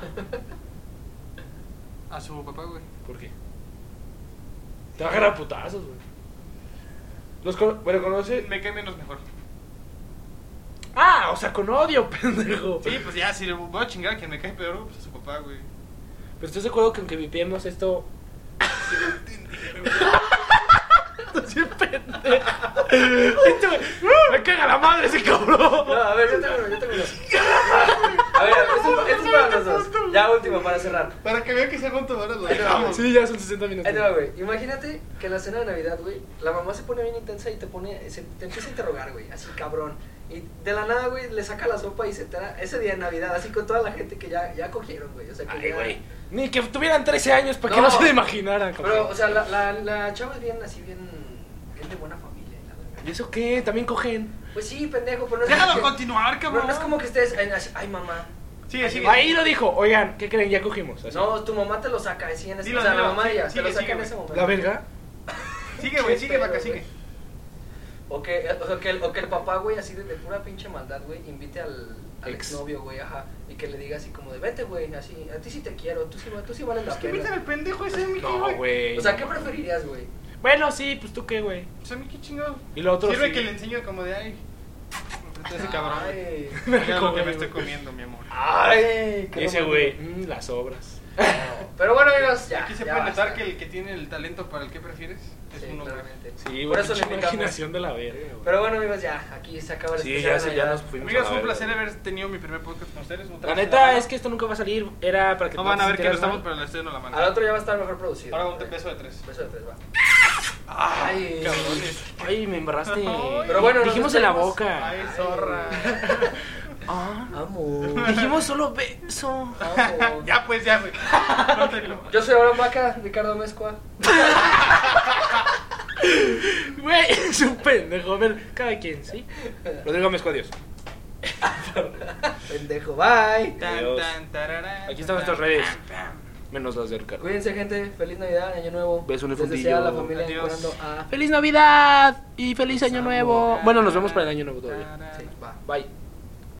Speaker 3: A su papá, güey.
Speaker 1: ¿Por qué? Te va a agarrar a putazos, güey. Los con... Bueno, conoce...
Speaker 3: Me cae menos mejor.
Speaker 1: Ah, o sea, con odio, <laughs> pendejo.
Speaker 3: Sí, pues ya, si le voy a chingar a quien me cae peor, güey, pues a su papá, güey.
Speaker 1: Pero estás de acuerdo que aunque vipiemos
Speaker 2: <laughs>
Speaker 1: esto. Estás bien pendejo. Este güey, Me caga la madre ese
Speaker 2: No,
Speaker 1: cabrón.
Speaker 2: a ver, yo tengo una, yo tengo una. <laughs> A ver, esto, esto es para los dos. Ya último, para cerrar.
Speaker 3: <laughs> Para que vean que sea cuánto ahora lo
Speaker 1: Sí, ya son 60 minutos.
Speaker 2: Ahí te va, güey. Imagínate que en la cena de Navidad, güey, la mamá se pone bien intensa y te pone, se, te empieza a interrogar, güey, así cabrón. Y de la nada, güey, le saca la sopa y se entera ese día de Navidad, así con toda la gente que ya, ya cogieron, güey. O sea, que
Speaker 1: Ay,
Speaker 2: ya-
Speaker 1: güey. Ni que tuvieran 13 años para que no
Speaker 2: No.
Speaker 1: se lo imaginaran,
Speaker 2: Pero, o
Speaker 1: cabrón.
Speaker 2: sea, la, la, la chava es bien, así, bien, bien de buena familia. y la verga.
Speaker 1: ¿Y eso qué? También cogen.
Speaker 2: Pues sí, pendejo, pero no es
Speaker 3: Déjalo
Speaker 2: como que-
Speaker 3: continuar,
Speaker 2: pero
Speaker 3: cabrón.
Speaker 2: no es como que estés, ay, así, ay, mamá.
Speaker 3: Sigue, sigue.
Speaker 1: Ahí lo dijo. Oigan, ¿qué creen? Ya cogimos. Así.
Speaker 2: No, tu mamá te lo saca, así en ese
Speaker 3: Dilo,
Speaker 2: O sea,
Speaker 3: dilo.
Speaker 2: la mamá de ella, te
Speaker 3: Sigue,
Speaker 2: lo saca
Speaker 3: sigue,
Speaker 2: en
Speaker 3: güey.
Speaker 2: ese momento.
Speaker 1: La verga.
Speaker 3: Sigue, güey, sigue,
Speaker 2: Qué
Speaker 3: vaca,
Speaker 2: pedo,
Speaker 3: sigue.
Speaker 2: O que, o sea, que el, o que el papá, güey, así de, de pura pinche maldad, güey, invite al, al
Speaker 1: Ex.
Speaker 2: exnovio, güey, ajá, y que le diga así como de, vete, güey, así, a ti sí te quiero, tú sí, va- tú sí vales la
Speaker 3: Es que invítame al
Speaker 2: pena.
Speaker 3: pendejo ese, Miki,
Speaker 1: No, güey.
Speaker 2: O sea, ¿qué preferirías, güey?
Speaker 1: Bueno, sí, pues tú qué, güey.
Speaker 3: O sea, Miki chingado.
Speaker 1: Y lo otro
Speaker 3: Sirve
Speaker 1: sí.
Speaker 3: que le enseño como de ay. Entonces, ese cabrón.
Speaker 2: Ay.
Speaker 3: <laughs> Mira lo
Speaker 1: Güey.
Speaker 3: que me
Speaker 1: Ah,
Speaker 3: estoy comiendo, mi amor.
Speaker 2: Ay, qué
Speaker 1: Ese
Speaker 2: romántico.
Speaker 1: güey, mm, las obras.
Speaker 2: No, Pero bueno, amigos, ya.
Speaker 3: Aquí se
Speaker 2: ya
Speaker 3: puede
Speaker 2: basta.
Speaker 3: notar que el que tiene el talento para el que prefieres es
Speaker 2: Sí,
Speaker 3: uno. güey.
Speaker 2: claramente.
Speaker 1: Sí,
Speaker 2: Por
Speaker 1: güey.
Speaker 2: eso
Speaker 1: Eso
Speaker 2: le invitamos.
Speaker 1: imaginación de la verga, güey.
Speaker 2: Pero bueno, amigos, ya, aquí se acaba el
Speaker 1: Sí,
Speaker 2: especial
Speaker 1: ya,
Speaker 2: de
Speaker 1: se- ya
Speaker 2: Navidad.
Speaker 1: nos fuimos.
Speaker 3: Amigos,
Speaker 1: a
Speaker 3: fue un
Speaker 1: verga.
Speaker 3: placer haber tenido mi primer podcast con ustedes. otra
Speaker 1: La
Speaker 3: vez.
Speaker 1: neta es que esto nunca va a salir. Era para que
Speaker 3: No
Speaker 1: te
Speaker 3: van a ver que lo
Speaker 1: sintieras
Speaker 3: estamos,
Speaker 1: mal.
Speaker 3: pero la estoy no la mano.
Speaker 2: Al otro ya va a estar mejor producido.
Speaker 3: Ahora un beso de tres.
Speaker 2: Beso de tres, va.
Speaker 3: Ay, cabrones.
Speaker 1: <laughs> Ay, me embarraste.
Speaker 3: <laughs> Pero
Speaker 2: bueno, nos
Speaker 1: dijimos en la
Speaker 2: despedimos.
Speaker 1: boca.
Speaker 3: Ay, zorra.
Speaker 1: Ah,
Speaker 3: <laughs>
Speaker 2: Amo.
Speaker 1: dijimos solo beso. <laughs>
Speaker 2: <laughs> Amo.
Speaker 3: ya pues, ya, güey. Córtelo.
Speaker 2: Yo soy Abraham Vaca, Ricardo Mezcua.
Speaker 1: Güey, es un pendejo. A ver, cada quien, ¿sí? Rodrigo Mezco, adiós.
Speaker 2: Pendejo, bye.
Speaker 1: Adiós.
Speaker 3: tararán,
Speaker 1: Aquí están
Speaker 3: tan,
Speaker 1: nuestras redes.
Speaker 3: tan,
Speaker 1: Menos las del carro.
Speaker 2: Cuídense, gente. Feliz Navidad, Año Nuevo.
Speaker 1: Beso en el
Speaker 2: Les
Speaker 1: fundillo.
Speaker 2: desea a la familia
Speaker 3: Adiós.
Speaker 2: entrando a...
Speaker 1: ¡Feliz Navidad! Y feliz
Speaker 3: tan.
Speaker 1: Año Nuevo. Bueno, nos vemos para el Año Nuevo todavía.
Speaker 3: Tararán.
Speaker 2: Sí, va.
Speaker 1: Bye.